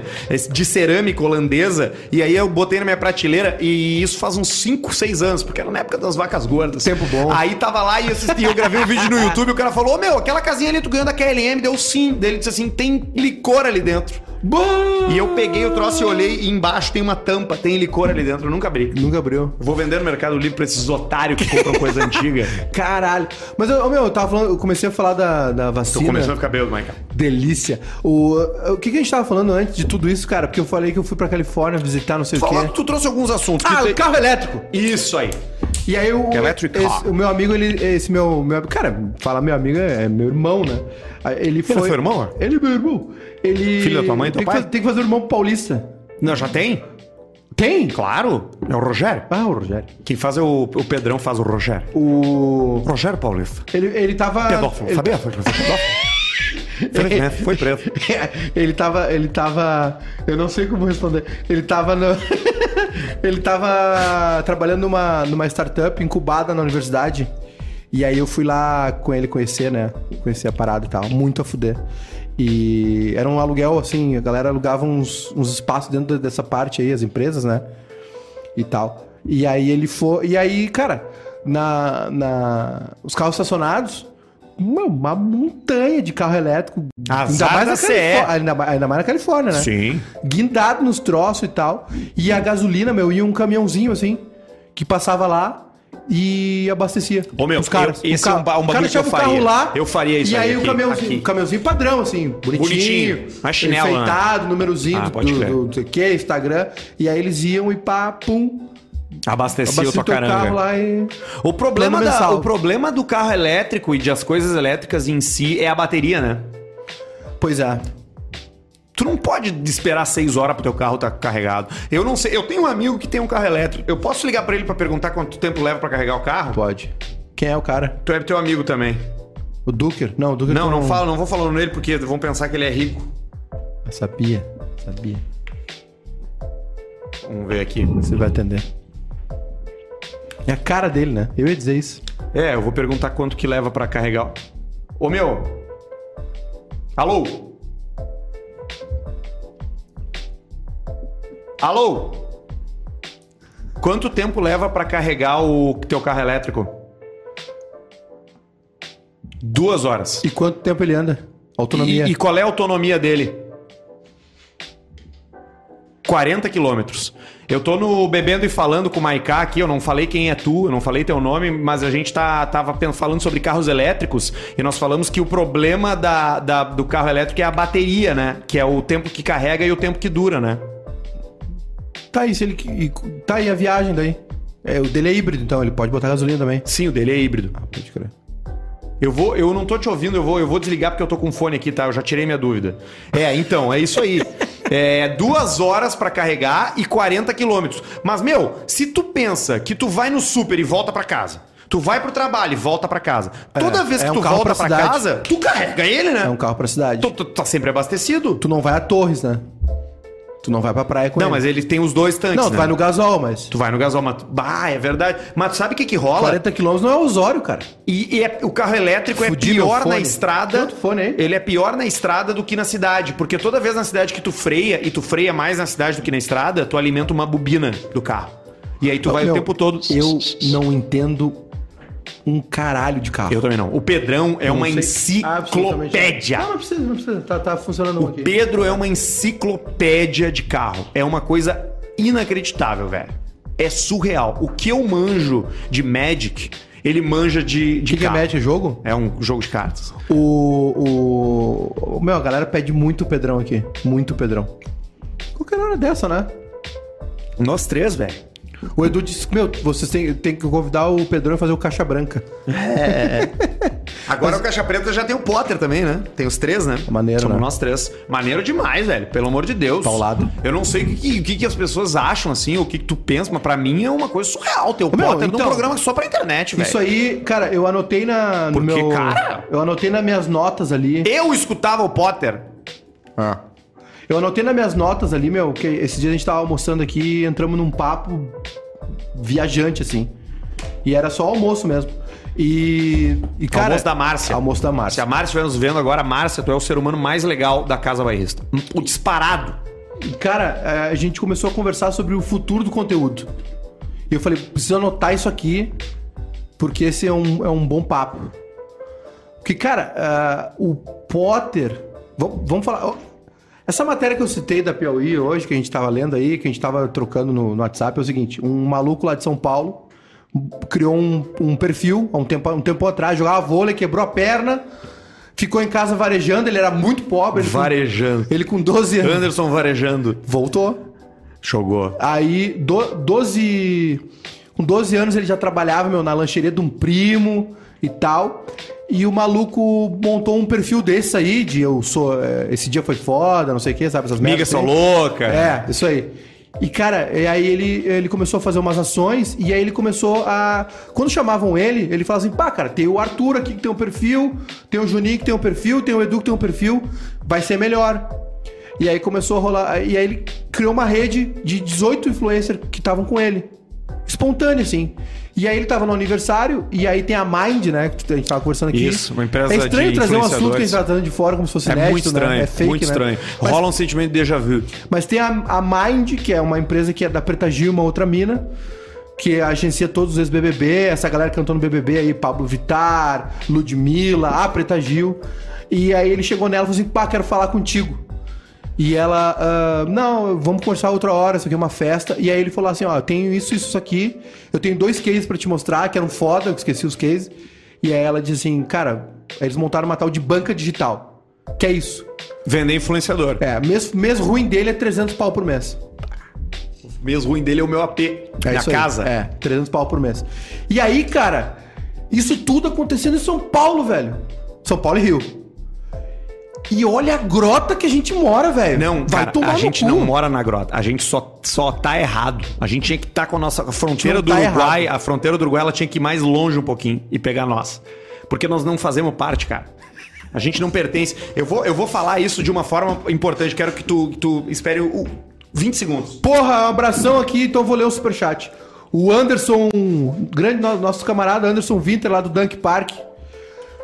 Speaker 2: de cerâmica holandesa, e aí eu botei na minha prateleira, e isso faz uns 5, 6 anos, porque era na época das vacas gordas.
Speaker 1: Tempo bom.
Speaker 2: Aí tava lá e eu, assisti, eu gravei um vídeo no YouTube, e o cara falou, ô meu, aquela casinha ali tu ganhou da KLM, deu sim. Daí ele disse assim, tem licor ali dentro.
Speaker 1: Bom!
Speaker 2: E eu peguei o troço e olhei e embaixo tem uma tampa, tem licor ali dentro, eu nunca abri.
Speaker 1: Nunca abriu.
Speaker 2: Eu Vou vender no Mercado Livre pra esses otários que compram coisa antiga.
Speaker 1: Caralho. Mas, eu, ô, meu, eu tava falando, eu comecei a falar da, da
Speaker 2: Tô
Speaker 1: vacina.
Speaker 2: começando a ficar bêbado, Michael.
Speaker 1: Delícia. O, o que, que a gente tava falando antes de tudo isso, cara? Porque eu falei que eu fui pra Califórnia visitar não sei
Speaker 2: Falando
Speaker 1: o
Speaker 2: que
Speaker 1: quê.
Speaker 2: tu trouxe alguns assuntos. que é
Speaker 1: Ah,
Speaker 2: tu-
Speaker 1: o carro elétrico.
Speaker 2: Isso aí.
Speaker 1: E aí o,
Speaker 2: Electric
Speaker 1: esse-
Speaker 2: car.
Speaker 1: o meu amigo, ele. Esse meu, meu. Cara, fala meu amigo é, é meu irmão, né? Aí Ele foi.
Speaker 2: teu irmão?
Speaker 1: Ele é meu irmão. Ele.
Speaker 2: Filho da tua mãe e teu
Speaker 1: tem
Speaker 2: pai?
Speaker 1: Que, fazer- tem que fazer irmão paulista.
Speaker 2: Não, já tem?
Speaker 1: Tem?
Speaker 2: Claro. É o Rogério.
Speaker 1: Ah, o Rogério.
Speaker 2: Quem faz é o, o Pedrão, faz o Rogério.
Speaker 1: O.
Speaker 2: Rogério Paulista.
Speaker 1: Ele, ele tava.
Speaker 2: Pedófilo.
Speaker 1: ele,
Speaker 2: Sabia? Foi foi pedófilo. Infelizmente, foi preso.
Speaker 1: ele tava. Ele tava. Eu não sei como responder. Ele tava no. ele tava trabalhando numa, numa startup incubada na universidade. E aí eu fui lá com ele conhecer, né? Conhecer a parada e tal. Muito a fuder. E era um aluguel, assim, a galera alugava uns, uns espaços dentro dessa parte aí, as empresas, né? E tal. E aí ele foi. E aí, cara, na, na, os carros estacionados, uma, uma montanha de carro elétrico.
Speaker 4: Azar da
Speaker 1: na
Speaker 4: CE.
Speaker 1: Califó- ainda, ma- ainda mais na Califórnia, né?
Speaker 2: Sim.
Speaker 1: guindado nos troços e tal. E a gasolina, meu, ia um caminhãozinho assim, que passava lá e abastecia.
Speaker 2: Ô, meu,
Speaker 1: os caras.
Speaker 2: eu- esse é um ba- um
Speaker 1: o
Speaker 2: bagulho
Speaker 1: cara
Speaker 2: que eu
Speaker 1: deixava o carro
Speaker 2: faria.
Speaker 1: lá.
Speaker 2: Eu faria isso
Speaker 1: E aí
Speaker 2: aí,
Speaker 1: o
Speaker 2: aqui,
Speaker 1: caminhãozinho,
Speaker 2: aqui.
Speaker 1: o caminhãozinho padrão, assim, bonitinho.
Speaker 2: Bonitinho, na chinela, né?
Speaker 1: Enfeitado, númerozinho
Speaker 2: Ah,
Speaker 1: do,
Speaker 2: pode crer.
Speaker 1: do, do, do que, Instagram. E aí eles iam e pá, pum,
Speaker 2: Abastecia
Speaker 1: abastecia
Speaker 2: tua
Speaker 1: o teu carro
Speaker 2: caranga.
Speaker 1: lá e.
Speaker 2: O problema,
Speaker 1: Plano
Speaker 2: da-
Speaker 1: mensal.
Speaker 2: o problema do carro elétrico e de as coisas elétricas em si é a bateria, né?
Speaker 1: Pois é.
Speaker 2: Tu não pode esperar seis horas pro teu carro tá carregado. Eu não sei, eu tenho um amigo que tem um carro elétrico. Eu posso ligar pra ele pra perguntar quanto tempo leva pra carregar o carro?
Speaker 1: Pode. Quem é o cara?
Speaker 2: Tu é teu amigo também. Então-
Speaker 1: O Duker? Não, o Duker
Speaker 2: Não,
Speaker 1: tem
Speaker 2: não
Speaker 1: um-
Speaker 2: fala, não vou falando nele porque vão pensar que ele é rico.
Speaker 1: Eu Sabia, sabia.
Speaker 2: Vamos ver aqui.
Speaker 1: Você vai atender. É a cara dele, né? Eu ia dizer isso.
Speaker 2: É, eu vou perguntar quanto que leva pra carregar. Ô meu. Alô? Alô? Quanto tempo leva pra carregar o teu carro elétrico? Duas horas.
Speaker 1: E quanto tempo ele anda? Autonomia.
Speaker 2: E, e qual é a autonomia dele? 40 quilômetros. Eu tô no Bebendo e Falando com o Maiká aqui, eu não falei quem é tu, eu não falei teu nome, mas a gente tá, tava pen- falando sobre carros elétricos e nós falamos que o problema da, da- do carro elétrico é a bateria, né? Que é o tempo que carrega e o tempo que dura, né?
Speaker 1: Tá aí, se ele. e- Tá aí a viagem daí. É, o dele é híbrido, então, ele pode botar gasolina também.
Speaker 2: Sim, o dele é híbrido.
Speaker 1: Pode crer.
Speaker 2: Eu vou, eu não tô te ouvindo, eu vou, eu vou desligar porque eu tô com fone aqui, tá? Eu já tirei minha dúvida. É, então, é isso aí. É duas horas pra carregar e 40 quilômetros. Mas, meu, se tu pensa que tu vai no super e volta pra casa, tu vai pro trabalho e volta pra casa, toda vez que
Speaker 1: é um
Speaker 2: tu
Speaker 1: carro
Speaker 2: volta pra
Speaker 1: pra cidade.
Speaker 2: casa, tu carrega ele, né?
Speaker 1: É um carro pra cidade.
Speaker 2: Tu,
Speaker 1: Tu,
Speaker 2: tu tá sempre abastecido.
Speaker 1: não vai a Torres, né? Tu não vai pra praia com
Speaker 2: não,
Speaker 1: ele.
Speaker 2: mas ele tem os dois tanques,
Speaker 1: Não, tu
Speaker 2: né?
Speaker 1: vai no gasol, mas.
Speaker 2: Tu vai no gasol, mas... Bah, é verdade. Mas tu sabe o que que rola?
Speaker 1: 40 quilômetros não é Osório, cara.
Speaker 2: E, e é- o carro elétrico
Speaker 1: Fudi
Speaker 2: é
Speaker 1: meu
Speaker 2: pior na
Speaker 1: um fone. Tem
Speaker 2: estrada.
Speaker 1: outro fone aí?
Speaker 2: Ele é pior na estrada do que na cidade. Porque toda vez na cidade que tu freia, e tu freia mais na cidade do que na estrada, tu alimenta uma bobina do carro. E aí tu vai
Speaker 1: Meu,
Speaker 2: o tempo todo.
Speaker 1: Eu não entendo um caralho de carro.
Speaker 2: Eu também não. O Pedrão é
Speaker 1: Não
Speaker 2: uma
Speaker 1: sei absolutamente
Speaker 2: enciclopédia.
Speaker 1: nada. Não, não precisa, não precisa. Tá, tá funcionando um
Speaker 2: O Pedro é uma enciclopédia de carro. É uma coisa inacreditável, velho. É surreal. O que eu manjo de Magic, ele manja de, de
Speaker 1: que, que é
Speaker 2: carro.
Speaker 1: match? É jogo?
Speaker 2: É um jogo de cartas.
Speaker 1: O, o. Meu, a galera pede muito Pedrão aqui. Muito Pedrão. Qualquer hora dessa, né?
Speaker 2: Nós três, velho.
Speaker 1: O Edu disse: Meu, vocês têm, têm que convidar o Pedrão a fazer o Caixa Branca.
Speaker 2: Agora o Caixa Preta já tem o Potter também, né? Tem os três, né?
Speaker 1: Maneiro,
Speaker 2: Somos
Speaker 1: né?
Speaker 2: nós três. Maneiro demais, velho. Pelo amor de Deus.
Speaker 1: Paulado.
Speaker 2: Eu não sei o que, que- o que, que as pessoas acham, assim, ou o que, que tu pensa, mas pra mim é uma coisa surreal ter o
Speaker 1: Ô, meu,
Speaker 2: Potter num
Speaker 1: então-
Speaker 2: programa só pra internet, velho.
Speaker 1: Isso aí, cara, eu anotei na. No
Speaker 2: Porque,
Speaker 1: meu,
Speaker 2: Né? cara-
Speaker 1: Eu anotei nas minhas notas ali.
Speaker 2: Eu escutava o Potter.
Speaker 1: Ah, Eu anotei nas minhas notas ali, meu, que esse dia a gente tava almoçando aqui e entramos num papo viajante, assim. E era só almoço mesmo. E. e cara,
Speaker 2: Almoço da Márcia.
Speaker 1: Almoço da
Speaker 2: Se
Speaker 1: Márcia.
Speaker 2: a Márcia estiver nos vendo agora, Márcia, tu é o ser humano mais legal da Casa Bairrista. O disparado.
Speaker 1: E, Cara, eh, a gente começou a conversar sobre o futuro do conteúdo. E eu falei, preciso anotar isso aqui, porque esse é um, é um bom papo. Porque, cara, ah, o Potter. Vamos, vamos falar. ó, Essa matéria que eu citei da Piauí hoje, que a gente tava lendo aí, que a gente tava trocando no, no WhatsApp, é o seguinte: um maluco lá de São Paulo criou um, um perfil há um tempo, um tempo atrás, jogava vôlei, quebrou a perna, ficou em casa varejando, ele era muito pobre. ele com-
Speaker 2: Varejando.
Speaker 1: Ele com 12 anos.
Speaker 2: Anderson varejando.
Speaker 1: Voltou.
Speaker 2: Jogou.
Speaker 1: Aí, do, 12. Com 12 anos ele já trabalhava, meu, na lancheria de um primo e tal. E o maluco montou um perfil desse aí, de eu sou. é, Esse dia foi foda, não sei o que, sabe? Essas
Speaker 2: Miga
Speaker 1: merdas
Speaker 2: só
Speaker 1: que tem.
Speaker 2: louca.
Speaker 1: É, isso aí. E, cara, e aí ele, ele começou a fazer umas ações e aí ele começou a. Quando chamavam ele, ele falava assim: pá, cara, tem o Arthur aqui que tem um perfil, tem o Juninho que tem um perfil, tem o Edu que tem um perfil, vai ser melhor. E aí começou a rolar. E aí ele criou uma rede de 18 influencers que estavam com ele. Espontâneo, assim. E aí ele tava no aniversário, e aí tem a Mind, né? Que a gente tava conversando aqui.
Speaker 5: Isso, uma empresa
Speaker 1: É estranho
Speaker 5: de
Speaker 1: trazer um assunto que a
Speaker 5: influenciadores.
Speaker 1: gente tá tratando de fora como se fosse
Speaker 5: É
Speaker 1: inédito,
Speaker 5: muito estranho,
Speaker 1: né? É fake,
Speaker 5: muito
Speaker 1: né?
Speaker 5: estranho.
Speaker 1: Mas,
Speaker 5: Rola um sentimento de déjà vu.
Speaker 1: mas tem a, a Mind, que é uma empresa que é da Preta Gil, uma outra mina, que agencia todos os ex-BBB, essa galera que cantou no BBB aí, Pablo Vittar, Ludmilla, a Preta Gil. E aí ele chegou nela e falou assim, pá, quero falar contigo. E ela, ah, não, vamos conversar outra hora, isso aqui é uma festa. E aí ele falou assim, ó, eu tenho isso, isso, isso aqui. Eu tenho dois cases pra te mostrar, que eram foda, eu esqueci os cases. E aí ela disse assim, cara, eles montaram uma tal de banca digital. Que é isso?
Speaker 5: Vender influenciador.
Speaker 1: É, mês, mês ruim dele é 300 pau por mês.
Speaker 4: O mês ruim dele é o meu AP
Speaker 1: É
Speaker 4: na
Speaker 1: isso aí.
Speaker 4: casa.
Speaker 1: É, 300 pau por mês. E aí, cara, isso tudo acontecendo em São Paulo, velho. São Paulo e Rio. E olha a grota que a gente mora, velho.
Speaker 2: Não,
Speaker 1: Vai
Speaker 2: cara,
Speaker 1: tomar
Speaker 2: a
Speaker 1: no
Speaker 2: gente
Speaker 1: cu.
Speaker 2: não mora na grota. A gente só, só tá errado. A gente tinha que estar com a nossa a fronteira
Speaker 1: Não
Speaker 2: do
Speaker 1: tá
Speaker 2: Uruguai. A fronteira do Uruguai ela tinha que ir mais longe um pouquinho e pegar nós. Porque nós não fazemos parte, cara. A gente não pertence. Eu vou, eu vou falar isso de uma forma importante. Quero que tu, que tu espere o 20 segundos.
Speaker 1: Porra, um abração aqui, então eu vou ler o superchat. O Anderson, grande no- nosso camarada Anderson Winter, lá do Dunk Park.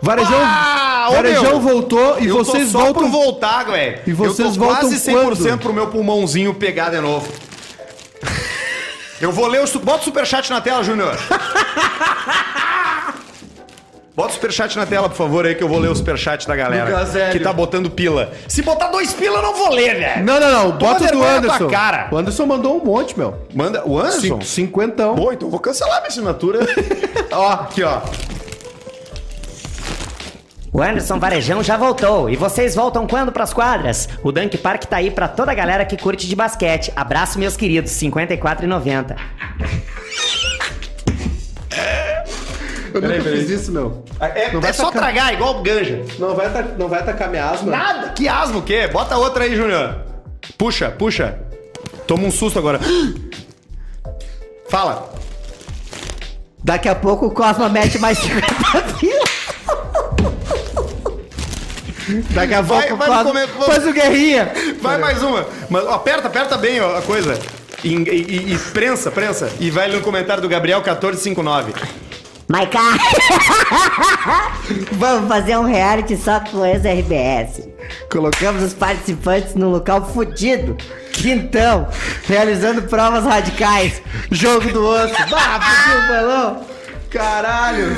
Speaker 1: Varejão,
Speaker 4: Ah, ô,
Speaker 1: Varejão
Speaker 4: meu.
Speaker 1: voltou e
Speaker 4: Eu
Speaker 1: vocês
Speaker 4: tô só
Speaker 1: voltam.
Speaker 4: por voltar, velho.
Speaker 1: E vocês
Speaker 4: eu tô
Speaker 1: voltam
Speaker 4: quase 100%
Speaker 1: quando?
Speaker 4: pro meu pulmãozinho pegar de novo. Eu vou ler o... su- Bota o superchat na tela, Júnior.
Speaker 2: Bota o superchat na tela, por favor, aí que eu vou ler o superchat da galera.
Speaker 1: Lucas Hélio.
Speaker 2: que tá botando pila.
Speaker 4: Se botar dois pila, eu não vou ler, velho.
Speaker 1: Não, não, não. Bota o do
Speaker 4: vergonha na tua
Speaker 1: Anderson.
Speaker 4: cara.
Speaker 1: O Anderson mandou um monte, meu.
Speaker 2: Manda o Anderson.
Speaker 1: Cin- Cinquentão.
Speaker 2: Bom, então eu vou cancelar minha assinatura.
Speaker 4: Ó, aqui, ó.
Speaker 6: O Anderson Varejão já voltou. E vocês voltam quando pras quadras? O Dunk Park tá aí pra toda a galera que curte de basquete. Abraço, meus queridos. 54,90.
Speaker 1: Eu nunca fiz isso, meu.
Speaker 4: É,
Speaker 1: Não vai
Speaker 4: é só
Speaker 1: atacar.
Speaker 4: tragar, igual ganja.
Speaker 1: Não vai, ata- não vai atacar minha asma?
Speaker 4: Nada. Que asmo o quê? Bota outra aí, Júnior.
Speaker 2: puxa, puxa. Toma um susto agora.
Speaker 4: Fala.
Speaker 6: Daqui a pouco o Cosma mete mais 50 pila.
Speaker 1: Daqui a
Speaker 4: Vai- vai no
Speaker 1: faz-
Speaker 4: comer-
Speaker 1: faz o guerrinha.
Speaker 4: Vai mais uma.
Speaker 2: Mas ó, aperta, aperta bem ó, a coisa. E, e- e- e prensa, prensa. E vai
Speaker 4: um
Speaker 2: no comentário do Gabriel 1459.
Speaker 7: Maiká! Vamos fazer um reality só com ex-RBS. Colocamos os participantes num local fudido. Quintão, realizando provas radicais.
Speaker 1: Jogo do osso.
Speaker 7: Bah, fudiu o balão.
Speaker 1: Caralho.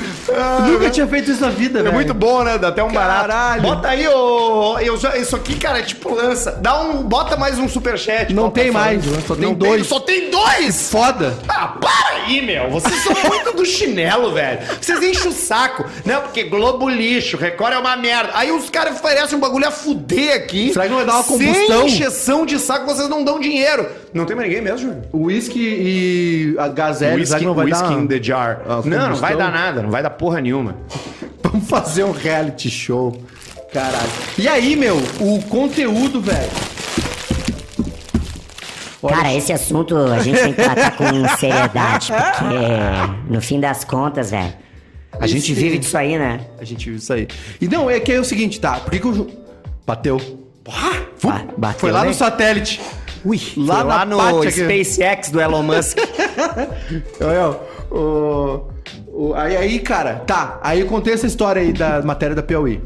Speaker 1: Nunca tinha feito isso na vida,
Speaker 2: É
Speaker 1: velho.
Speaker 2: muito bom, né? Dá até um
Speaker 1: Caralho.
Speaker 2: barato.
Speaker 4: Bota aí, ô. eu já- isso aqui, cara, é tipo lança. Dá um. Bota mais um superchat.
Speaker 1: Não
Speaker 4: Bota
Speaker 1: tem
Speaker 4: só- um.
Speaker 1: mais, né? só tem
Speaker 4: Não
Speaker 1: dois.
Speaker 4: Só tem dois!
Speaker 1: Foda.
Speaker 4: Ah, para aí, meu. Vocês são muito do chinelo, velho. Vocês enchem o saco. Não, porque Globo lixo, Record é uma merda. Aí os caras oferecem um bagulho a fuder aqui.
Speaker 1: Será que não vai dar uma
Speaker 4: Sem
Speaker 1: combustão?
Speaker 4: encheção de saco, vocês não dão dinheiro. Não tem mais ninguém mesmo, Júnior?
Speaker 1: Whisky e a gazelle, É, será que não vai dar?
Speaker 4: in the jar.
Speaker 1: Ah,
Speaker 4: não, não vai
Speaker 1: combustão?
Speaker 4: dar nada. Não vai dar porra nenhuma.
Speaker 1: Vamos fazer um reality show. Caralho. E aí, meu, o conteúdo, velho.
Speaker 7: Cara, esse assunto a gente tem que tratar com seriedade, porque no fim das contas, velho, a gente vive disso aí, né?
Speaker 1: A gente viu isso aí. E não, é que é o seguinte, tá? Por que que o... Ju- Bateu. Ah,
Speaker 7: Ba- bateu,
Speaker 1: Foi lá
Speaker 7: né?
Speaker 1: no satélite.
Speaker 2: Ui,
Speaker 1: lá
Speaker 2: foi
Speaker 1: na
Speaker 2: lá no
Speaker 1: Pátia que-
Speaker 2: SpaceX do Elon Musk.
Speaker 1: Olha, ó, o, o- aí, aí, cara, tá. Aí eu contei essa história aí da matéria da Piauí.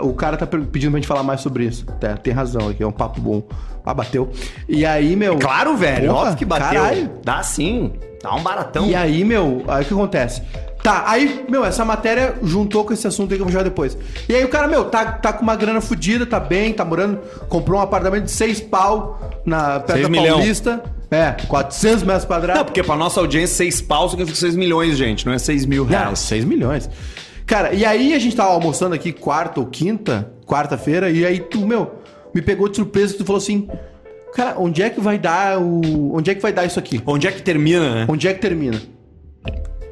Speaker 1: O cara tá pe- pedindo pra gente falar mais sobre isso. Tá, tem razão aqui, é um papo bom. Ah, bateu. E aí, meu.
Speaker 2: É claro, velho.
Speaker 1: Porra,
Speaker 2: óbvio que bateu.
Speaker 1: Caralho.
Speaker 2: Dá sim. Dá um baratão.
Speaker 1: E aí, meu, aí o que acontece? Tá, aí, meu, essa matéria juntou com esse assunto aí que eu vou jogar depois. E aí o cara, meu, tá, tá com uma grana fodida, tá bem, tá morando, comprou um apartamento de seis pau na perto
Speaker 2: Seis
Speaker 1: da
Speaker 2: milhão.
Speaker 1: Paulista. É, 400 metros quadrados.
Speaker 2: Não, porque pra nossa audiência, 6 pau significa 6 milhões, gente. Não é 6 mil
Speaker 1: Não,
Speaker 2: reais.
Speaker 1: 6 milhões. Cara, e aí a gente tava almoçando aqui quarta ou quinta, quarta-feira, e aí tu, meu, me pegou de surpresa que tu falou assim: "Cara, onde é que vai dar o onde é que vai dar isso aqui?
Speaker 2: Onde é que termina, né?
Speaker 1: Onde é que termina?"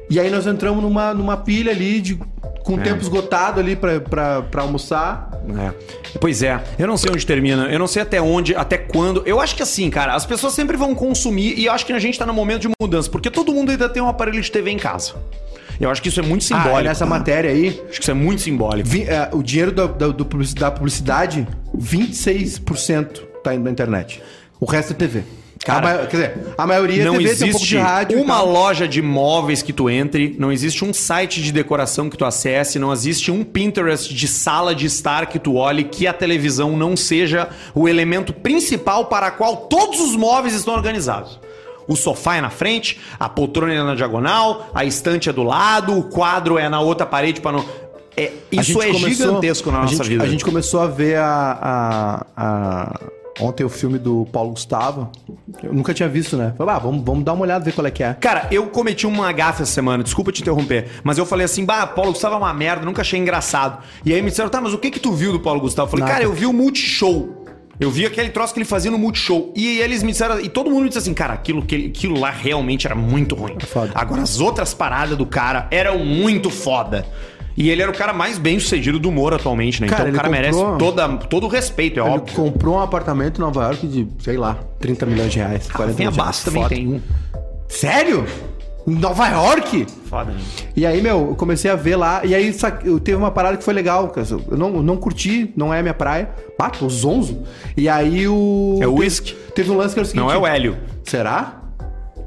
Speaker 1: E aí nós entramos numa, numa pilha ali de com o tempo esgotado ali pra, pra, pra almoçar.
Speaker 2: É. Pois é, eu não sei onde termina, eu não sei até onde, até quando. Eu acho que assim, cara, as pessoas sempre vão consumir e eu acho que a gente tá num momento de mudança, porque todo mundo ainda tem um aparelho de TV em casa. Eu acho que isso é muito simbólico.
Speaker 1: Ah, nessa matéria aí,
Speaker 2: Acho que isso é muito simbólico.
Speaker 1: vi- é, o dinheiro da, da, do publici- da publicidade, 26% tá indo na internet. O resto é TV. A maio- quer dizer, a maioria
Speaker 2: não
Speaker 1: é TV, tem um pouco
Speaker 2: existe
Speaker 1: de rádio. e
Speaker 2: uma
Speaker 1: tal.
Speaker 2: loja de móveis que tu entre, não existe um site de decoração que tu acesse, não existe um Pinterest de sala de estar que tu olhe que a televisão não seja o elemento principal para a qual todos os móveis estão organizados. O sofá é na frente, a poltrona é na diagonal, a estante é do lado, o quadro é na outra parede para não. É,
Speaker 1: A
Speaker 2: isso
Speaker 1: gente
Speaker 2: é
Speaker 1: começou-
Speaker 2: gigantesco na
Speaker 1: a
Speaker 2: nossa
Speaker 1: gente-
Speaker 2: vida.
Speaker 1: A gente começou a ver a, a- a- Ontem o filme do Paulo Gustavo. Eu nunca tinha visto, né? Falei, ah, vamos, vamos dar uma olhada, ver qual é que é.
Speaker 2: Cara, eu cometi uma gafe essa semana, desculpa te interromper, mas eu falei assim, bah, Paulo Gustavo é uma merda, nunca achei engraçado. E aí me disseram, tá, mas o que que tu viu do Paulo Gustavo? Eu falei,
Speaker 1: Nada.
Speaker 2: cara, eu vi o Multishow. Eu vi aquele troço que ele fazia no Multishow. E eles me disseram, e todo mundo me disse assim, cara, aquilo, que ele- aquilo lá realmente era muito ruim.
Speaker 1: É foda.
Speaker 2: Agora, as outras paradas do cara eram muito foda. E ele era o cara mais bem sucedido do humor atualmente, né?
Speaker 1: Cara,
Speaker 2: então o
Speaker 1: ele
Speaker 2: cara merece
Speaker 1: comprou-
Speaker 2: toda, todo o respeito, é
Speaker 1: Ele
Speaker 2: óbvio.
Speaker 1: comprou um apartamento em Nova York de, sei lá, 30 milhões de reais. 40
Speaker 2: Rafinha
Speaker 1: milhões de reais.
Speaker 2: Bastos também
Speaker 1: Foda.
Speaker 2: Ah, tem um.
Speaker 1: Sério? Em Nova York?
Speaker 2: Foda, né?
Speaker 1: E aí, meu, eu comecei a ver lá. E aí sa- eu teve uma parada que foi legal, cara. Eu não, eu não curti, não é a minha praia. Bato, zonzo. E aí o.
Speaker 2: É o whisky.
Speaker 1: Teve um lance que era o seguinte.
Speaker 2: Não é o Hélio.
Speaker 1: Será?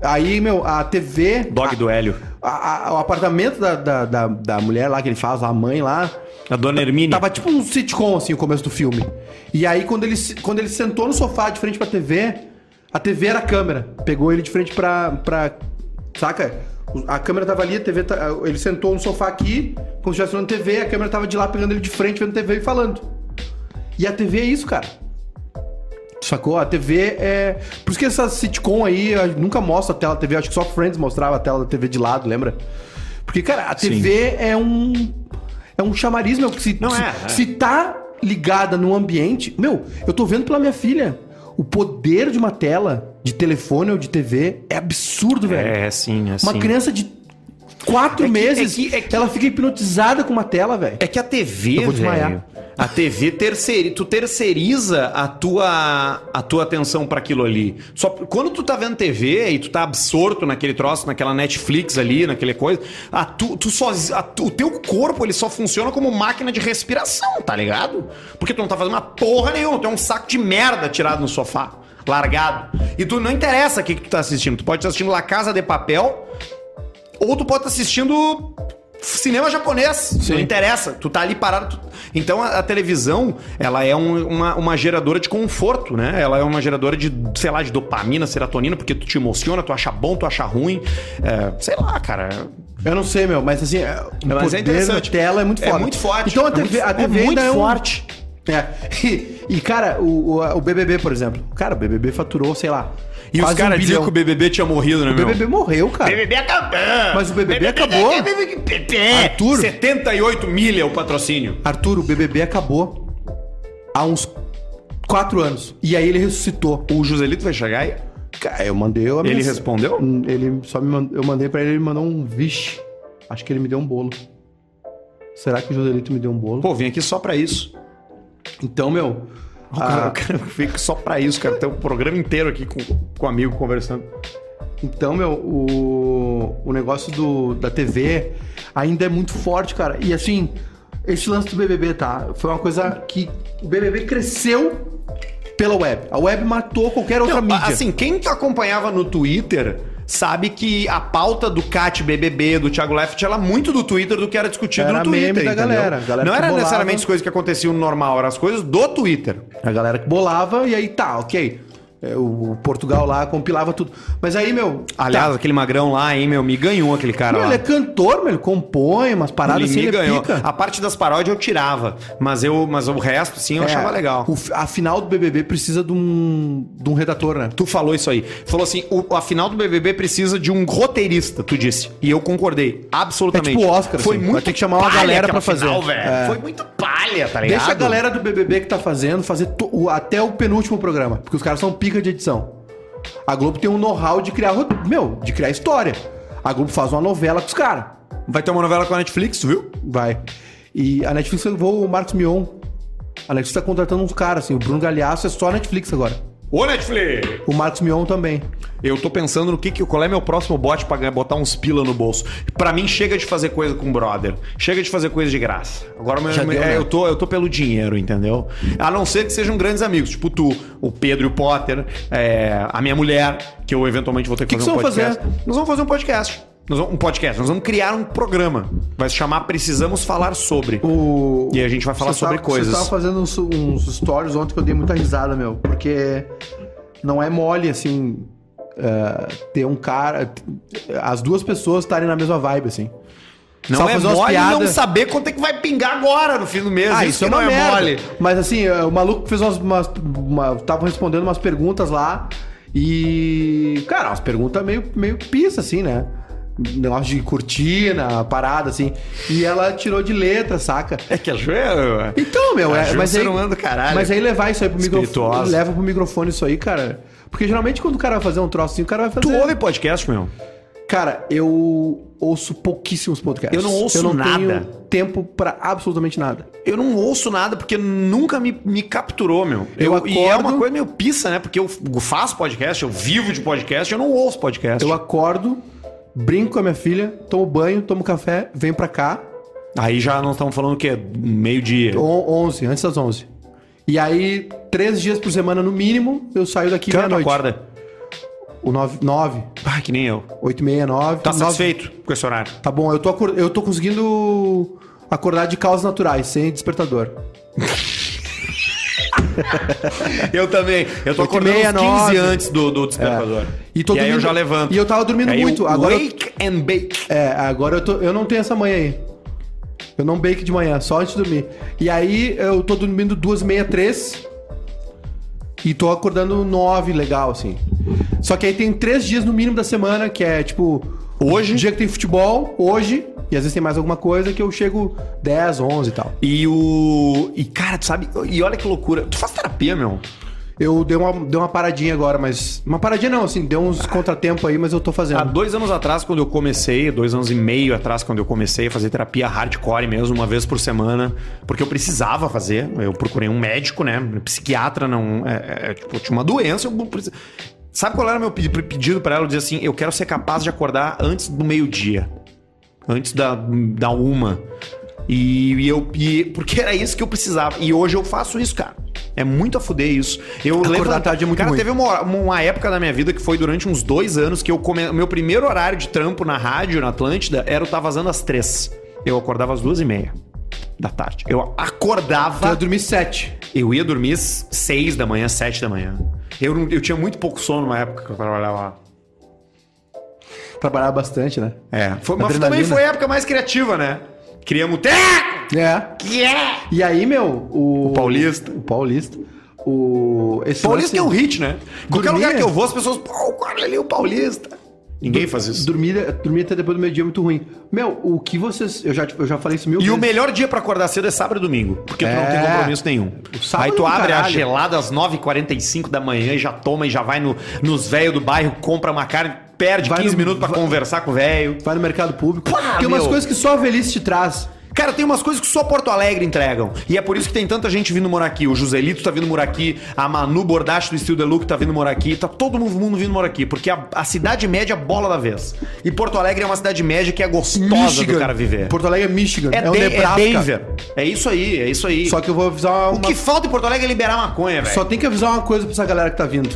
Speaker 1: Aí, meu, a TV.
Speaker 2: Dog do Hélio.
Speaker 1: a- a- o apartamento da, da, da, da mulher lá que ele faz, a mãe lá.
Speaker 2: A dona Hermínia.
Speaker 1: Tava tipo um sitcom, assim, o começo do filme. E aí, quando ele, se- quando ele sentou no sofá de frente pra TV, a TV era a câmera. Pegou ele de frente pra. pra saca? O- A câmera tava ali, a TV. ta- Ele sentou no sofá aqui, como se estivesse olhando TV, a câmera tava de lá pegando ele de frente, vendo TV e falando. E a TV é isso, cara. Sacou? A TV é. Por isso que essa sitcom aí eu nunca mostra a tela da TV. Acho que só Friends mostrava a tela da TV de lado, lembra? Porque, cara, a TV é um. É um chamariz, meu. que Se,
Speaker 2: Não
Speaker 1: se,
Speaker 2: é, é.
Speaker 1: se tá ligada num ambiente. Meu, eu tô vendo pela minha filha. O poder de uma tela, de telefone ou de TV, é absurdo, velho.
Speaker 2: É, sim, é
Speaker 1: Uma
Speaker 2: sim.
Speaker 1: criança de quatro
Speaker 2: É que-
Speaker 1: meses,
Speaker 2: é que- é que-
Speaker 1: ela fica hipnotizada com uma tela, velho.
Speaker 2: É que a TV,
Speaker 1: Eu vou desmaiar.
Speaker 2: velho, a TV terceiri, tu terceiriza a tua a tua atenção pra aquilo ali. Só quando tu tá vendo TV e tu tá absorto naquele troço, naquela Netflix ali, naquele coisa, a tu, tu sozi- a tu- o teu corpo ele só funciona como máquina de respiração, tá ligado? Porque tu não tá fazendo uma porra nenhuma, tu é um saco de merda tirado no sofá, largado. E tu não interessa o que que tu tá assistindo, tu pode estar assistindo La Casa de Papel, ou tu pode estar assistindo cinema japonês, não interessa, tu tá ali parado. tu- Então a, a televisão, ela é um- uma, uma geradora de conforto, né? Ela é uma geradora de, sei lá, de dopamina, serotonina, porque tu te emociona, tu acha bom, tu acha ruim, É, sei lá, cara.
Speaker 1: Eu não sei, meu, mas assim, é, o
Speaker 2: Mas é
Speaker 1: poder da
Speaker 2: interessante.
Speaker 1: tela é muito
Speaker 2: É
Speaker 1: forte.
Speaker 2: muito forte.
Speaker 1: Então a
Speaker 2: É
Speaker 1: TV,
Speaker 2: muito-
Speaker 1: a TV
Speaker 2: é muito
Speaker 1: ainda
Speaker 2: forte.
Speaker 1: é um... É. E, e, cara, o, o, o BBB, por exemplo. Cara, o BBB faturou, sei lá.
Speaker 2: E
Speaker 1: quase um
Speaker 2: os caras diziam
Speaker 1: bilhão.
Speaker 2: que um o BBB tinha morrido, né,
Speaker 1: O
Speaker 2: meu?
Speaker 1: BBB morreu, cara.
Speaker 2: acabou!
Speaker 1: Mas o BBB acabou.
Speaker 2: é, Arthur? 78 milha é o patrocínio.
Speaker 1: Arthur, o BBB acabou há uns quatro anos. E aí ele ressuscitou.
Speaker 2: O Joselito vai chegar e...
Speaker 1: Cara, eu mandei a
Speaker 2: Ele
Speaker 1: mensagem-
Speaker 2: respondeu?
Speaker 1: Ele só me mandou, eu mandei pra ele, ele mandou um vixe. Acho que ele me deu um bolo. Será que o Joselito me deu um bolo?
Speaker 2: Pô, vim aqui só pra isso. Ah,
Speaker 1: Então, meu, ah,
Speaker 2: O cara, o cara fica só pra isso, cara. Tem um programa inteiro aqui com, com um amigo conversando.
Speaker 1: Então, meu, o, o negócio do, da TV ainda é muito forte, cara. E assim, esse lance do BBB, tá? Foi uma coisa que o BBB cresceu pela web. A web matou qualquer outra
Speaker 2: Não,
Speaker 1: mídia.
Speaker 2: Assim, quem tu acompanhava no Twitter sabe que a pauta do Cat BBB, do Thiago Left, era muito do Twitter do que era discutido
Speaker 1: Era
Speaker 2: no Twitter.
Speaker 1: meme da
Speaker 2: entendeu?
Speaker 1: galera, galera
Speaker 2: Não
Speaker 1: que
Speaker 2: era
Speaker 1: bolava.
Speaker 2: necessariamente as coisas que aconteciam no normal, eram as coisas do Twitter.
Speaker 1: A galera que bolava e aí tá, ok. É, o o Portugal lá compilava tudo. Mas aí, meu.
Speaker 2: Aliás, aquele magrão lá, hein, meu, me ganhou aquele cara
Speaker 1: meu,
Speaker 2: lá.
Speaker 1: Tá. ele é cantor, meu, ele compõe umas paradas
Speaker 2: Ele
Speaker 1: assim,
Speaker 2: me
Speaker 1: ele
Speaker 2: ganhou.
Speaker 1: pica.
Speaker 2: A parte das paródias eu tirava, mas eu, mas o resto, sim, um eu
Speaker 1: É,
Speaker 2: achava legal.
Speaker 1: o- a final do BBB precisa de um, de um redator, né?
Speaker 2: Tu falou isso aí. Falou assim, o, a final do BBB precisa de um roteirista, tu disse. E eu concordei, absolutamente.
Speaker 1: É tipo o Oscar,
Speaker 2: Foi
Speaker 1: assim, vai
Speaker 2: muito
Speaker 1: ter que chamar uma
Speaker 2: palha
Speaker 1: galera
Speaker 2: aquela
Speaker 1: pra fazer.
Speaker 2: Final, velho.
Speaker 1: É.
Speaker 2: Foi muito palha, tá ligado?
Speaker 1: Deixa a galera do BBB que tá fazendo fazer to- o- até o penúltimo programa, porque os caras são pica de edição. A Globo tem um know-how de criar, ro- meu, de criar história. A Globo faz uma novela com os caras,
Speaker 2: Vai ter uma novela com a Netflix, tu viu?
Speaker 1: vai. E a Netflix levou o Marcos Mion. A Netflix tá contratando uns caras, assim, o Bruno Galhaço é só a Netflix agora.
Speaker 2: Ô, Netflix!
Speaker 1: O Marcos Mion também.
Speaker 2: Eu tô pensando no que, que qual é meu próximo bote pra ganhar- botar uns pila no bolso. Pra mim, chega de fazer coisa com brother. Chega de fazer coisa de graça. Agora meu, é,
Speaker 1: né?
Speaker 2: eu, tô, eu tô pelo dinheiro, entendeu? A não ser que sejam grandes amigos, tipo tu, o Pedro e o Potter, é, a minha mulher, que eu eventualmente vou ter que,
Speaker 1: Que que
Speaker 2: fazer um
Speaker 1: vocês vão
Speaker 2: podcast. Nós vamos fazer um podcast. Nós vamos- um podcast, nós vamos criar um programa. Vai se chamar Precisamos Falar Sobre.
Speaker 1: O-
Speaker 2: E a gente vai falar
Speaker 1: Você
Speaker 2: sobre
Speaker 1: tava-
Speaker 2: coisas.
Speaker 1: Você tava fazendo uns, uns stories ontem que eu dei muita risada, meu. Porque não é mole, assim, eh, ter um cara... As duas pessoas estarem na mesma vibe, assim.
Speaker 2: Não
Speaker 1: Só
Speaker 2: é
Speaker 1: fazer umas
Speaker 2: mole não
Speaker 1: piadas.
Speaker 2: saber quanto é que vai pingar agora no fim do mês.
Speaker 1: Ah, isso é
Speaker 2: que
Speaker 1: uma
Speaker 2: não
Speaker 1: merda. Mas assim, eh, o maluco fez umas, umas- uma- tava respondendo umas perguntas lá e cara, umas perguntas meio meio pista assim, né? Negócio de cortina, parada assim. E ela tirou de letra, saca?
Speaker 2: É que a joelho.
Speaker 1: Então, meu,
Speaker 2: Acho
Speaker 1: é,
Speaker 2: um
Speaker 1: mas
Speaker 2: ser
Speaker 1: aí,
Speaker 2: humano do caralho.
Speaker 1: mas aí levar isso aí pro microfone,
Speaker 2: Espirituosa.
Speaker 1: leva pro microfone isso aí, cara. Porque geralmente quando o cara vai fazer um troço assim, o cara vai fazer.
Speaker 2: Tu ouve podcast, meu?
Speaker 1: Cara, eu ouço pouquíssimos podcasts.
Speaker 2: Eu não ouço nada.
Speaker 1: tenho tempo pra absolutamente nada.
Speaker 2: Eu não ouço nada porque nunca me, me capturou, meu. Eu,
Speaker 1: Eu
Speaker 2: e é uma
Speaker 1: acordo-
Speaker 2: coisa meio pissa, né? Porque eu faço podcast, eu vivo de podcast, eu não ouço podcast.
Speaker 1: Eu acordo, brinco com a minha filha, tomo banho, tomo café, venho pra cá,
Speaker 2: Aí já não estamos falando o quê? Meio-dia.
Speaker 1: on- 11, antes das 11. E aí, três dias por semana no mínimo, eu saio daqui
Speaker 2: Que hora tu
Speaker 1: meia-noite.
Speaker 2: acorda?
Speaker 1: O 9, 9,
Speaker 2: Ah, que nem eu.
Speaker 1: 8 e meia, 9.
Speaker 2: Tá
Speaker 1: nove-
Speaker 2: satisfeito com esse horário?
Speaker 1: Tá bom, eu tô, acor- eu tô conseguindo acordar de causas naturais, sem despertador.
Speaker 2: Eu também. Eu tô
Speaker 1: Oito e
Speaker 2: acordando
Speaker 1: meia,
Speaker 2: uns 15
Speaker 1: nove.
Speaker 2: antes do, do despertador.
Speaker 1: E, tô
Speaker 2: É. e aí eu
Speaker 1: dormindo-
Speaker 2: já levanto.
Speaker 1: E eu tava dormindo
Speaker 2: Aí eu
Speaker 1: muito. Agora, eu-
Speaker 2: Wake and bake.
Speaker 1: É, agora eu, tô, eu não tenho essa manhã aí. Eu não bake de manhã, só antes de dormir. E aí eu tô dormindo duas e meia, três. E tô acordando nove, legal, assim. Só que aí tem três dias no mínimo da semana, que é tipo. Hoje? Dia que tem futebol, hoje. E às vezes tem mais alguma coisa que eu chego 10, 11 e tal.
Speaker 2: E o. E cara, tu sabe. E olha que loucura. Tu faz terapia, meu?
Speaker 1: Eu dei uma, dei uma paradinha agora, mas. Uma paradinha não, assim, deu uns contratempos aí, mas eu tô fazendo.
Speaker 2: Há dois anos atrás, quando eu comecei, dois anos e meio atrás, quando eu comecei a fazer terapia hardcore mesmo, uma vez por semana, porque eu precisava fazer. Eu procurei um médico, né? Psiquiatra, não. É, é, tipo, eu tinha uma doença. Eu preci- Sabe qual era o meu pe- pedido pra ela? Eu dizia assim: eu quero ser capaz de acordar antes do meio-dia. Antes da, da uma. E, e eu. E, porque era isso que eu precisava. E hoje eu faço isso, cara. É muito a fuder isso. Eu
Speaker 1: Acordar
Speaker 2: levanto-
Speaker 1: tarde é muito
Speaker 2: Cara,
Speaker 1: ruim.
Speaker 2: teve uma, uma época da minha vida que foi durante uns dois anos que eu come... meu primeiro horário de trampo na rádio, na Atlântida, era o Tá Vazando às três. Eu acordava às duas e meia da tarde. Eu
Speaker 1: Então eu
Speaker 2: acordava,
Speaker 1: dormi sete.
Speaker 2: eu ia dormir às seis da manhã, sete da manhã. Eu, não- eu tinha muito pouco sono na época que eu trabalhava lá.
Speaker 1: Trabalhava bastante, né?
Speaker 2: É, foi, mas
Speaker 1: Adrenalina.
Speaker 2: também foi a época mais criativa, né? Criamos o
Speaker 1: É.
Speaker 2: que é?
Speaker 1: E aí, meu, o.
Speaker 2: Paulista.
Speaker 1: O Paulista. O. Esse
Speaker 2: Paulista é um
Speaker 1: lance-
Speaker 2: hit, né? Qualquer
Speaker 1: Dormia.
Speaker 2: lugar que eu vou, as pessoas. Pô, olha ali o Paulista. Ninguém faz isso.
Speaker 1: Dormir, dormir até depois do meio dia é muito ruim. Meu, o que vocês. Eu já, eu já falei isso mil
Speaker 2: E o
Speaker 1: vezes.
Speaker 2: melhor dia pra acordar cedo é sábado e domingo, porque tu não
Speaker 1: É.
Speaker 2: tem compromisso nenhum.
Speaker 1: O sábado
Speaker 2: Aí
Speaker 1: é
Speaker 2: tu
Speaker 1: do
Speaker 2: abre a
Speaker 1: caralho.
Speaker 2: gelada às 9h45 da manhã e já toma e já vai no, nos velhos do bairro, compra uma carne, perde
Speaker 1: Vai
Speaker 2: 15
Speaker 1: no-
Speaker 2: minutos pra
Speaker 1: vai-
Speaker 2: conversar com o velho.
Speaker 1: Vai no mercado público.
Speaker 2: Pá,
Speaker 1: Tem umas
Speaker 2: meu.
Speaker 1: coisas que só a velhice te traz.
Speaker 2: Cara, tem umas coisas que só Porto Alegre entregam. E é por isso que tem tanta gente vindo morar aqui. O Joselito tá vindo morar aqui, a Manu Bordache do Estilo Deluxe tá vindo morar aqui, tá todo mundo vindo morar aqui, porque a, a cidade média é a bola da vez. E Porto Alegre é uma cidade média que é gostosa do cara viver.
Speaker 1: Porto Alegre é Michigan.
Speaker 2: É,
Speaker 1: o
Speaker 2: Dan- é
Speaker 1: Nebraska.
Speaker 2: Denver. É isso aí, é isso aí.
Speaker 1: Só que eu vou avisar
Speaker 2: O
Speaker 1: uma.
Speaker 2: que falta em Porto Alegre é liberar maconha, velho.
Speaker 1: Só tem que avisar uma coisa pra essa galera que tá vindo.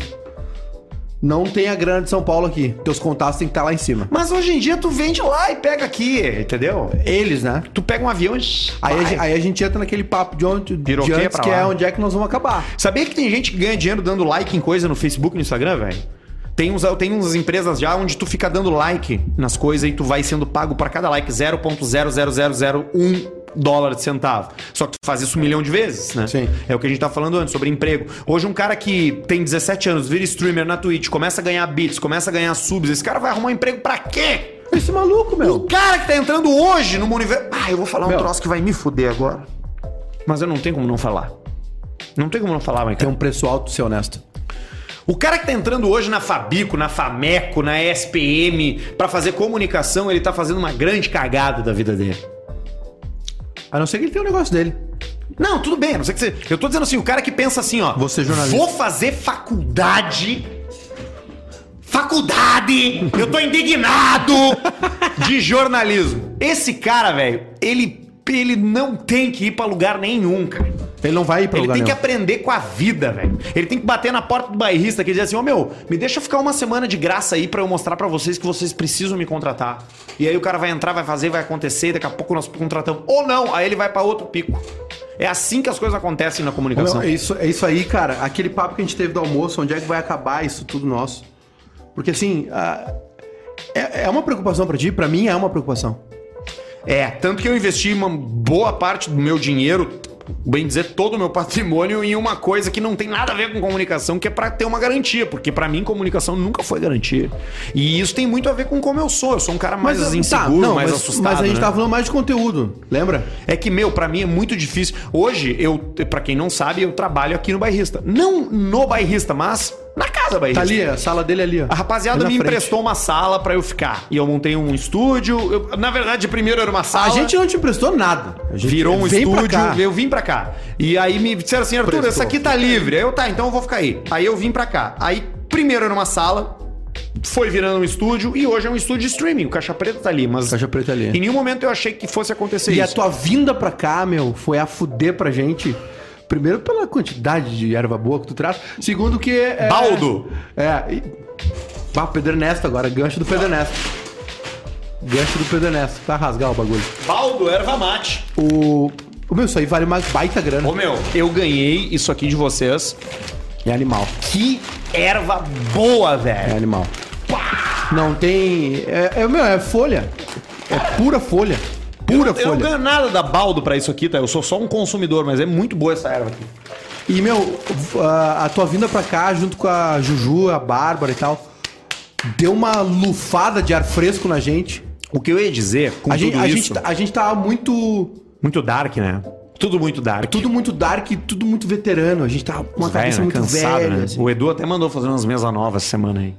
Speaker 1: Não tem a grana de São Paulo aqui. Teus contatos tem que estar lá em cima.
Speaker 2: Mas hoje em dia tu vende lá e pega aqui, entendeu?
Speaker 1: Eles, né?
Speaker 2: Tu pega um avião e.
Speaker 1: Aí a,
Speaker 2: vai.
Speaker 1: gen- aí a gente entra naquele papo de, onde, de
Speaker 2: Piroquê
Speaker 1: antes
Speaker 2: pra
Speaker 1: que
Speaker 2: lá.
Speaker 1: é onde é que nós vamos acabar.
Speaker 2: Sabia que tem gente que ganha dinheiro dando like em coisa no Facebook e no Instagram, velho? Tem, uns, tem umas empresas já onde tu fica dando like nas coisas e tu vai sendo pago pra cada like 0.00001 dólar de centavo. Só que tu faz isso um milhão de vezes, né?
Speaker 1: Sim.
Speaker 2: É o que a gente tá falando antes sobre emprego. Hoje um cara que tem 17 anos, vira streamer na Twitch, começa a ganhar bits, começa a ganhar subs, esse cara vai arrumar um emprego pra quê?
Speaker 1: Esse maluco, meu.
Speaker 2: O cara que tá entrando hoje no universo. Ah, eu vou falar um
Speaker 1: Meu.
Speaker 2: troço que vai me fuder agora. Mas eu não tenho como não falar. Não tem como não falar,
Speaker 1: Tem
Speaker 2: Michael.
Speaker 1: um preço alto, ser honesto.
Speaker 2: O cara que tá entrando hoje na Fabico, na Fameco, na SPM, pra fazer comunicação, ele tá fazendo uma grande cagada da vida dele.
Speaker 1: A não ser que ele tenha um negócio dele.
Speaker 2: Não, tudo bem, a não sei que você. Eu tô dizendo assim, o cara que pensa assim, ó.
Speaker 1: Vou ser jornalista.
Speaker 2: Vou fazer faculdade.
Speaker 4: faculdade, eu tô indignado.
Speaker 2: De jornalismo.
Speaker 4: Esse cara, velho, ele, ele não tem que ir pra lugar nenhum, cara.
Speaker 1: Ele não vai ir pra
Speaker 4: Ele
Speaker 1: lugar
Speaker 4: tem que
Speaker 1: nenhum.
Speaker 4: aprender com a vida, velho. Ele tem que bater na porta do bairrista que diz assim: Ô meu, me deixa ficar uma semana de graça aí pra eu mostrar pra vocês que vocês precisam me contratar. E aí o cara vai entrar, vai fazer, vai acontecer, daqui a pouco nós contratamos. Ou não, aí ele vai pra outro pico. É assim que as coisas acontecem na comunicação.
Speaker 1: Não, é, isso, é isso aí, cara. Aquele papo que a gente teve do almoço, onde é que vai acabar isso tudo nosso? Porque assim, a- é, é uma preocupação pra ti, pra mim é uma preocupação.
Speaker 2: É, tanto que eu investi uma boa parte do meu dinheiro, bem dizer, todo o meu patrimônio em uma coisa que não tem nada a ver com comunicação, que é pra ter uma garantia, porque pra mim comunicação nunca foi garantia. E isso tem muito a ver com como eu sou, eu sou um cara mais
Speaker 1: tá,
Speaker 2: inseguro,
Speaker 1: não,
Speaker 2: mais
Speaker 1: mas,
Speaker 2: assustado.
Speaker 1: Mas a gente tá
Speaker 2: né?
Speaker 1: tava falando mais de conteúdo, lembra?
Speaker 2: É que, meu, pra mim é muito difícil. Hoje, eu, para quem não sabe, eu trabalho aqui no bairrista. Não no bairrista, mas na casa
Speaker 1: Tá
Speaker 2: bairrista.
Speaker 1: ali, a sala dele ali, ó.
Speaker 2: A rapaziada
Speaker 1: Ali na
Speaker 2: me
Speaker 1: frente.
Speaker 2: emprestou uma sala pra eu ficar. E eu montei um estúdio. Eu- na verdade, primeiro era uma sala.
Speaker 1: A gente não te emprestou nada. A gente
Speaker 2: Virou um
Speaker 1: vem pra
Speaker 2: estúdio,
Speaker 1: cá.
Speaker 2: eu vim pra cá. E aí me disseram assim, Arthur,
Speaker 1: Prestou.
Speaker 2: essa aqui tá livre. Aí eu, tá, então eu vou ficar aí. Aí eu vim pra cá. Aí, primeiro era uma sala, foi virando um estúdio, e hoje é um estúdio de streaming. O Caixa Preta tá ali, mas
Speaker 1: Caixa preta ali.
Speaker 2: em nenhum momento eu achei que fosse acontecer
Speaker 1: E a
Speaker 2: isso.
Speaker 1: tua vinda pra cá, meu, foi a fuder pra gente. Primeiro, pela quantidade de erva boa que tu traz. Segundo, que. É,
Speaker 2: Baldo.
Speaker 1: É. E... Ah, Pedro Ernesto agora, gancho do Pedro Ernesto. Gancho do Pedro Ernesto, pra rasgar o bagulho.
Speaker 4: Baldo, erva mate.
Speaker 1: O. o meu, isso aí vale uma baita grana.
Speaker 2: Ô meu, eu ganhei isso aqui de vocês.
Speaker 1: É animal.
Speaker 4: Que erva boa,
Speaker 1: É
Speaker 4: velho.
Speaker 1: animal. Não tem. É, é, meu, é folha. É pura folha. Pura
Speaker 2: Eu um não
Speaker 1: folha.
Speaker 2: ganho nada da baldo pra isso aqui, tá? Eu sou só um consumidor, mas é muito boa essa erva aqui.
Speaker 1: E, meu, v- a a tua vinda pra cá, junto com a Juju, a Bárbara e tal, deu uma lufada de ar fresco na gente.
Speaker 2: O que eu ia dizer com
Speaker 1: A
Speaker 2: tudo
Speaker 1: gente, a,
Speaker 2: isso...
Speaker 1: gente, tá- a gente tava muito.
Speaker 2: Muito dark, né? Tudo muito dark.
Speaker 1: Tudo muito dark, tudo muito veterano. A gente tava com uma cabeça
Speaker 2: Velho, né?
Speaker 1: muito
Speaker 2: Cansado,
Speaker 1: velha.
Speaker 2: né?
Speaker 1: assim.
Speaker 2: O Edu até mandou fazer umas mesas novas essa semana aí.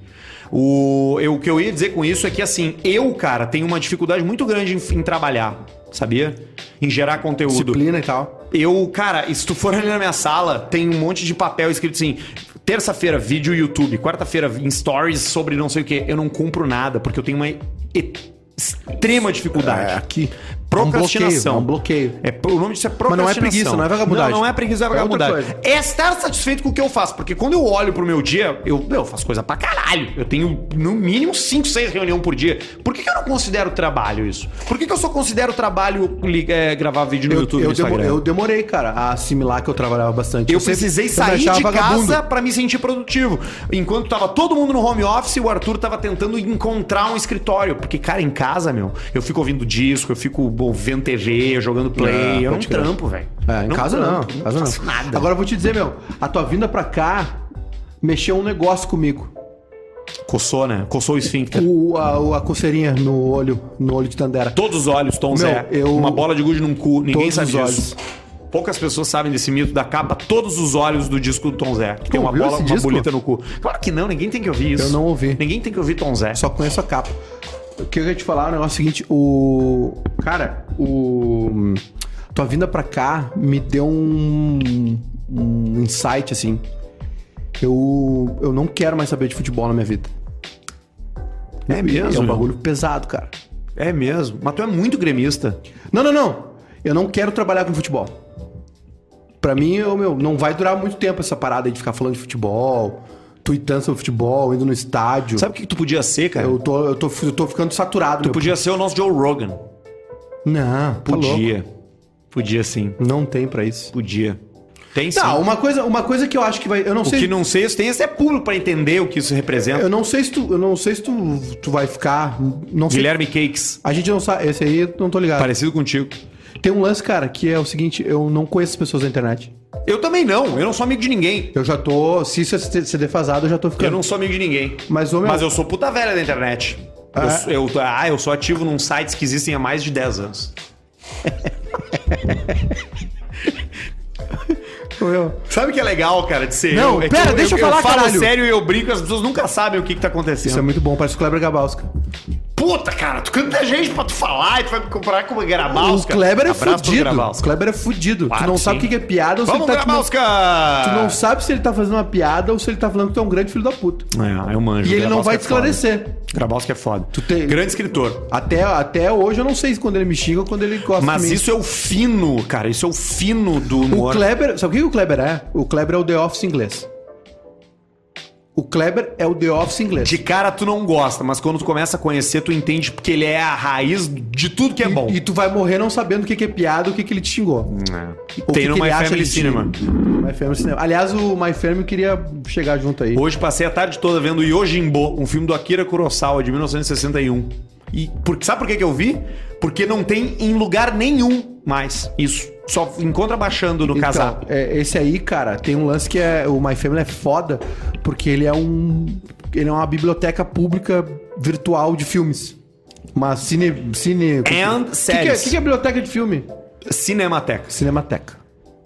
Speaker 2: O, eu, o que eu ia dizer com isso é que, assim, eu, cara, tenho uma dificuldade muito grande em, em trabalhar, sabia? Em gerar conteúdo.
Speaker 1: Disciplina e tal.
Speaker 2: Eu, cara, e se tu for ali na minha sala, tem um monte de papel escrito assim: terça-feira, vídeo YouTube, quarta-feira, em stories sobre não sei o quê. Eu não cumpro nada, porque eu tenho uma e- extrema dificuldade.
Speaker 1: É, aqui.
Speaker 2: Procrastinação.
Speaker 1: É um bloqueio, é um bloqueio.
Speaker 2: É, o nome disso é
Speaker 1: Mas
Speaker 2: procrastinação.
Speaker 1: não é preguiça, não é vagabundagem.
Speaker 2: Não, não é preguiça, não é
Speaker 1: É outra
Speaker 2: vagabundagem.
Speaker 1: coisa.
Speaker 2: É estar satisfeito com o que eu faço, porque quando eu olho pro meu dia, eu, meu, eu faço coisa pra caralho. Eu tenho no mínimo 5, 6 reuniões por dia. Por que, que eu não considero trabalho isso? Por que, que eu só considero trabalho li- é, gravar vídeo no
Speaker 1: Eu,
Speaker 2: YouTube?
Speaker 1: eu
Speaker 2: no
Speaker 1: demo-
Speaker 2: Instagram?
Speaker 1: eu demorei, cara, a assimilar que eu trabalhava bastante.
Speaker 2: Eu
Speaker 1: sempre-
Speaker 2: precisei
Speaker 1: eu me
Speaker 2: sair de
Speaker 1: achava vagabundo.
Speaker 2: casa pra me sentir produtivo. Enquanto tava todo mundo no home office, o Arthur tava tentando encontrar um escritório. Porque, cara, em casa, meu, eu fico ouvindo disco, eu fico vendo TV, jogando play.
Speaker 1: É,
Speaker 2: eu não
Speaker 1: pode crer.
Speaker 2: trampo, velho.
Speaker 1: É, em casa não,
Speaker 2: trampo,
Speaker 1: em casa não.
Speaker 2: faço nada.
Speaker 1: Agora eu vou te dizer, meu, a tua vinda pra cá mexeu um negócio comigo.
Speaker 2: Coçou, né? Coçou o esfíncter.
Speaker 1: O, a, o- a coceirinha no olho, no olho de Tandera.
Speaker 2: Todos os olhos, Tom
Speaker 1: Meu,
Speaker 2: Zé.
Speaker 1: eu-
Speaker 2: Uma bola de gude num cu. Ninguém
Speaker 1: Todos
Speaker 2: sabe
Speaker 1: os
Speaker 2: disso.
Speaker 1: olhos.
Speaker 2: Poucas pessoas sabem desse mito da capa. Todos os olhos do disco do Tom Zé. Que tem uma
Speaker 1: ouviu
Speaker 2: bola,
Speaker 1: esse
Speaker 2: uma
Speaker 1: disco?
Speaker 2: bolita no cu. Claro que não, ninguém tem que ouvir isso.
Speaker 1: Eu não ouvi.
Speaker 2: Ninguém tem que ouvir Tom Zé.
Speaker 1: Só conheço a capa. O que eu ia te falar é o negócio seguinte, o. Cara, o. Tua vinda pra cá me deu um. um insight, assim. Eu. Eu não quero mais saber de futebol na minha vida.
Speaker 2: É mesmo,
Speaker 1: É um
Speaker 2: meu?
Speaker 1: bagulho pesado, cara.
Speaker 2: É mesmo. Mas tu é muito gremista.
Speaker 1: Não, não, não. Eu não quero trabalhar com futebol. Pra mim, eu, meu, não vai durar muito tempo essa parada aí de ficar falando de futebol, tweetando sobre futebol, indo no estádio.
Speaker 2: Sabe o que que tu podia ser, cara?
Speaker 1: Eu tô, eu tô, eu tô ficando saturado.
Speaker 2: Tu
Speaker 1: meu.
Speaker 2: podia ser o nosso Joe Rogan.
Speaker 1: Não, podia.
Speaker 2: Podia. Podia sim.
Speaker 1: Não tem pra isso.
Speaker 2: Podia. Tem sim.
Speaker 1: Tá, uma coisa, uma coisa que eu acho que vai, eu não
Speaker 2: O
Speaker 1: sei,
Speaker 2: que não é. sei se tem esse é público pra entender o que isso representa.
Speaker 1: eu não sei se tu, eu não sei se tu, tu vai ficar, não sei.
Speaker 2: Guilherme Cakes.
Speaker 1: A gente não sabe, esse aí eu não tô ligado.
Speaker 2: Parecido contigo.
Speaker 1: Tem um lance, cara, que é o seguinte, eu não conheço as pessoas da internet.
Speaker 2: Eu também não. Eu não sou amigo de ninguém.
Speaker 1: Eu já tô, se isso é ser defasado, eu já tô ficando.
Speaker 2: Eu não sou amigo de ninguém.
Speaker 1: Mas, ô, meu-
Speaker 2: eu sou puta velha da internet.
Speaker 1: Ah,
Speaker 2: Eu
Speaker 1: é?
Speaker 2: sou- Eu, ah, eu sou ativo num sites que existem há mais de 10 anos.
Speaker 1: Eu-
Speaker 2: Sabe o que é legal, cara, de ser
Speaker 1: Não,
Speaker 2: eu? É que
Speaker 1: pera, deixa eu falar,
Speaker 2: falo
Speaker 1: caralho. é
Speaker 2: sério e eu brinco, as pessoas nunca sabem o que, que tá acontecendo.
Speaker 1: Isso é muito bom, parece o Kleber Gabalska.
Speaker 4: Puta, cara, tu canta gente pra tu falar e tu vai me comparar com uma
Speaker 1: O
Speaker 4: Grabalska.
Speaker 1: Kleber é
Speaker 4: Abraço pro
Speaker 1: fudido. O
Speaker 4: Grabalska.
Speaker 1: Kleber é fudido.
Speaker 4: Claro
Speaker 1: tu não
Speaker 4: que
Speaker 1: sabe o
Speaker 4: sim.
Speaker 1: que que é piada ou se ele
Speaker 4: Vamos,
Speaker 1: tá. te man-
Speaker 4: Grabalska!
Speaker 1: Tu não sabe se ele tá fazendo uma piada ou se ele tá falando que tu é um grande filho da puta.
Speaker 2: É, eu manjo.
Speaker 1: E ele não
Speaker 2: Grabowski
Speaker 1: vai
Speaker 2: é
Speaker 1: te
Speaker 2: foda.
Speaker 1: esclarecer.
Speaker 2: Grabowski é foda.
Speaker 1: Tu tem-
Speaker 2: Grande escritor.
Speaker 1: Até, até hoje eu não sei se quando ele me xinga ou quando ele gosta
Speaker 2: Mas
Speaker 1: de mim.
Speaker 2: isso é o fino, cara. Isso é o fino do
Speaker 1: O
Speaker 2: humor.
Speaker 1: Kleber, sabe o que que o Kleber é? O Kleber é o The Office inglês. O Kleber é o The Office inglês.
Speaker 2: De cara tu não gosta, mas quando tu começa a conhecer, tu entende porque ele é a raiz de tudo que é bom.
Speaker 1: E, e tu vai morrer não sabendo o que, que é piada, o que, que ele te xingou.
Speaker 2: É.
Speaker 1: Ou o que
Speaker 2: Tem no
Speaker 1: que
Speaker 2: My
Speaker 1: ele acha
Speaker 2: Family
Speaker 1: de ti.
Speaker 2: Cinema.
Speaker 1: My Family Cinema. Aliás, o My Family queria chegar junto aí.
Speaker 2: Hoje passei a tarde toda vendo Yojimbo, um filme do Akira Kurosawa de 1961. E por, sabe por que, que eu vi? Porque não tem em lugar nenhum mais isso. Só encontra baixando no casal.
Speaker 1: é, esse aí, cara, tem um lance que é. O My Family é foda, porque ele é um. Ele é uma biblioteca pública virtual de filmes. Uma cine. cine
Speaker 2: And
Speaker 1: que que, é,
Speaker 2: séries.
Speaker 1: que que é biblioteca de filme?
Speaker 2: Cinemateca.
Speaker 1: Cinemateca.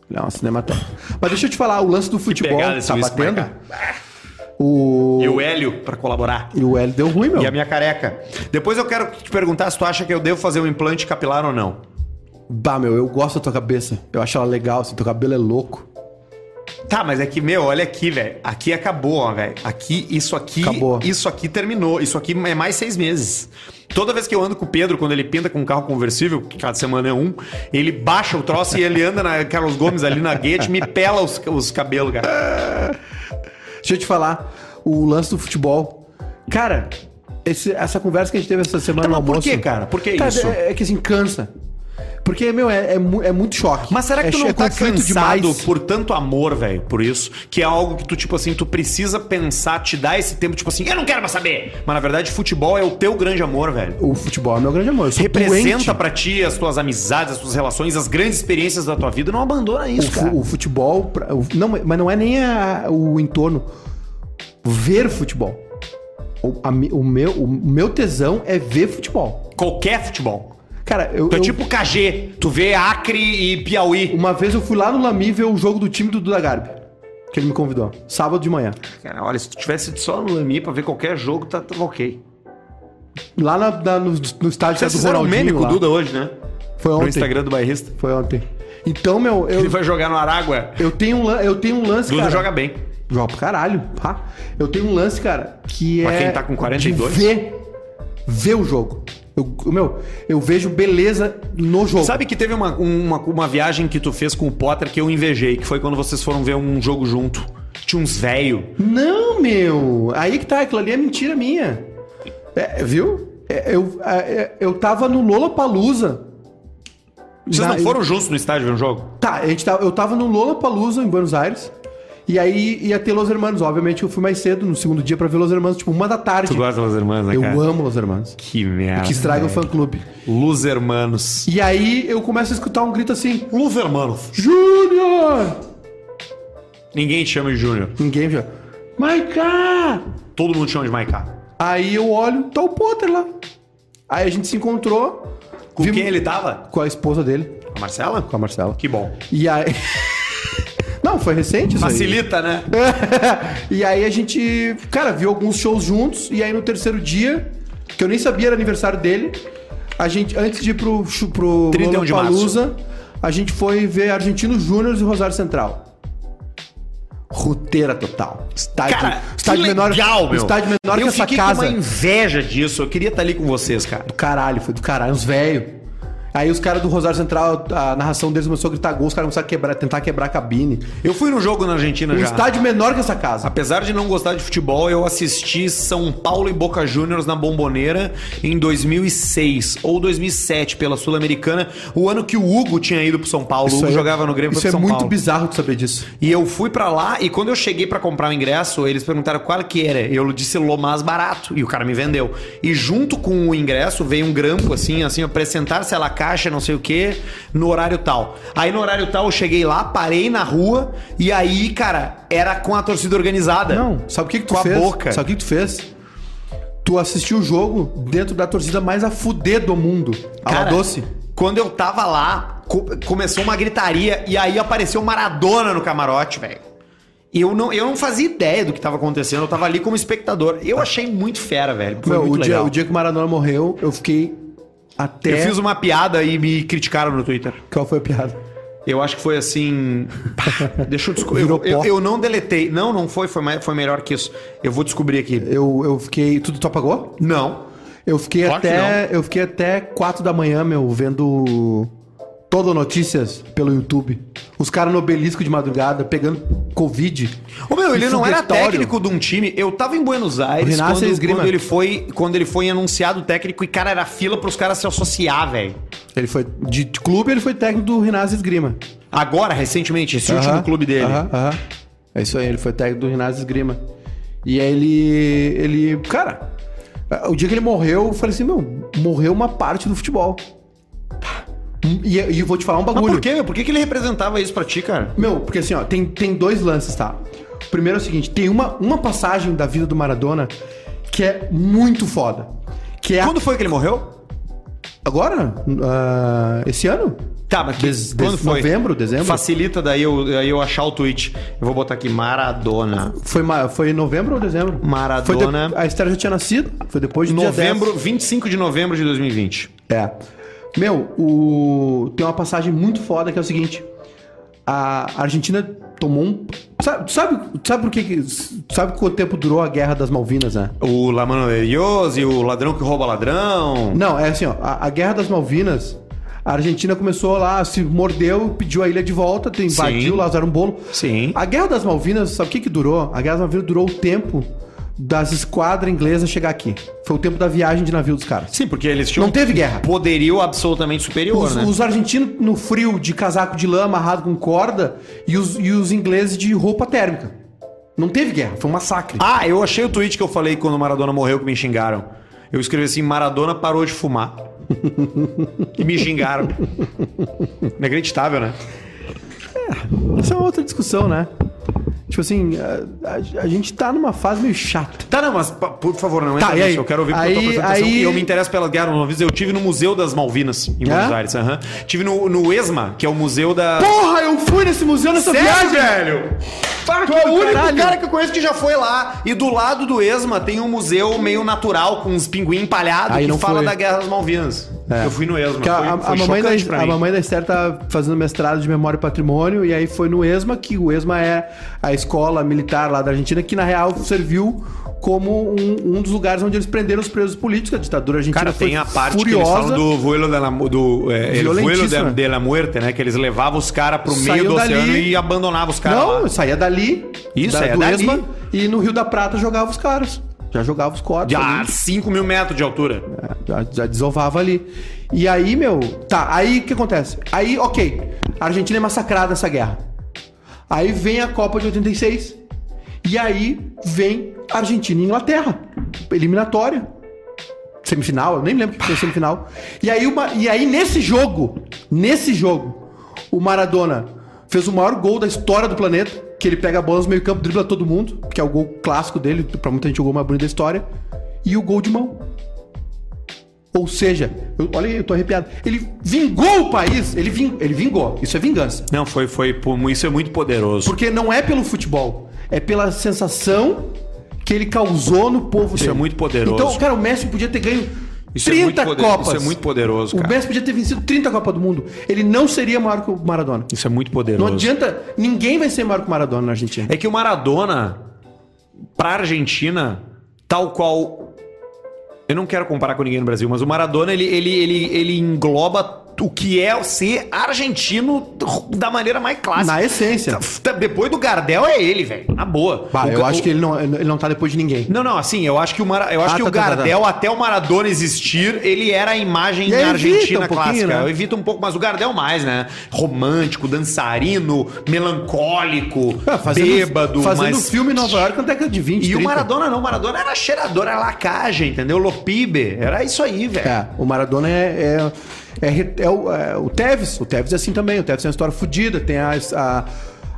Speaker 1: Ele é uma cinemateca. Mas deixa eu te falar, o lance do futebol
Speaker 2: pegada esse
Speaker 1: tá
Speaker 2: Luiz
Speaker 1: batendo.
Speaker 2: pra
Speaker 1: O. Então.
Speaker 2: E o Hélio pra colaborar.
Speaker 1: E o L deu ruim, meu.
Speaker 2: E a minha careca. Depois eu quero te perguntar se tu acha que eu devo fazer um implante capilar ou não.
Speaker 1: Bah, meu, eu gosto da tua cabeça. Eu acho ela legal, assim, teu cabelo é louco.
Speaker 2: Tá, mas é que, meu, olha aqui, velho. Aqui acabou, ó, velho. Aqui, isso aqui.
Speaker 1: Acabou.
Speaker 2: Isso aqui terminou. Isso aqui é mais seis meses. Toda vez que eu ando com o Pedro, quando ele pinta com um carro conversível, que cada semana é um, ele baixa o troço e ele anda na Carlos Gomes ali na guete e me pela os, os cabelos, cara.
Speaker 1: Deixa eu te falar, o lance do futebol. Cara, esse- essa conversa que a gente teve essa semana
Speaker 2: Tá,
Speaker 1: no
Speaker 2: mas por
Speaker 1: almoço.
Speaker 2: que, cara? Por que isso?
Speaker 1: É, é que assim, cansa. Porque, meu, é, é mu- é muito choque.
Speaker 2: Mas será que
Speaker 1: é,
Speaker 2: tu não
Speaker 1: é
Speaker 2: tá
Speaker 1: conflito
Speaker 2: cansado
Speaker 1: demais?
Speaker 2: por tanto amor, velho, por isso? Que é algo que tu, tipo assim, tu precisa pensar, te dar esse tempo, tipo assim, eu não quero mais saber! Mas na verdade, futebol é o teu grande amor, velho.
Speaker 1: O futebol é meu grande amor. Eu sou doente.
Speaker 2: Representa pra ti as tuas amizades, as tuas relações, as grandes experiências da tua vida. Não abandona
Speaker 1: o,
Speaker 2: isso,
Speaker 1: fu-
Speaker 2: cara.
Speaker 1: o futebol. pra- o- não, mas não é nem a- o entorno. Ver futebol. O, a mi- o meu, o meu tesão é ver futebol.
Speaker 2: Qualquer futebol.
Speaker 1: Cara, eu.
Speaker 2: Tu é
Speaker 1: eu-
Speaker 2: tipo KG. Tu vê Acre e Piauí.
Speaker 1: Uma vez eu fui lá no Lami ver o jogo do time do Duda Garbi. Que ele me convidou. Sábado de manhã.
Speaker 2: Cara, olha, se tu tivesse só no Lami pra ver qualquer jogo, tá, tá ok.
Speaker 1: Lá na- na- no, no estádio
Speaker 2: Vocês
Speaker 1: do
Speaker 2: fizeram um
Speaker 1: Ronaldinho.
Speaker 2: meme com o
Speaker 1: lá.
Speaker 2: Duda hoje, né?
Speaker 1: Foi
Speaker 2: No
Speaker 1: ontem.
Speaker 2: Instagram do bairrista.
Speaker 1: Foi ontem. Então, meu,
Speaker 2: Ele
Speaker 1: eu,
Speaker 2: vai jogar no Aragua.
Speaker 1: eu, tenho, um, lan- eu tenho um lance,
Speaker 2: Duda
Speaker 1: cara.
Speaker 2: joga bem.
Speaker 1: Joga pra caralho. pá. Eu tenho um lance, cara, que
Speaker 2: Pra
Speaker 1: é.
Speaker 2: quem tá com 42?
Speaker 1: De ver, ver o jogo. Eu, meu, eu vejo beleza no jogo.
Speaker 2: Sabe que teve uma, um, uma, uma viagem que tu fez com o Potter que eu invejei, que foi quando vocês foram ver um jogo junto. Tinha uns velho.
Speaker 1: Não, meu. Aí que tá, aquilo ali é mentira minha. É, viu? É, eu, é, eu tava no Lola Palusa.
Speaker 2: Vocês não foram juntos no estádio ver um jogo?
Speaker 1: Tá, a gente tava, eu tava no Lollapalooza em Buenos Aires. E aí ia ter Los Hermanos. Obviamente eu fui mais cedo no segundo dia pra ver Los Hermanos, tipo, uma da tarde.
Speaker 2: das irmãs, né,
Speaker 1: eu amo Los Hermanos.
Speaker 2: Que merda.
Speaker 1: que estraga o fã clube.
Speaker 2: Luz Hermanos.
Speaker 1: E aí eu começo a escutar um grito assim:
Speaker 2: Luz Hermanos.
Speaker 1: Júnior!
Speaker 2: Ninguém te chama de Júnior.
Speaker 1: Ninguém já. Maiká!
Speaker 2: Todo mundo te chama de Maiká.
Speaker 1: Aí eu olho, tá o Potter lá. Aí a gente se encontrou.
Speaker 2: Com
Speaker 1: vimos-
Speaker 2: quem ele tava?
Speaker 1: Com a esposa dele,
Speaker 2: Com a Marcela?
Speaker 1: com a Marcela.
Speaker 2: Que bom.
Speaker 1: E aí. Não, foi recente isso aí.
Speaker 2: Facilita, né?
Speaker 1: e aí a gente, cara, viu alguns shows juntos. E aí no terceiro dia, que eu nem sabia era aniversário dele, a gente, antes de ir pro, chu- pro
Speaker 2: 31 de março.
Speaker 1: Lollapalooza, a gente foi ver Argentinos Júniors e Rosário Central. Ruteira total. Estádio,
Speaker 2: Cara,
Speaker 1: estádio
Speaker 2: que
Speaker 1: menor,
Speaker 2: legal, meu.
Speaker 1: estádio menor
Speaker 2: eu
Speaker 1: que essa
Speaker 2: fiquei
Speaker 1: casa.
Speaker 2: com uma inveja disso. Eu queria estar ali com vocês, cara.
Speaker 1: Do caralho, foi do caralho, uns velho. Aí os caras do Rosário Central, a narração deles começou a gritar gol, os caras começaram a quebrar, tentar quebrar a cabine.
Speaker 2: Eu fui no jogo na Argentina
Speaker 1: Um
Speaker 2: já.
Speaker 1: estádio menor que essa casa.
Speaker 2: Apesar de não gostar de futebol, eu assisti São Paulo e Boca Juniors na Bomboneira em 2006 ou 2007 pela Sul-Americana, o ano que o Hugo tinha ido pro São Paulo. O Hugo
Speaker 1: aí-
Speaker 2: jogava no Grêmio
Speaker 1: Isso
Speaker 2: foi
Speaker 1: é
Speaker 2: pro São
Speaker 1: muito
Speaker 2: Paulo.
Speaker 1: bizarro de saber disso.
Speaker 2: E eu fui pra lá e quando eu cheguei pra comprar o ingresso, eles perguntaram qual que era. Eu disse Lô mais barato e o cara me vendeu. E junto com o ingresso veio um grampo assim, assim, apresentar-se a caixa, não sei o que, no horário tal. Aí no horário tal eu cheguei lá, parei na rua e aí, cara, era com a torcida organizada.
Speaker 1: Não, sabe o que, que tu
Speaker 2: Com a
Speaker 1: fez?
Speaker 2: boca.
Speaker 1: Sabe o que, que tu fez? Tu assistiu o jogo dentro da torcida mais a fuder do mundo. A La
Speaker 2: Cara,
Speaker 1: Doce.
Speaker 2: Quando eu tava lá, co- começou uma gritaria e aí apareceu Maradona no camarote, velho. Eu não, eu não fazia ideia do que tava acontecendo, eu tava ali como espectador. Eu achei muito fera, velho. Foi
Speaker 1: Tá. Meu,
Speaker 2: muito
Speaker 1: o, dia,
Speaker 2: legal.
Speaker 1: o dia que o Maradona morreu, eu fiquei até.
Speaker 2: Eu fiz uma piada e me criticaram no Twitter.
Speaker 1: Qual foi a piada?
Speaker 2: Eu acho que foi assim. Pá, Deixa eu descobrir.
Speaker 1: Virou
Speaker 2: Eu, eu-
Speaker 1: pó.
Speaker 2: eu não deletei. Não, não foi, foi, mais- foi melhor que isso. Eu vou descobrir aqui.
Speaker 1: Eu, eu fiquei. Tudo tu apagou?
Speaker 2: Não.
Speaker 1: Eu fiquei
Speaker 2: Claro que
Speaker 1: até. Eu fiquei até 4 da manhã, meu, vendo. Todo notícias pelo YouTube. Os caras no obelisco de madrugada, pegando Covid.
Speaker 2: Ô, meu, ele não era
Speaker 1: Sujetório.
Speaker 2: técnico de um time. Eu tava em Buenos Aires
Speaker 1: é Renato
Speaker 2: quando,
Speaker 1: Esgrima.
Speaker 2: quando ele foi, quando ele foi anunciado técnico e, cara, era fila pros caras se associar, velho.
Speaker 1: Ele foi. De clube, ele foi técnico do Rinazzi Esgrima.
Speaker 2: Agora, recentemente, esse
Speaker 1: Aham,
Speaker 2: último clube dele.
Speaker 1: aham, aham. É isso aí, ele foi técnico do Rinazzi Esgrima. E aí ele. ele. Cara, o dia que ele morreu, eu falei assim, meu, morreu uma parte do futebol. E, e eu vou te falar um
Speaker 2: Mas
Speaker 1: bagulho.
Speaker 2: por quê, meu? Por que, que ele representava isso pra ti, cara?
Speaker 1: Meu, porque assim, ó, tem, tem dois lances, tá? O Primeiro é o seguinte, tem uma, uma passagem da vida do Maradona que é muito foda. Que é a-
Speaker 2: Quando foi que ele morreu?
Speaker 1: agora? Ah, esse ano?
Speaker 2: Tá, mas que-
Speaker 1: Des-
Speaker 2: quando
Speaker 1: des-
Speaker 2: foi?
Speaker 1: novembro, dezembro?
Speaker 2: Facilita daí eu, daí eu achar o tweet. Eu vou botar aqui Maradona.
Speaker 1: Foi, ma- foi em novembro ou dezembro?
Speaker 2: Maradona.
Speaker 1: Foi de- a Esther já tinha nascido, foi depois de
Speaker 2: Novembro, 25 de novembro de 2020.
Speaker 1: É. Meu, o... tem uma passagem muito foda que é o seguinte. A Argentina tomou um. Sabe, sabe, sabe por que. que- Sabe quanto tempo durou a guerra das Malvinas, né?
Speaker 2: O Lamano de Dios e o ladrão que rouba ladrão.
Speaker 1: Não, é assim, ó. A, a guerra das Malvinas. A Argentina começou lá, se mordeu, pediu a ilha de volta, te invadiu lá, usaram um bolo.
Speaker 2: Sim.
Speaker 1: A Guerra das Malvinas, sabe o que que durou? A Guerra das Malvinas durou o tempo das esquadras inglesas chegar aqui. Foi o tempo da viagem de navio dos caras.
Speaker 2: Sim, porque eles tinham um
Speaker 1: Não teve guerra.
Speaker 2: poderio absolutamente superior,
Speaker 1: Os,
Speaker 2: né?
Speaker 1: os argentinos no frio de casaco de lã amarrado com corda e os, e os ingleses de roupa térmica. Não teve guerra, foi um massacre.
Speaker 2: Ah, eu achei o tweet que eu falei quando o Maradona morreu que me xingaram. Eu escrevi assim: Maradona parou de fumar. e me xingaram. Inacreditável, né?
Speaker 1: Isso é uma outra discussão, né? Tipo assim, a, a- a gente tá numa fase meio chata.
Speaker 2: Tá, não, mas pa- por favor, não
Speaker 1: Tá,
Speaker 2: entra
Speaker 1: e aí?
Speaker 2: nisso. Eu quero ouvir porque
Speaker 1: Aí-
Speaker 2: eu tô apresentação.
Speaker 1: aí-
Speaker 2: E eu me interesso pelas guerras no Eu tive no Museu das Malvinas, em Buenos
Speaker 1: É?
Speaker 2: Aires. aham. Tive no, no ESMA, que é o museu da.
Speaker 1: Porra, eu fui nesse museu nessa viagem!
Speaker 2: Sério, velho? Pá,
Speaker 1: Tu
Speaker 2: tu é
Speaker 1: do
Speaker 2: o único
Speaker 1: caralho.
Speaker 2: cara que eu conheço que já foi lá. E do lado do ESMA tem um museu meio natural com uns pinguim empalhados
Speaker 1: Aí
Speaker 2: que
Speaker 1: não
Speaker 2: fala
Speaker 1: foi. É.
Speaker 2: da Guerra das Malvinas. Eu fui no ESMA.
Speaker 1: Porque a,
Speaker 2: foi,
Speaker 1: a-
Speaker 2: foi
Speaker 1: a mamãe
Speaker 2: chocante
Speaker 1: da,
Speaker 2: pra
Speaker 1: a
Speaker 2: mim.
Speaker 1: mamãe da Esther tá fazendo mestrado de memória e patrimônio, e aí foi no ESMA, que o ESMA é a escola militar lá da Argentina, que na real serviu como um, um dos lugares onde eles prenderam os presos políticos. A ditadura argentina
Speaker 2: Cara,
Speaker 1: foi
Speaker 2: tem a parte
Speaker 1: furiosa.
Speaker 2: que eles falam do vuelo da la, do, é, el vuelo
Speaker 1: Violentíssima.
Speaker 2: de, de la muerte, né? Que eles levavam os caras pro meio
Speaker 1: Saiu
Speaker 2: do
Speaker 1: dali.
Speaker 2: oceano e abandonavam os caras
Speaker 1: Não,
Speaker 2: lá.
Speaker 1: eu saía dali,
Speaker 2: Isso,
Speaker 1: da,
Speaker 2: saía
Speaker 1: do
Speaker 2: dali.
Speaker 1: ESMA, e no Rio da Prata jogava os caras. Já jogava os corpos.
Speaker 2: Já
Speaker 1: ali.
Speaker 2: 5 mil metros de altura.
Speaker 1: Já, já desovava ali. E aí, meu. Tá, aí o que acontece? Aí, ok. A Argentina é massacrada nessa guerra. Aí vem a Copa de 86. E aí vem Argentina e Inglaterra. Eliminatória. Semifinal, eu nem lembro que foi semifinal. E aí, uma, e aí, nesse jogo, nesse jogo, o Maradona fez o maior gol da história do planeta. Que ele pega a bola no meio-campo, dribla todo mundo, que é o gol clássico dele, pra muita gente o gol mais bonito da história. E o gol de mão. Ou seja, eu- olha aí, eu tô arrepiado. Ele vingou o país, ele, ving, ele vingou. Isso é vingança.
Speaker 2: Não, foi, foi. pô, Isso é muito poderoso.
Speaker 1: Porque não é pelo futebol, é pela sensação que ele causou no povo
Speaker 2: Isso
Speaker 1: dele.
Speaker 2: é muito poderoso.
Speaker 1: Então, cara, o Messi podia ter ganho
Speaker 2: Isso é
Speaker 1: 30
Speaker 2: muito poder-
Speaker 1: Copas.
Speaker 2: isso é muito poderoso,
Speaker 1: O
Speaker 2: cara.
Speaker 1: Messi podia ter vencido 30 Copas do Mundo. Ele não seria maior que o Maradona.
Speaker 2: Isso é muito poderoso.
Speaker 1: Não adianta, ninguém vai ser maior que o Maradona na Argentina.
Speaker 2: É que o Maradona, pra Argentina, tal qual. Eu não quero comparar com ninguém no Brasil, mas o Maradona, ele, ele, ele, ele engloba o que é ser argentino da maneira mais clássica.
Speaker 1: Na essência.
Speaker 2: Tá- Depois do Gardel é ele, velho. Na boa.
Speaker 1: Bah,
Speaker 2: O
Speaker 1: eu
Speaker 2: Ga-
Speaker 1: acho
Speaker 2: o-
Speaker 1: que ele não, ele não tá depois de ninguém.
Speaker 2: Não, não, assim, eu acho que o, Mara- eu acho
Speaker 1: Ah,
Speaker 2: que
Speaker 1: tá,
Speaker 2: o
Speaker 1: tá, tá, tá.
Speaker 2: Gardel, até o Maradona existir, ele era a imagem
Speaker 1: E aí evita um
Speaker 2: argentina
Speaker 1: pouquinho,
Speaker 2: clássica.
Speaker 1: né?
Speaker 2: Eu evito um pouco, mas o Gardel mais, né? Romântico, dançarino, melancólico,
Speaker 1: Ah,
Speaker 2: bêbado,
Speaker 1: fazendo
Speaker 2: mas...
Speaker 1: filme em Nova York na década é de 20,
Speaker 2: E o
Speaker 1: 30.
Speaker 2: Maradona não, o Maradona era cheirador, era lacagem, entendeu? Lopibe, era isso aí, velho.
Speaker 1: É, o Maradona é, é, é re- é o, é o Tevez. O Tevez é assim também. O Tevez tem uma história fodida, tem a, a,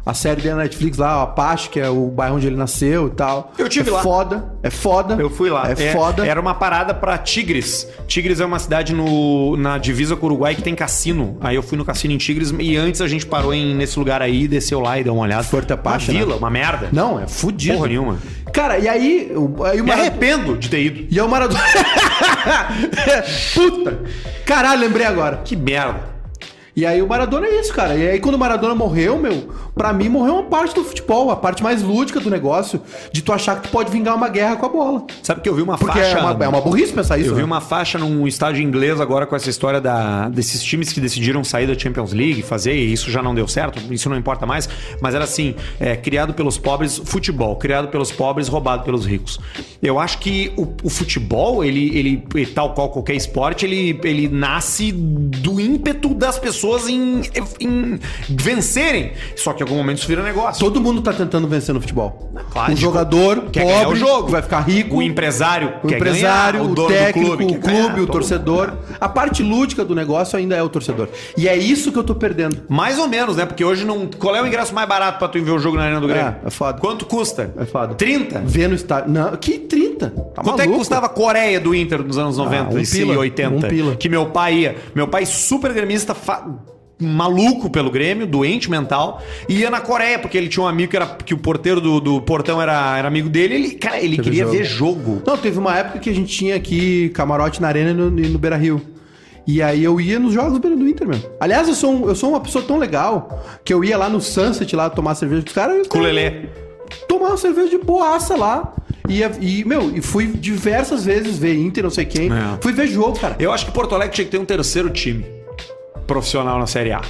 Speaker 1: A série da Netflix lá, o Apache, que é o bairro onde ele nasceu e tal.
Speaker 2: Eu tive
Speaker 1: é
Speaker 2: lá.
Speaker 1: foda, é foda.
Speaker 2: Eu fui lá.
Speaker 1: É, foda.
Speaker 2: Era uma parada pra Tigres. Tigres é uma cidade no, na divisa com o Uruguai que tem cassino. Aí eu fui no cassino em Tigres e antes a gente parou em, nesse lugar aí, desceu lá e deu uma olhada.
Speaker 1: Forte Apache,
Speaker 2: Uma
Speaker 1: né?
Speaker 2: vila, uma merda.
Speaker 1: Não, é fudido.
Speaker 2: Porra nenhuma.
Speaker 1: Cara, e aí... o- aí o
Speaker 2: Me
Speaker 1: Mara-
Speaker 2: arrependo de ter ido.
Speaker 1: E é o Maradona... Puta! Caralho, lembrei agora.
Speaker 2: Que merda.
Speaker 1: E aí o Maradona é isso, cara. E aí quando o Maradona morreu, meu, pra mim morreu uma parte do futebol, a parte mais lúdica do negócio, de tu achar que tu pode vingar uma guerra com a bola.
Speaker 2: Sabe que eu vi uma
Speaker 1: Porque
Speaker 2: faixa.
Speaker 1: é, uma, é uma burrice pensar isso.
Speaker 2: Eu vi
Speaker 1: né?
Speaker 2: uma faixa num estádio inglês agora com essa história da- desses times que decidiram sair da Champions League, fazer, e isso já não deu certo, isso não importa mais, mas era assim: é, criado pelos pobres, futebol, criado pelos pobres, roubado pelos ricos. Eu acho que o, o futebol, ele, ele, e tal qual qualquer esporte, ele, ele nasce do ímpeto das pessoas em, em vencerem. Só que em algum momento isso vira negócio.
Speaker 1: Todo mundo tá tentando vencer no futebol.
Speaker 2: Claro.
Speaker 1: o jogador
Speaker 2: Quer ganhar
Speaker 1: pobre
Speaker 2: o jogo.
Speaker 1: vai ficar rico.
Speaker 2: O empresário,
Speaker 1: o
Speaker 2: quer
Speaker 1: empresário,
Speaker 2: ganhar,
Speaker 1: o,
Speaker 2: dono do
Speaker 1: técnico,
Speaker 2: quer
Speaker 1: o
Speaker 2: ganhar,
Speaker 1: clube, o
Speaker 2: todo mundo.
Speaker 1: torcedor. A parte lúdica do negócio ainda é o torcedor. E é isso que eu tô perdendo.
Speaker 2: Mais ou menos, né? Porque hoje não. Qual é o ingresso mais barato pra tu ir ver o jogo na Arena do Grêmio?
Speaker 1: É, é foda.
Speaker 2: Quanto custa?
Speaker 1: É foda.
Speaker 2: 30?
Speaker 1: Vendo o estádio. Não, que 30? Tá
Speaker 2: Quanto é que custava a Coreia do Inter nos anos 90
Speaker 1: um
Speaker 2: e se-
Speaker 1: pila,
Speaker 2: 80?
Speaker 1: um pila.
Speaker 2: Que meu pai ia. Meu pai, super gremista, fa- maluco pelo Grêmio, doente mental, e ia na Coreia, porque ele tinha um amigo que, era, que o porteiro do, do portão era, era amigo dele. Ele, cara, ele queria
Speaker 1: jogo.
Speaker 2: ver jogo.
Speaker 1: Não, teve uma época que a gente tinha aqui camarote na arena e no, e no Beira Rio. E aí eu ia nos jogos do do Inter, mesmo. Aliás, eu sou, um- eu sou uma pessoa tão legal que eu ia lá no Sunset lá tomar cerveja com os caras. e os
Speaker 2: Com o
Speaker 1: caras
Speaker 2: Lelê.
Speaker 1: Tomar uma cerveja de boaça lá. Ia- E, meu, e fui diversas vezes ver Inter, não sei quem.
Speaker 2: É.
Speaker 1: Fui ver jogo, cara.
Speaker 2: Eu acho que Porto Alegre tinha que ter um terceiro time profissional na Série A.
Speaker 1: É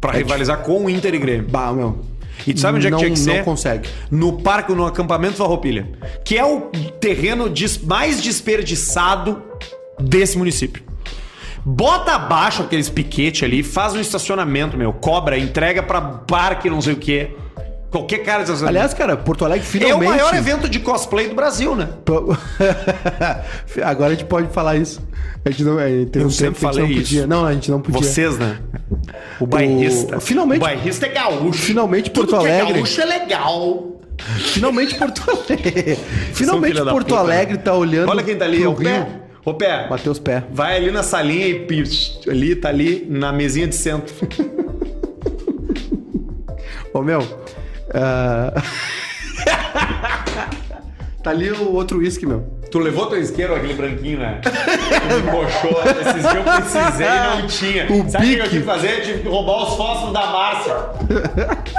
Speaker 2: Pra rivalizar com o Inter e Grêmio.
Speaker 1: Bah, meu.
Speaker 2: E tu sabe onde é que
Speaker 1: não,
Speaker 2: tinha que ser?
Speaker 1: Não consegue.
Speaker 2: No parque, no acampamento Farroupilha, que é o terreno des- mais desperdiçado desse município. Bota abaixo aqueles piquetes ali, faz um estacionamento, meu, cobra, entrega pra parque, não sei o quê. Qualquer cara de estacionamento.
Speaker 1: Aliás, cara, Porto Alegre
Speaker 2: é o
Speaker 1: finalmente...
Speaker 2: maior evento de cosplay do Brasil, né?
Speaker 1: Pro- Agora a gente pode falar isso. A gente não, a gente teve
Speaker 2: Eu
Speaker 1: um tempo
Speaker 2: sempre
Speaker 1: que a gente
Speaker 2: falei
Speaker 1: não podia.
Speaker 2: isso.
Speaker 1: Não, a gente não podia.
Speaker 2: Vocês, né? O bairrista.
Speaker 1: O- Finalmente-
Speaker 2: O bairrista é gaúcho.
Speaker 1: Finalmente Porto
Speaker 2: Tudo que
Speaker 1: Alegre.
Speaker 2: é gaúcho é legal.
Speaker 1: Finalmente Porto Alegre. Finalmente
Speaker 2: filha é um da
Speaker 1: Porto
Speaker 2: puta, né?
Speaker 1: Alegre tá olhando.
Speaker 2: Olha quem tá ali, é
Speaker 1: pro
Speaker 2: o pé.
Speaker 1: Rio.
Speaker 2: Ô pé.
Speaker 1: Bateu os pés.
Speaker 2: Vai ali na salinha e pires. Ali, tá ali na mesinha de centro.
Speaker 1: Ô meu. ah, tá ali o outro uísque, meu.
Speaker 2: Tu levou teu isqueiro, aquele branquinho, né? Me bochou. Esses dias eu precisei e não tinha.
Speaker 1: O
Speaker 2: Sabe o que eu
Speaker 1: bique.
Speaker 2: tive que fazer? Eu tive que roubar os fósforos da Márcia.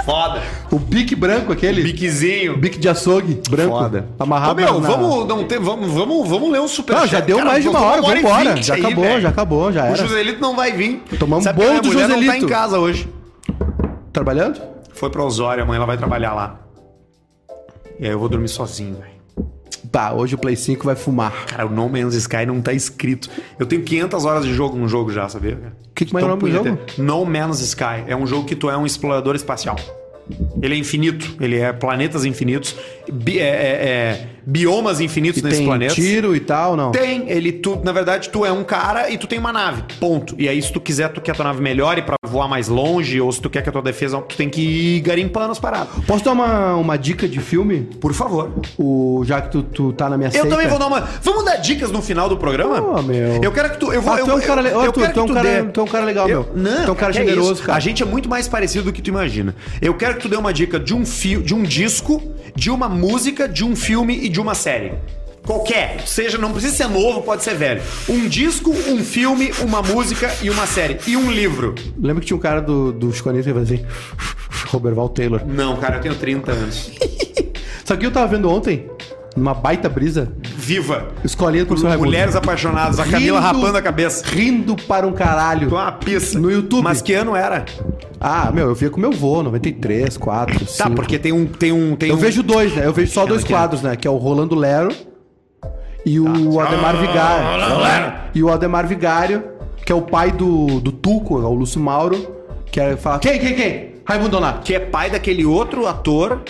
Speaker 2: Foda.
Speaker 1: O bique branco, aquele. Bique,
Speaker 2: Biquezinho.
Speaker 1: de açougue, branco. tá
Speaker 2: Foda.
Speaker 1: Amarrado.
Speaker 2: Ô, meu,
Speaker 1: na-
Speaker 2: vamos, não ter, vamos, vamos, vamos ler um super
Speaker 1: Não, já deu mais de uma hora, vambora. Já acabou, já acabou, já
Speaker 2: O
Speaker 1: era.
Speaker 2: Joselito não vai vir.
Speaker 1: Tomamos
Speaker 2: Sabe
Speaker 1: bolo
Speaker 2: que a
Speaker 1: do
Speaker 2: minha mulher não tá
Speaker 1: Joselito.
Speaker 2: em casa hoje.
Speaker 1: Trabalhando?
Speaker 2: Foi pra Osório, amanhã ela vai trabalhar lá. E aí eu vou dormir sozinho, velho.
Speaker 1: Pá, Tá, hoje o Play 5 vai fumar.
Speaker 2: Cara, o No Man's Sky não tá escrito. Eu tenho 500 horas de jogo no jogo já, sabia? Então,
Speaker 1: Que que mais nome do
Speaker 2: podia
Speaker 1: jogo?
Speaker 2: ter. No Man's Sky. É um jogo que tu é um explorador espacial. Ele é infinito. Ele é planetas infinitos. bi- é- é- é biomas infinitos nesses
Speaker 1: tem
Speaker 2: planetas.
Speaker 1: tiro e tal, não.
Speaker 2: Tem, ele tu, na verdade, tu é um cara e tu tem uma nave. Ponto. E aí se tu quiser, tu quer a tua nave melhore pra voar mais longe ou se tu quer que a tua defesa, tu tem que ir garimpando as paradas.
Speaker 1: Posso dar uma, uma dica de filme?
Speaker 2: Por favor.
Speaker 1: O, já que tu, tu tá na minha
Speaker 2: Eu
Speaker 1: seita.
Speaker 2: também vou dar uma. Vamos dar dicas no final do programa?
Speaker 1: Pô, meu.
Speaker 2: Eu quero que tu. Eu vou.
Speaker 1: Ah,
Speaker 2: eu,
Speaker 1: tu é um
Speaker 2: eu-
Speaker 1: cara le-
Speaker 2: eu
Speaker 1: Olha, tu-
Speaker 2: quero
Speaker 1: tu é
Speaker 2: que
Speaker 1: um cara-
Speaker 2: dê-
Speaker 1: tu é um cara legal,
Speaker 2: Eu-
Speaker 1: meu. Tu é um cara
Speaker 2: que
Speaker 1: generoso,
Speaker 2: isso.
Speaker 1: cara.
Speaker 2: A gente é muito mais parecido do que tu imagina. Eu quero que tu dê uma dica de um fio, de um disco, de uma música, de um filme e de uma série. Qualquer, seja, não precisa ser novo, pode ser velho. Um disco, um filme, uma música e uma série. E um livro.
Speaker 1: Lembra que tinha um cara do, do Chiconito que fazia assim, Robert Val Taylor.
Speaker 2: Não, cara, eu tenho 30 anos.
Speaker 1: Só que eu tava vendo ontem, numa baita brisa,
Speaker 2: Viva!
Speaker 1: escolhendo por seu Raimundo.
Speaker 2: Mulheres apaixonadas, a Camila
Speaker 1: é Rindo-
Speaker 2: rapando a cabeça.
Speaker 1: Rindo para um caralho.
Speaker 2: Tô uma pista.
Speaker 1: No YouTube.
Speaker 2: Mas que ano era?
Speaker 1: Ah, meu, eu via com meu vô, 93, 4,
Speaker 2: Tá, porque tem um. Tem um tem
Speaker 1: Eu
Speaker 2: um...
Speaker 1: vejo dois, né? Eu vejo só dois
Speaker 2: aqui,
Speaker 1: quadros, né? Que é o Rolando Lero e o
Speaker 2: Tá. Ah,
Speaker 1: Ademar Vigário. E o Ademar Vigário, que é o pai do, do Tuco, é o Lúcio Mauro, que é falar. Quem, quem, quem? Raimundo Donato.
Speaker 2: Que é pai daquele outro ator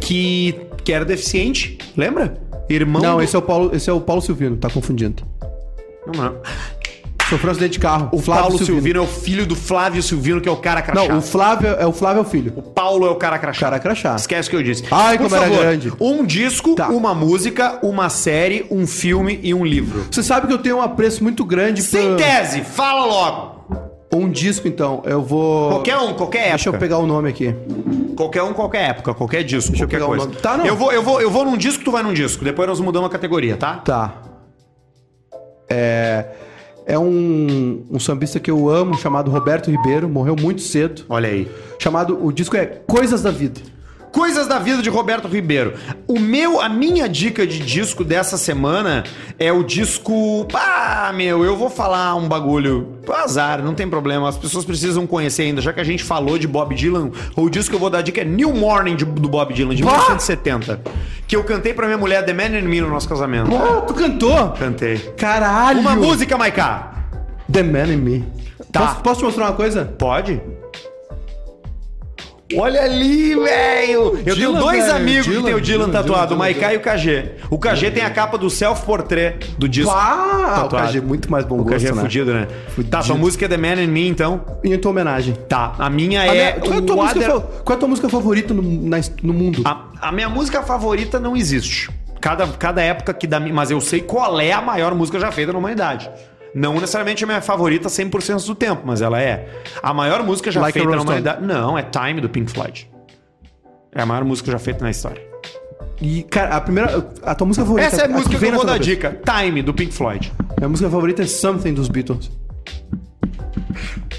Speaker 2: que, que era deficiente, lembra? Irmão.
Speaker 1: Não,
Speaker 2: do-
Speaker 1: esse é o Paulo, esse é o Paulo Silvino, tá confundindo.
Speaker 2: Não, não.
Speaker 1: Sofreu um acidente de carro.
Speaker 2: O Paulo Silvino. é o filho do Flávio Silvino, que é o cara crachá.
Speaker 1: Não, o Flávio é o Flávio é o filho.
Speaker 2: o Paulo é o cara crachá.
Speaker 1: Cara crachá.
Speaker 2: Esquece o que eu disse.
Speaker 1: Ai, como era grande.
Speaker 2: Um disco,
Speaker 1: Tá.
Speaker 2: uma música, uma série, um filme e um livro.
Speaker 1: Você sabe que eu tenho um apreço muito grande
Speaker 2: Sem tese, fala logo.
Speaker 1: um disco, então. Eu vou.
Speaker 2: Qualquer um, qualquer época.
Speaker 1: Deixa eu pegar o nome aqui.
Speaker 2: Qualquer um, qualquer época, qualquer disco,
Speaker 1: Deixa eu
Speaker 2: qualquer
Speaker 1: pegar o
Speaker 2: coisa.
Speaker 1: nome. Tá, não.
Speaker 2: Eu vou, eu vou, eu vou num disco, tu vai num disco. Depois nós mudamos a categoria, tá?
Speaker 1: Tá. É. É um, um sambista que eu amo, chamado Roberto Ribeiro, morreu muito cedo.
Speaker 2: Olha aí.
Speaker 1: Chamado. O disco é Coisas da Vida.
Speaker 2: Coisas da vida de Roberto Ribeiro. O meu, a minha dica de disco dessa semana é o disco. Ah, meu, eu vou falar um bagulho. Azar, não tem problema. As pessoas precisam conhecer ainda, já que a gente falou de Bob Dylan. O disco que eu vou dar dica é New Morning de- do Bob Dylan, de 1970. Que eu cantei pra minha mulher, The Man and Me, no nosso casamento.
Speaker 1: Oh, tu cantou?
Speaker 2: Cantei.
Speaker 1: Caralho!
Speaker 2: Uma música, Maiká.
Speaker 1: The Man in Me.
Speaker 2: Tá.
Speaker 1: Posso, posso te mostrar uma coisa?
Speaker 2: Pode? Olha ali, velho! Eu tenho
Speaker 1: Dylan,
Speaker 2: dois
Speaker 1: velho.
Speaker 2: amigos
Speaker 1: Dylan,
Speaker 2: que tem o Dylan,
Speaker 1: Dylan,
Speaker 2: tatuado,
Speaker 1: Dylan,
Speaker 2: o Maiká e o KG. O KG tem a capa do self-portrait do disco.
Speaker 1: Pá! O
Speaker 2: Tatuado.
Speaker 1: KG é muito mais bom
Speaker 2: O KG é
Speaker 1: né?
Speaker 2: fudido, né? Tá, sua música é The Man and Me, então?
Speaker 1: Em tua homenagem.
Speaker 2: Tá, a minha
Speaker 1: A minha-
Speaker 2: é...
Speaker 1: qual, é a tua
Speaker 2: o
Speaker 1: música
Speaker 2: Other-
Speaker 1: fa- qual é a tua música favorita no, na his- no mundo?
Speaker 2: a, a minha música favorita não existe. Cada, cada época que dá... Mas eu sei qual é a maior música já feita na humanidade. Não necessariamente a minha favorita 100% do tempo, mas ela é. A maior música já
Speaker 1: Like a
Speaker 2: feita na
Speaker 1: Rolling Stone.
Speaker 2: humanidade... Não, é Time do Pink Floyd. É a maior música já feita na história.
Speaker 1: E, cara, a primeira. A tua música favorita.
Speaker 2: Essa é a música que,
Speaker 1: vem
Speaker 2: eu
Speaker 1: na
Speaker 2: vou
Speaker 1: tua
Speaker 2: dar
Speaker 1: cabeça.
Speaker 2: dica. Time, do Pink Floyd.
Speaker 1: Minha música favorita é Something dos Beatles.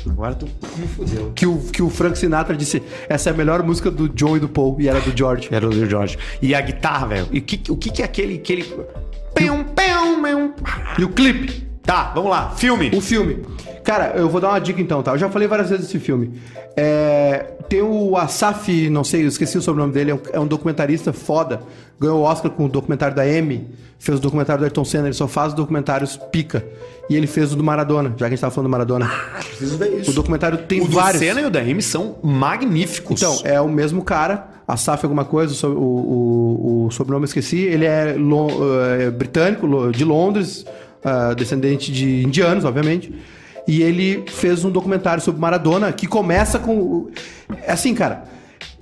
Speaker 2: Agora tu me fudeu.
Speaker 1: Que o, que o Frank Sinatra disse: essa é a melhor música do John e do Paul, e era do George.
Speaker 2: Era o do George. E a guitarra, velho. E o que, o que que é aquele... aquele... Pum, pum, pum.
Speaker 1: E o clipe?
Speaker 2: Tá, vamos lá. Filme.
Speaker 1: O filme. Cara, eu vou dar uma dica então, tá? Eu já falei várias vezes desse filme. É, tem o Asaf, não sei, eu esqueci o sobrenome dele, é um, é um documentarista foda. Ganhou o Oscar com o documentário da Emmy, fez o documentário do Ayrton Senna, ele só faz documentários pica. E ele fez o do Maradona, já que a gente tava falando do Maradona. O documentário tem
Speaker 2: O do
Speaker 1: vários.
Speaker 2: Senna é e o da Amy são magníficos.
Speaker 1: Então, é o mesmo cara, Asaf alguma coisa, o so- o, o- o sobrenome eu esqueci. Ele é, lo- eh, britânico, lo- de Londres, ah, descendente de indianos, obviamente. E ele fez um documentário sobre Maradona que começa com. o- é Assim, cara,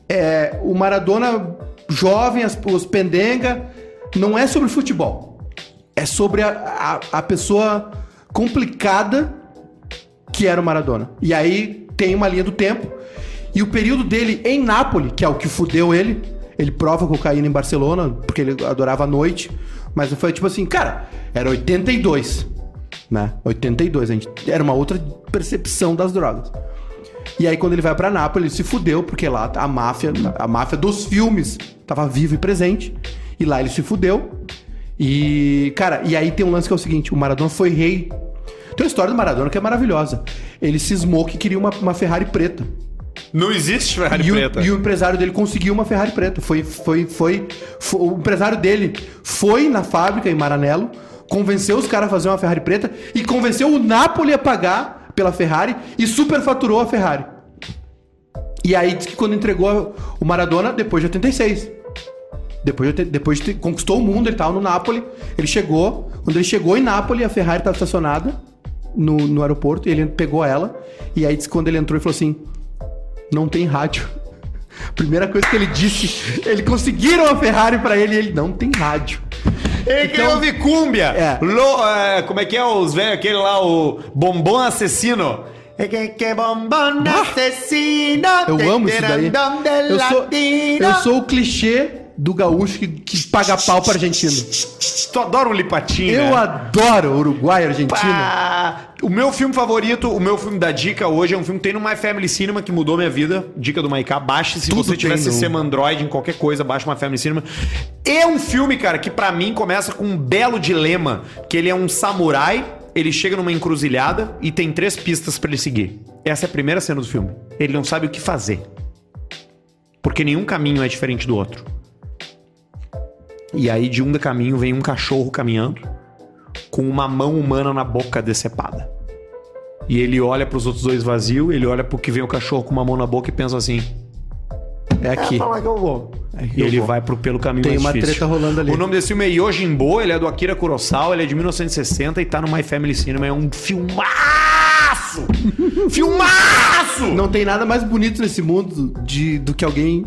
Speaker 1: é, o Maradona jovem, as, os pendenga, não é sobre futebol. É sobre a- a- a pessoa complicada que era o Maradona. E aí tem uma linha do tempo. E o período dele em Nápoles, que é o que fudeu ele, ele prova cocaína em Barcelona, porque ele adorava a noite. Mas foi tipo assim, cara, era 82. Né? 82, a gente, era uma outra percepção das drogas. E aí quando ele vai pra Nápoles, ele se fudeu, porque lá a máfia, a máfia dos filmes tava viva e presente. E lá ele se fudeu. E, cara, e aí tem um lance que é o seguinte, o Maradona foi rei. Tem uma história do Maradona que é maravilhosa. Ele cismou que queria uma, uma Ferrari preta.
Speaker 2: Não existe Ferrari
Speaker 1: é- e, o,
Speaker 2: preta.
Speaker 1: e o empresário dele conseguiu uma Ferrari preta. Foi, foi, foi, fo- O empresário dele foi na fábrica em Maranello, convenceu os caras a fazer uma Ferrari preta e convenceu o Napoli a pagar pela Ferrari e superfaturou a Ferrari. E aí diz que quando entregou o Maradona, depois de 86. Depois de, ter- depois de ter- conquistou o mundo, ele tava no Napoli. Ele chegou. Quando ele chegou em Nápoles, a Ferrari estava estacionada no, no aeroporto. E ele pegou ela. E aí, disse que quando ele entrou, ele falou assim: Não tem rádio. Primeira coisa que ele disse: Ele conseguiram a Ferrari pra ele. E ele: Não tem rádio.
Speaker 2: Ele queria
Speaker 1: Então-
Speaker 2: ouvir cúmbia.
Speaker 1: É.
Speaker 2: Lo- é, como é que é os velhos? Aquele lá, o bombom assassino. É que, que bombom assassino.
Speaker 1: Eu amo isso daí.
Speaker 2: tererandom de
Speaker 1: Eu sou,
Speaker 2: latino.
Speaker 1: eu sou o clichê do gaúcho que, que paga pau pra Argentina.
Speaker 2: Tu adora o Lipatinho,
Speaker 1: Eu
Speaker 2: né?
Speaker 1: adoro Uruguai e Argentina.
Speaker 2: Pá! O meu filme favorito, o meu filme da dica hoje é um filme que tem no My Family Cinema que mudou minha vida. Dica do Maiká, baixe se
Speaker 1: Tudo
Speaker 2: você tiver
Speaker 1: tem no-
Speaker 2: sistema Android em qualquer coisa, baixe My Family Cinema. É um filme, cara, que pra mim começa com um belo dilema, que ele é um samurai, ele chega numa encruzilhada e tem três pistas pra ele seguir. Essa é a primeira cena do filme. Ele não sabe o que fazer. Porque nenhum caminho é diferente do outro. E aí de um caminho vem um cachorro caminhando com uma mão humana na boca decepada. E ele olha pros outros dois vazios, ele olha pro que vem o cachorro com uma mão na boca e pensa assim:
Speaker 1: É aqui. É,
Speaker 4: Fala que eu vou.
Speaker 5: E ele vai pro, pelo caminho
Speaker 1: Tem
Speaker 2: É
Speaker 5: mais
Speaker 1: uma
Speaker 5: difícil.
Speaker 1: treta rolando ali.
Speaker 2: O nome desse filme é Yojimbo, ele é do Akira Kurosawa, ele é de 1960 e tá no My Family Cinema. É um filmaço! filmaço!
Speaker 1: Não tem nada mais bonito nesse mundo de, do que alguém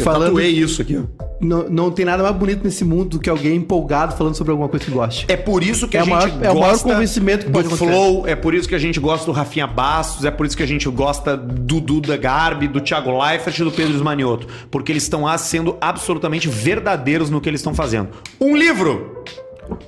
Speaker 1: falando.
Speaker 5: Tatuei isso aqui, ó.
Speaker 1: Não, não tem nada mais bonito nesse mundo do que alguém empolgado falando sobre alguma coisa que goste.
Speaker 2: É por isso que
Speaker 1: É
Speaker 2: a
Speaker 1: o
Speaker 2: gente
Speaker 1: maior-
Speaker 2: gosta
Speaker 1: é o maior convencimento que
Speaker 2: do
Speaker 1: pode acontecer.
Speaker 2: Flow, é por isso que a gente gosta do Rafinha Bastos, é por isso que a gente gosta do Duda Garbi, do Thiago Leifert e do Pedro Esmanioto. Porque eles estão lá sendo absolutamente verdadeiros no que eles estão fazendo. Um livro!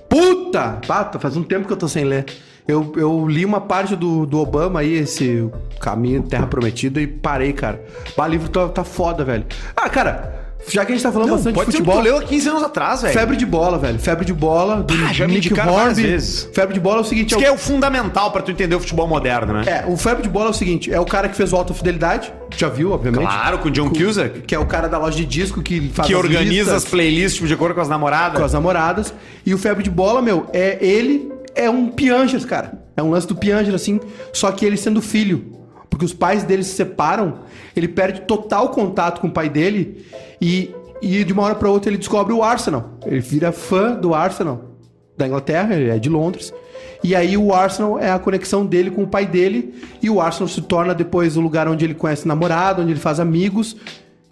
Speaker 1: Puta! Pata, faz um tempo que eu tô sem ler. Eu, eu li uma parte do, do Obama aí, esse Caminho Terra Prometida, e parei, cara. O livro tá, tá foda, velho. Ah, cara, já que a gente tá falando bastante de
Speaker 2: pode ser um que
Speaker 1: futebol.
Speaker 2: tu leu há 15 anos atrás, velho.
Speaker 1: Febre de bola, velho. Febre de bola do
Speaker 2: Pá, já me
Speaker 1: Nick
Speaker 2: indicaram várias
Speaker 1: Hornby.
Speaker 2: vezes.
Speaker 1: Febre de bola é o seguinte,
Speaker 2: Isso
Speaker 1: é o
Speaker 2: que é o fundamental pra tu entender o futebol moderno, né?
Speaker 1: É, o febre de bola é o seguinte: é o cara que fez o Alta Fidelidade, já viu, obviamente.
Speaker 2: Claro, com o John Cusack.
Speaker 1: Que é o cara da loja de disco que faz
Speaker 2: que
Speaker 1: as
Speaker 2: organiza as
Speaker 1: listas
Speaker 2: playlists tipo, de acordo com as namoradas.
Speaker 1: com as namoradas. E o febre de bola, meu, é ele é um pianjas, cara. É um lance do pianjas assim, só que ele sendo filho. Porque os pais dele se separam, ele perde total contato com o pai dele e, e de uma hora pra outra ele descobre o Arsenal. Ele vira fã do Arsenal da Inglaterra, ele é de Londres. E aí o Arsenal é a conexão dele com o pai dele. E o Arsenal se torna depois o lugar onde ele conhece namorado, onde ele faz amigos.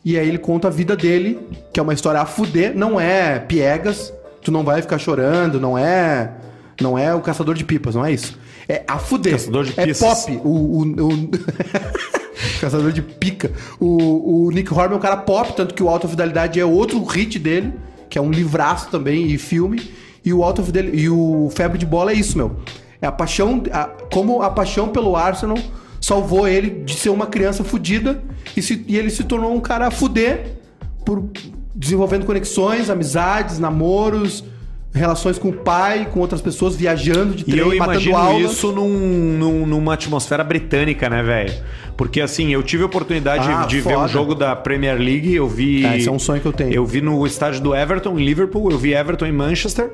Speaker 1: E aí ele conta a vida dele, que é uma história a fuder, não é piegas, tu não vai ficar chorando, não é. Não é o caçador de pipas, não é isso. É a fuder.
Speaker 2: Caçador de
Speaker 1: é
Speaker 2: pizzas.
Speaker 1: pop. O, o- o- caçador de pica. O, o Nick Horner é um cara pop, tanto que o Alta Fidelidade é outro hit dele, que é um livraço também e filme. E o Alta Fidelidade, e o Febre de Bola é isso, meu. É a paixão, a- como a paixão pelo Arsenal salvou ele de ser uma criança fudida e, se- e ele se tornou um cara a fuder por desenvolvendo conexões, amizades, namoros, relações com o pai, com outras pessoas, viajando de
Speaker 2: E
Speaker 1: trem,
Speaker 2: eu
Speaker 1: matando
Speaker 2: imagino
Speaker 1: aula.
Speaker 2: isso num- num- numa atmosfera britânica, né, velho? Porque assim, eu tive a oportunidade
Speaker 1: Ah,
Speaker 2: de ver
Speaker 1: foda.
Speaker 2: um jogo da Premier League, eu vi.
Speaker 1: Ah, esse é um sonho que eu tenho.
Speaker 2: Eu vi no estádio do Everton em Liverpool, eu vi Everton em Manchester.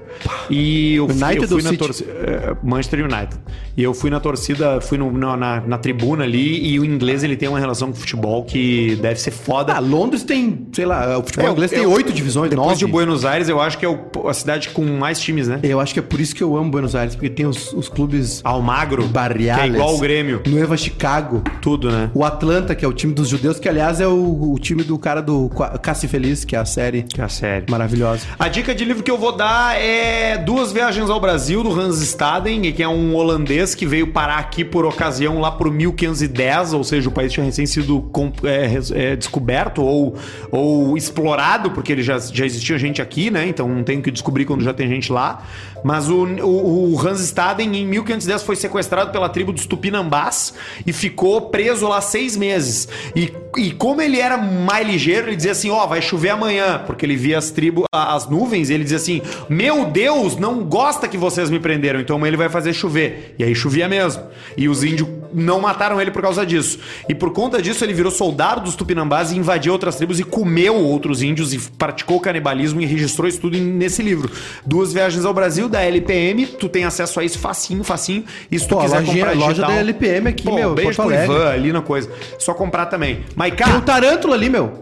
Speaker 2: E eu fui,
Speaker 1: United
Speaker 2: eu fui
Speaker 1: ou
Speaker 2: na
Speaker 1: City?
Speaker 2: torcida. Manchester United. E eu fui na torcida, fui no- na, na- na tribuna ali, e o inglês ele tem uma relação com o futebol que deve ser foda.
Speaker 1: Ah, Londres tem, sei lá, Tipo, o futebol
Speaker 2: É,
Speaker 1: inglês tem
Speaker 2: eu-
Speaker 1: oito divisões,
Speaker 2: Depois
Speaker 1: nove.
Speaker 2: de Buenos Aires, eu acho que é o- a cidade com mais times, né?
Speaker 1: Eu acho que é por isso que eu amo Buenos Aires, porque tem os, os clubes
Speaker 2: Almagro,
Speaker 1: barriales.
Speaker 2: que é igual o Grêmio,
Speaker 1: Nueva Chicago.
Speaker 2: tudo, né?
Speaker 1: O Atlanta, que é o time dos judeus, que aliás é o, o time do cara do Qua- Cassi Feliz, que é a série
Speaker 2: Que é a série.
Speaker 1: maravilhosa.
Speaker 2: A dica de livro que eu vou dar é Duas Viagens ao Brasil, do Hans Staden, que é um holandês que veio parar aqui por ocasião lá por 1510, ou seja, o país tinha recém sido com- é, res- é, descoberto ou, ou explorado, porque ele já, já existia gente aqui, né? Então não tem o que descobrir quando já tem gente lá. Mas o, o, o Hans Staden, em 1510, foi sequestrado pela tribo dos Tupinambás e ficou preso lá seis meses. E, e como ele era mais ligeiro, ele dizia assim: Ó, vai chover amanhã, porque ele via as tribos, as nuvens, e ele dizia assim: Meu Deus, não gosta que vocês me prenderam, então amanhã ele vai fazer chover. E aí chovia mesmo. E os índios não mataram ele por causa disso. E por conta disso, ele virou soldado dos Tupinambás e invadiu outras tribos e comeu outros índios e praticou canibalismo e registrou isso tudo em- nesse livro. Duas Viagens ao Brasil, da LPM. Tu tem acesso a isso facinho, facinho. E se tu
Speaker 1: Pô, a
Speaker 2: quiser
Speaker 1: lojinha-
Speaker 2: comprar
Speaker 1: a loja
Speaker 2: digital-
Speaker 1: da LPM aqui,
Speaker 2: Pô,
Speaker 1: meu,
Speaker 2: Beijo
Speaker 1: Porto
Speaker 2: pro
Speaker 1: Alegre.
Speaker 2: Ivan ali na coisa. Só comprar também.
Speaker 1: Tem o
Speaker 2: Maiká,
Speaker 1: Tarântula ali, meu.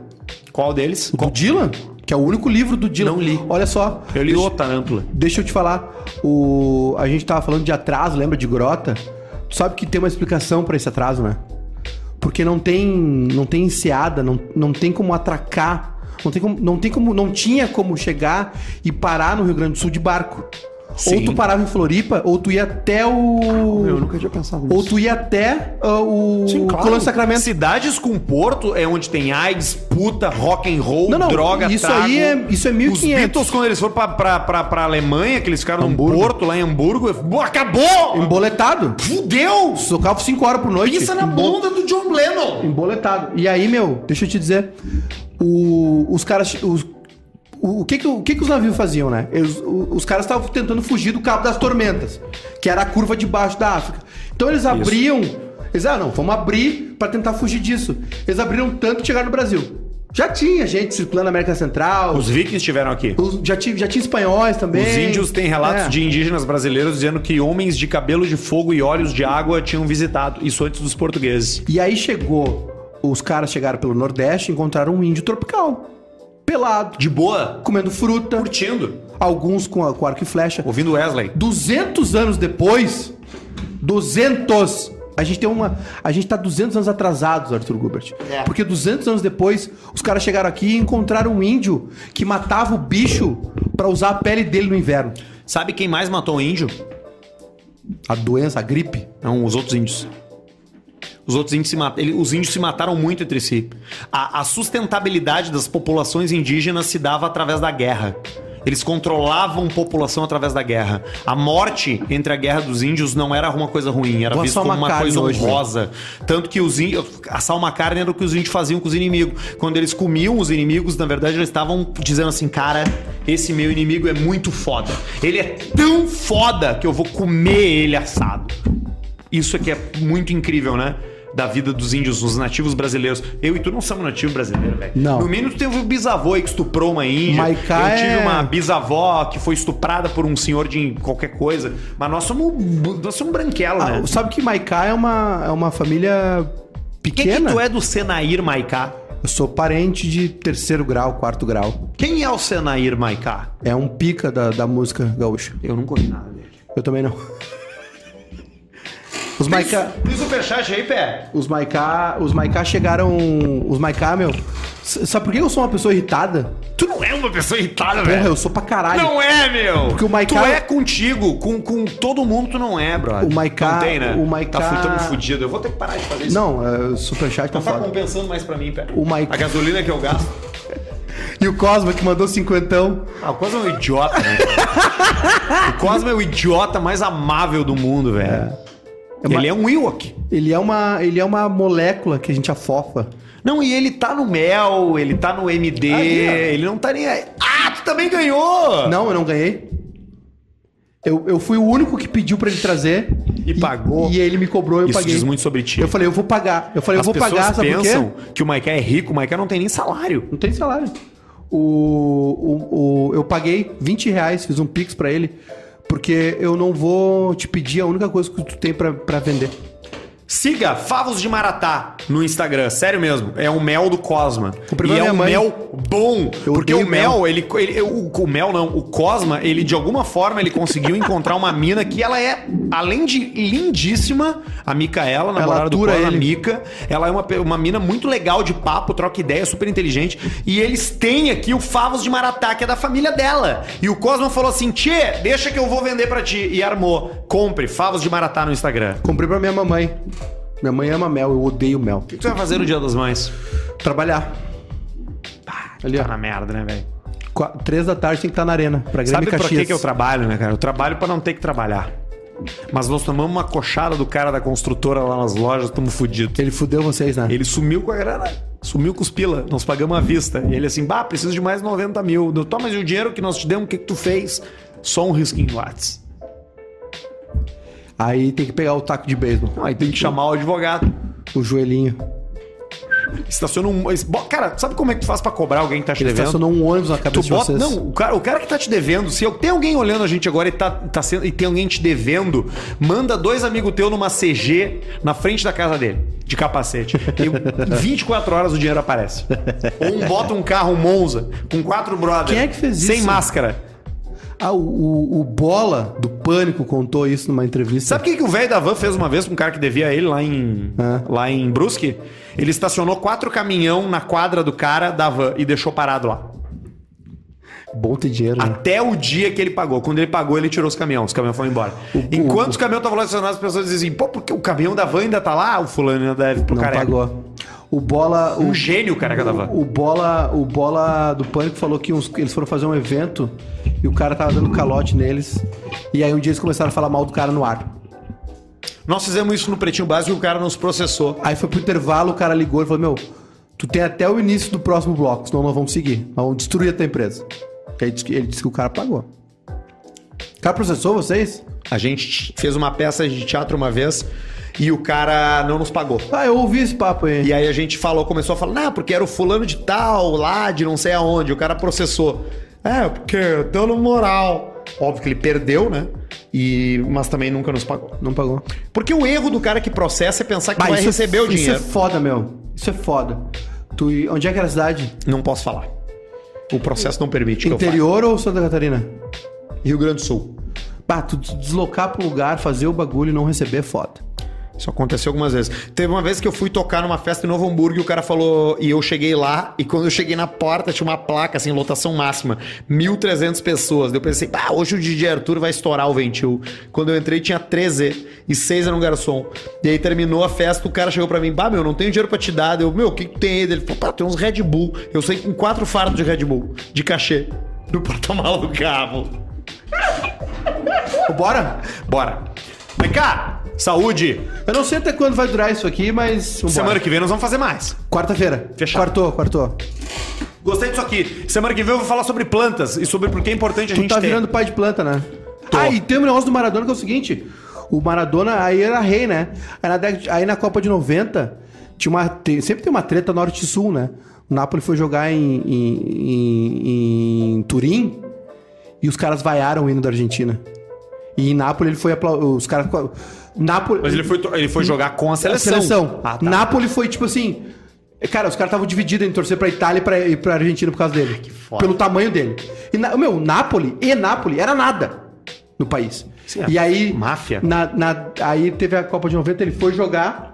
Speaker 2: qual deles?
Speaker 1: O do Dylan, que é o único livro do Dylan. Não li. Olha só.
Speaker 2: Eu li
Speaker 1: Deixa-
Speaker 2: o Tarântula.
Speaker 1: Deixa eu te falar, o... a gente tava falando de atraso, lembra de grota? Tu sabe que tem uma explicação pra esse atraso, né? Porque não tem, não tem enseada, não, não tem como atracar, não tem como, não tem como, não tinha como chegar e parar no Rio Grande do Sul de barco. Ou tu parava em Floripa, ou tu ia até o
Speaker 2: Eu nunca tinha pensado
Speaker 1: ou tu ia até ah, o Colônia do Sacramento.
Speaker 2: Cidades com porto é onde tem AIDS, puta, rock and roll,
Speaker 1: Não, não,
Speaker 2: droga,
Speaker 1: isso
Speaker 2: trago.
Speaker 1: aí é- isso é
Speaker 2: Os
Speaker 1: 1500.
Speaker 2: Beatles, quando eles foram pra, pra, pra, pra Alemanha, que eles ficaram num porto lá em Hamburgo, eu- acabou!
Speaker 1: Emboletado.
Speaker 2: Fudeu!
Speaker 1: Socava 5 horas por noite.
Speaker 2: Pensa na
Speaker 1: Embo-
Speaker 2: bunda do John Lennon!
Speaker 1: Emboletado. E aí, meu, deixa eu te dizer, o- os caras. os- o, o que que, o que que os navios faziam, né? Eles- o- os caras estavam tentando fugir do Cabo das Tormentas, que era a curva de baixo da África. Então eles abriam. Eles, ah, não, vamos abrir pra tentar fugir disso. Eles abriram tanto que chegaram no Brasil. Já tinha gente circulando na América Central,
Speaker 2: Os vikings estiveram aqui.
Speaker 1: os- já, tinha, já tinha espanhóis também.
Speaker 2: Os índios têm relatos
Speaker 1: É.
Speaker 2: de indígenas brasileiros dizendo que homens de cabelo de fogo e olhos de água tinham visitado. Isso antes dos portugueses.
Speaker 1: E aí chegou os caras chegaram pelo Nordeste e encontraram um índio tropical. Pelado,
Speaker 4: De boa?
Speaker 1: comendo fruta,
Speaker 4: Curtindo.
Speaker 1: alguns com, a- com arco e flecha.
Speaker 2: Ouvindo Wesley.
Speaker 1: 200 anos depois, 200, a gente tem uma, a gente tá 200 anos atrasados, Arthur Gubert.
Speaker 7: É.
Speaker 1: Porque 200 anos depois, os caras chegaram aqui e encontraram um índio que matava o bicho pra usar a pele dele no inverno.
Speaker 2: Sabe quem mais matou um índio?
Speaker 1: A doença, a gripe.
Speaker 2: Não, os outros índios. Os outros índios se mataram. Os índios se mataram muito entre si. A, a sustentabilidade das populações indígenas se dava através da guerra. Eles controlavam população através da guerra. A morte entre a guerra dos índios não era uma coisa ruim, era
Speaker 1: Vou
Speaker 2: vista
Speaker 1: assar
Speaker 2: como
Speaker 1: uma
Speaker 2: uma
Speaker 1: carne
Speaker 2: coisa
Speaker 1: hoje, né?
Speaker 2: honrosa. Tanto que os índios. Assar uma carne era o que os índios faziam com os inimigos. Quando eles comiam os inimigos, na verdade, eles estavam dizendo assim: cara, esse meu inimigo é muito foda. Ele é tão foda que eu vou comer ele assado. Isso é que é muito incrível, né? Da vida dos índios, dos nativos brasileiros. Eu e tu não somos nativos brasileiros, velho.
Speaker 1: Não.
Speaker 2: No mínimo, tu teve um bisavô aí que estuprou uma índia.
Speaker 1: Maiká
Speaker 2: Eu tive
Speaker 1: é-
Speaker 2: uma bisavó que foi estuprada por um senhor de qualquer coisa. Mas nós somos, nós somos branquelo, né?
Speaker 1: Ah, sabe que Maiká é uma, é uma família
Speaker 2: Quem que
Speaker 1: pequena?
Speaker 2: tu é do Senair Maiká?
Speaker 1: Eu sou parente de terceiro grau, quarto grau.
Speaker 2: Quem é o Senair Maiká?
Speaker 1: É um pica da, da música gaúcha.
Speaker 2: Eu nunca ouvi nada dele.
Speaker 1: Eu também não. Os Maiká...
Speaker 2: Tem superchat aí, Pé?
Speaker 1: Os Maiká, os Maiká chegaram. Os Maiká, meu. s- Sabe por que eu sou uma pessoa irritada?
Speaker 2: Tu não é uma pessoa irritada,
Speaker 1: Porra,
Speaker 2: velho.
Speaker 1: eu sou pra caralho.
Speaker 2: Não é, meu!
Speaker 1: Porque o Maiká-
Speaker 2: Tu é contigo, com, com todo mundo tu não é, brother.
Speaker 1: O Maiká-
Speaker 2: Não tem, né?
Speaker 1: o Maiká-
Speaker 2: Tá ficando fudido. Eu vou ter que parar de fazer isso.
Speaker 1: Não, é, superchat tá
Speaker 2: Não tá
Speaker 1: foda.
Speaker 2: compensando mais pra mim, pé.
Speaker 1: O Maiká-
Speaker 2: A gasolina que eu gasto.
Speaker 1: E o Cosma que mandou cinquentão.
Speaker 2: Ah, o Cosmo é um idiota, né? o Cosmo é o idiota mais amável do mundo, velho.
Speaker 1: É uma-
Speaker 2: Ele é um Ewok.
Speaker 1: Ele é uma, ele é uma molécula que a gente afofa.
Speaker 2: Não, e ele tá no mel, ele tá no MD,
Speaker 1: Aí, ó.
Speaker 2: ele não tá nem aí. Ah, tu também ganhou!
Speaker 1: Ah, é? Não, eu não ganhei. Eu, eu fui o único que pediu pra ele trazer.
Speaker 2: E pagou.
Speaker 1: E, ele me cobrou, eu
Speaker 2: Isso
Speaker 1: paguei.
Speaker 2: diz muito sobre ti.
Speaker 1: Eu falei, eu vou pagar. Eu falei,
Speaker 2: As
Speaker 1: eu vou
Speaker 2: pessoas
Speaker 1: pagar, sabe por quê?
Speaker 2: pensam que o Maiká é rico, o Maiká não tem nem salário.
Speaker 1: Não tem salário. O, o, o- eu paguei 20 reais, fiz um pix pra ele, porque eu não vou te pedir a única coisa que tu tem pra, pra vender.
Speaker 2: Siga Favos de Maratá no Instagram, sério mesmo. É um mel do Cosma.
Speaker 1: Comprei
Speaker 2: E
Speaker 1: pra
Speaker 2: é
Speaker 1: minha
Speaker 2: um
Speaker 1: mãe.
Speaker 2: mel bom.
Speaker 1: Eu
Speaker 2: porque
Speaker 1: odeio
Speaker 2: o mel, ele, ele- o, o mel não, o Cosma, ele de alguma forma ele conseguiu encontrar uma mina que ela é, além de lindíssima, a Micaela, namorada do
Speaker 1: atura
Speaker 2: Cosma,
Speaker 1: ele.
Speaker 2: Mica, ela é uma, pe- uma mina muito legal de papo, troca ideia, super inteligente. E eles têm aqui o Favos de Maratá, que é da família dela. E o Cosma falou assim: Tchê, deixa que eu vou vender pra ti. E armou. Compre Favos de Maratá no Instagram.
Speaker 1: Comprei pra minha mamãe. Minha mãe ama mel, eu odeio mel.
Speaker 2: O que tu vai fazer no Dia das Mães?
Speaker 1: Trabalhar. Ali,
Speaker 2: Tá na merda, né, velho?
Speaker 1: ó. Qua- Três da tarde tem que estar na arena. Pra Grêmio
Speaker 2: Sabe
Speaker 1: e
Speaker 2: pra
Speaker 1: Caxias.
Speaker 2: que, que eu trabalho, né, cara? Eu trabalho pra não ter que trabalhar. Mas nós tomamos uma coxada do cara da construtora lá nas lojas, tamo fudido.
Speaker 1: Ele fudeu vocês, né?
Speaker 2: Ele sumiu com a grana, sumiu com os pila, nós pagamos à vista. E ele assim, bah, preciso de mais 90 mil. Eu, Toma, mas e o dinheiro que nós te demos, o que que tu fez? Só um risquinho no Whats.
Speaker 1: Aí tem que pegar o taco de beisebol,
Speaker 2: Aí tem que chamar o advogado.
Speaker 1: o joelhinho.
Speaker 2: Estaciona um... Bo- Cara, sabe como é que tu faz pra cobrar alguém que tá te
Speaker 1: Ele
Speaker 2: devendo?
Speaker 1: estacionou um ônibus na cabeça
Speaker 2: Tu bota,
Speaker 1: de vocês.
Speaker 2: não, o cara, o cara que tá te devendo, se eu- tem alguém olhando a gente agora e, tá, tá sendo, e tem alguém te devendo, manda dois amigos teus numa CG na frente da casa dele, de capacete. E 24 horas o dinheiro aparece. Ou um bota um carro, um Monza, com quatro brothers.
Speaker 1: Quem é que fez
Speaker 2: Sem
Speaker 1: isso?
Speaker 2: máscara.
Speaker 1: Ah, o, o, o Bola do Pânico contou isso numa entrevista.
Speaker 2: Sabe o que, que o velho da van fez uma vez com um cara que devia a ele lá em,
Speaker 1: Ah.
Speaker 2: lá em Brusque? Ele estacionou quatro caminhão na quadra do cara da van e deixou parado lá.
Speaker 1: Bom ter dinheiro, né?
Speaker 2: Até o dia que ele pagou. Quando ele pagou, ele tirou os caminhões. Os caminhões foram embora. Enquanto os caminhões estavam lá estacionados, as pessoas diziam assim, pô, porque o caminhão da van ainda tá lá? O fulano ainda deve pro
Speaker 1: Não
Speaker 2: careca.
Speaker 1: pagou. O Bola.
Speaker 2: Um
Speaker 1: o-
Speaker 2: gênio o careca da van.
Speaker 1: O, o bola, o bola do pânico falou que uns- eles foram fazer um evento e o cara tava dando calote neles. E aí um dia eles começaram a falar mal do cara no ar.
Speaker 2: Nós fizemos isso no Pretinho Básico e o cara nos processou.
Speaker 1: Aí foi pro intervalo, o cara ligou e falou: Meu, tu tem até o início do próximo bloco, senão nós vamos seguir. Nós vamos destruir a tua empresa. E aí disse que- ele disse que o cara pagou. O cara processou vocês?
Speaker 2: A gente fez uma peça de teatro uma vez e o cara não nos pagou.
Speaker 1: Ah, eu ouvi esse papo aí.
Speaker 2: E aí a gente falou, começou a falar, não, porque era o fulano de tal, lá de não sei aonde, o cara processou. É, porque dando moral. Óbvio que ele perdeu, né? E, mas também nunca nos pagou.
Speaker 1: Não pagou.
Speaker 2: Porque o erro do cara que processa é pensar que
Speaker 1: Bah,
Speaker 2: vai
Speaker 1: isso é-
Speaker 2: receber o
Speaker 1: Isso é
Speaker 2: dinheiro.
Speaker 1: foda, meu. Isso é foda. Tu, e- onde é que era a cidade?
Speaker 2: Não posso falar. O processo não permite que
Speaker 1: Interior ou Santa Catarina?
Speaker 2: eu fale. Rio Grande do Sul.
Speaker 1: Pá, tu te deslocar pro lugar, fazer o bagulho e não receber é foda.
Speaker 2: Isso aconteceu algumas vezes. Teve uma vez que eu fui tocar numa festa em Novo Hamburgo e o cara falou. E eu cheguei lá, e quando eu cheguei na porta, tinha uma placa assim, lotação máxima: 1.300 pessoas. Daí eu pensei, ah, hoje o DJ Arthur vai estourar o ventil. Quando eu entrei, tinha 13 e 6 era um garçom. E aí terminou a festa, o cara chegou pra mim: bah, meu, não tenho dinheiro pra te dar. Daí Eu, meu, o que, que tem aí? Daí Ele falou, pá, tem uns Red Bull. Eu saí com quatro fardos de Red Bull, de cachê, do porta-mal do carro.
Speaker 1: Bora?
Speaker 2: Bora. Vem cá! Saúde!
Speaker 1: Eu não sei até quando vai durar isso aqui, mas. vambora.
Speaker 2: Semana que vem nós vamos fazer mais.
Speaker 1: Quarta-feira.
Speaker 2: Fechado.
Speaker 1: Quartou, quartou.
Speaker 2: Gostei disso aqui. Semana que vem eu vou falar sobre plantas e sobre por que é importante a
Speaker 1: Tu
Speaker 2: gente
Speaker 1: tá
Speaker 2: ter.
Speaker 1: virando pai de planta, né? Ah, e tem um negócio do Maradona que é o seguinte: o Maradona aí era rei, né? Aí na, década de- aí na Copa de 90, tinha uma, te- sempre tem uma treta norte e sul, né? O Napoli foi jogar em, em, em- em Turim e os caras vaiaram o hino da Argentina. E em Nápoles ele foi aplaudir. Os caras. Nápoles,
Speaker 2: Mas ele foi, ele foi jogar com a seleção. Ah, tá.
Speaker 1: Nápoles foi tipo assim. Cara, os caras estavam divididos em torcer pra Itália e pra, e pra Argentina por causa dele. Pelo tamanho dele. E, na- meu, Nápoles e Nápoles era nada no país. e aí.
Speaker 2: é máfia.
Speaker 1: na- na- aí teve a Copa de 90, ele foi jogar.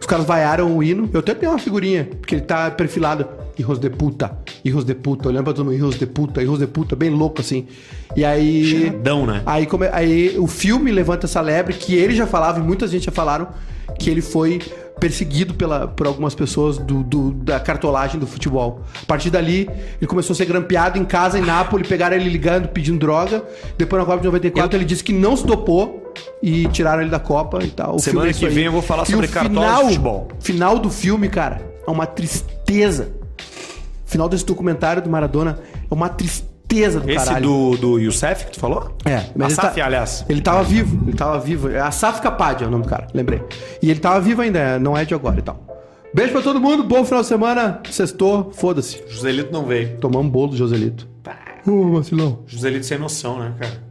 Speaker 1: Os caras vaiaram o hino. Eu até tenho uma figurinha, porque ele tá perfilado. Hijos de puta, hijos de puta, olhando pra todo mundo, hijos de puta, hijos de puta, bem louco assim. E aí.
Speaker 2: Cheiradão, né?
Speaker 1: Aí, come- aí o filme levanta essa lebre que ele já falava e muita gente já falaram que ele foi perseguido pela, por algumas pessoas do, do- da cartolagem do futebol. A partir dali, ele começou a ser grampeado em casa, em Nápoles, pegaram ele ligando, pedindo droga. Depois, na Copa de 94, ele disse que não se dopou e tiraram ele da Copa e tal. O
Speaker 2: Semana
Speaker 1: é isso
Speaker 2: que
Speaker 1: aí.
Speaker 2: vem eu vou falar
Speaker 1: E
Speaker 2: sobre
Speaker 1: o
Speaker 2: cartola de
Speaker 1: final,
Speaker 2: futebol.
Speaker 1: final do filme, cara, é uma tristeza. O final desse documentário do Maradona é uma tristeza do
Speaker 2: Esse
Speaker 1: caralho.
Speaker 2: do, do Youssef que tu falou?
Speaker 1: É, mas ele
Speaker 2: Asaf,
Speaker 1: tá-
Speaker 2: aliás.
Speaker 1: Ele tava vivo, ele tava vivo. É Asaf Kapad é o nome do cara, lembrei. E ele tava vivo ainda, é, não é de agora e tal. Beijo pra todo mundo, bom final de semana. Sextou, foda-se. um
Speaker 2: Joselito não veio.
Speaker 1: Tomamos bolo do Joselito. Uh, vacilão.
Speaker 2: Joselito sem noção, né, cara?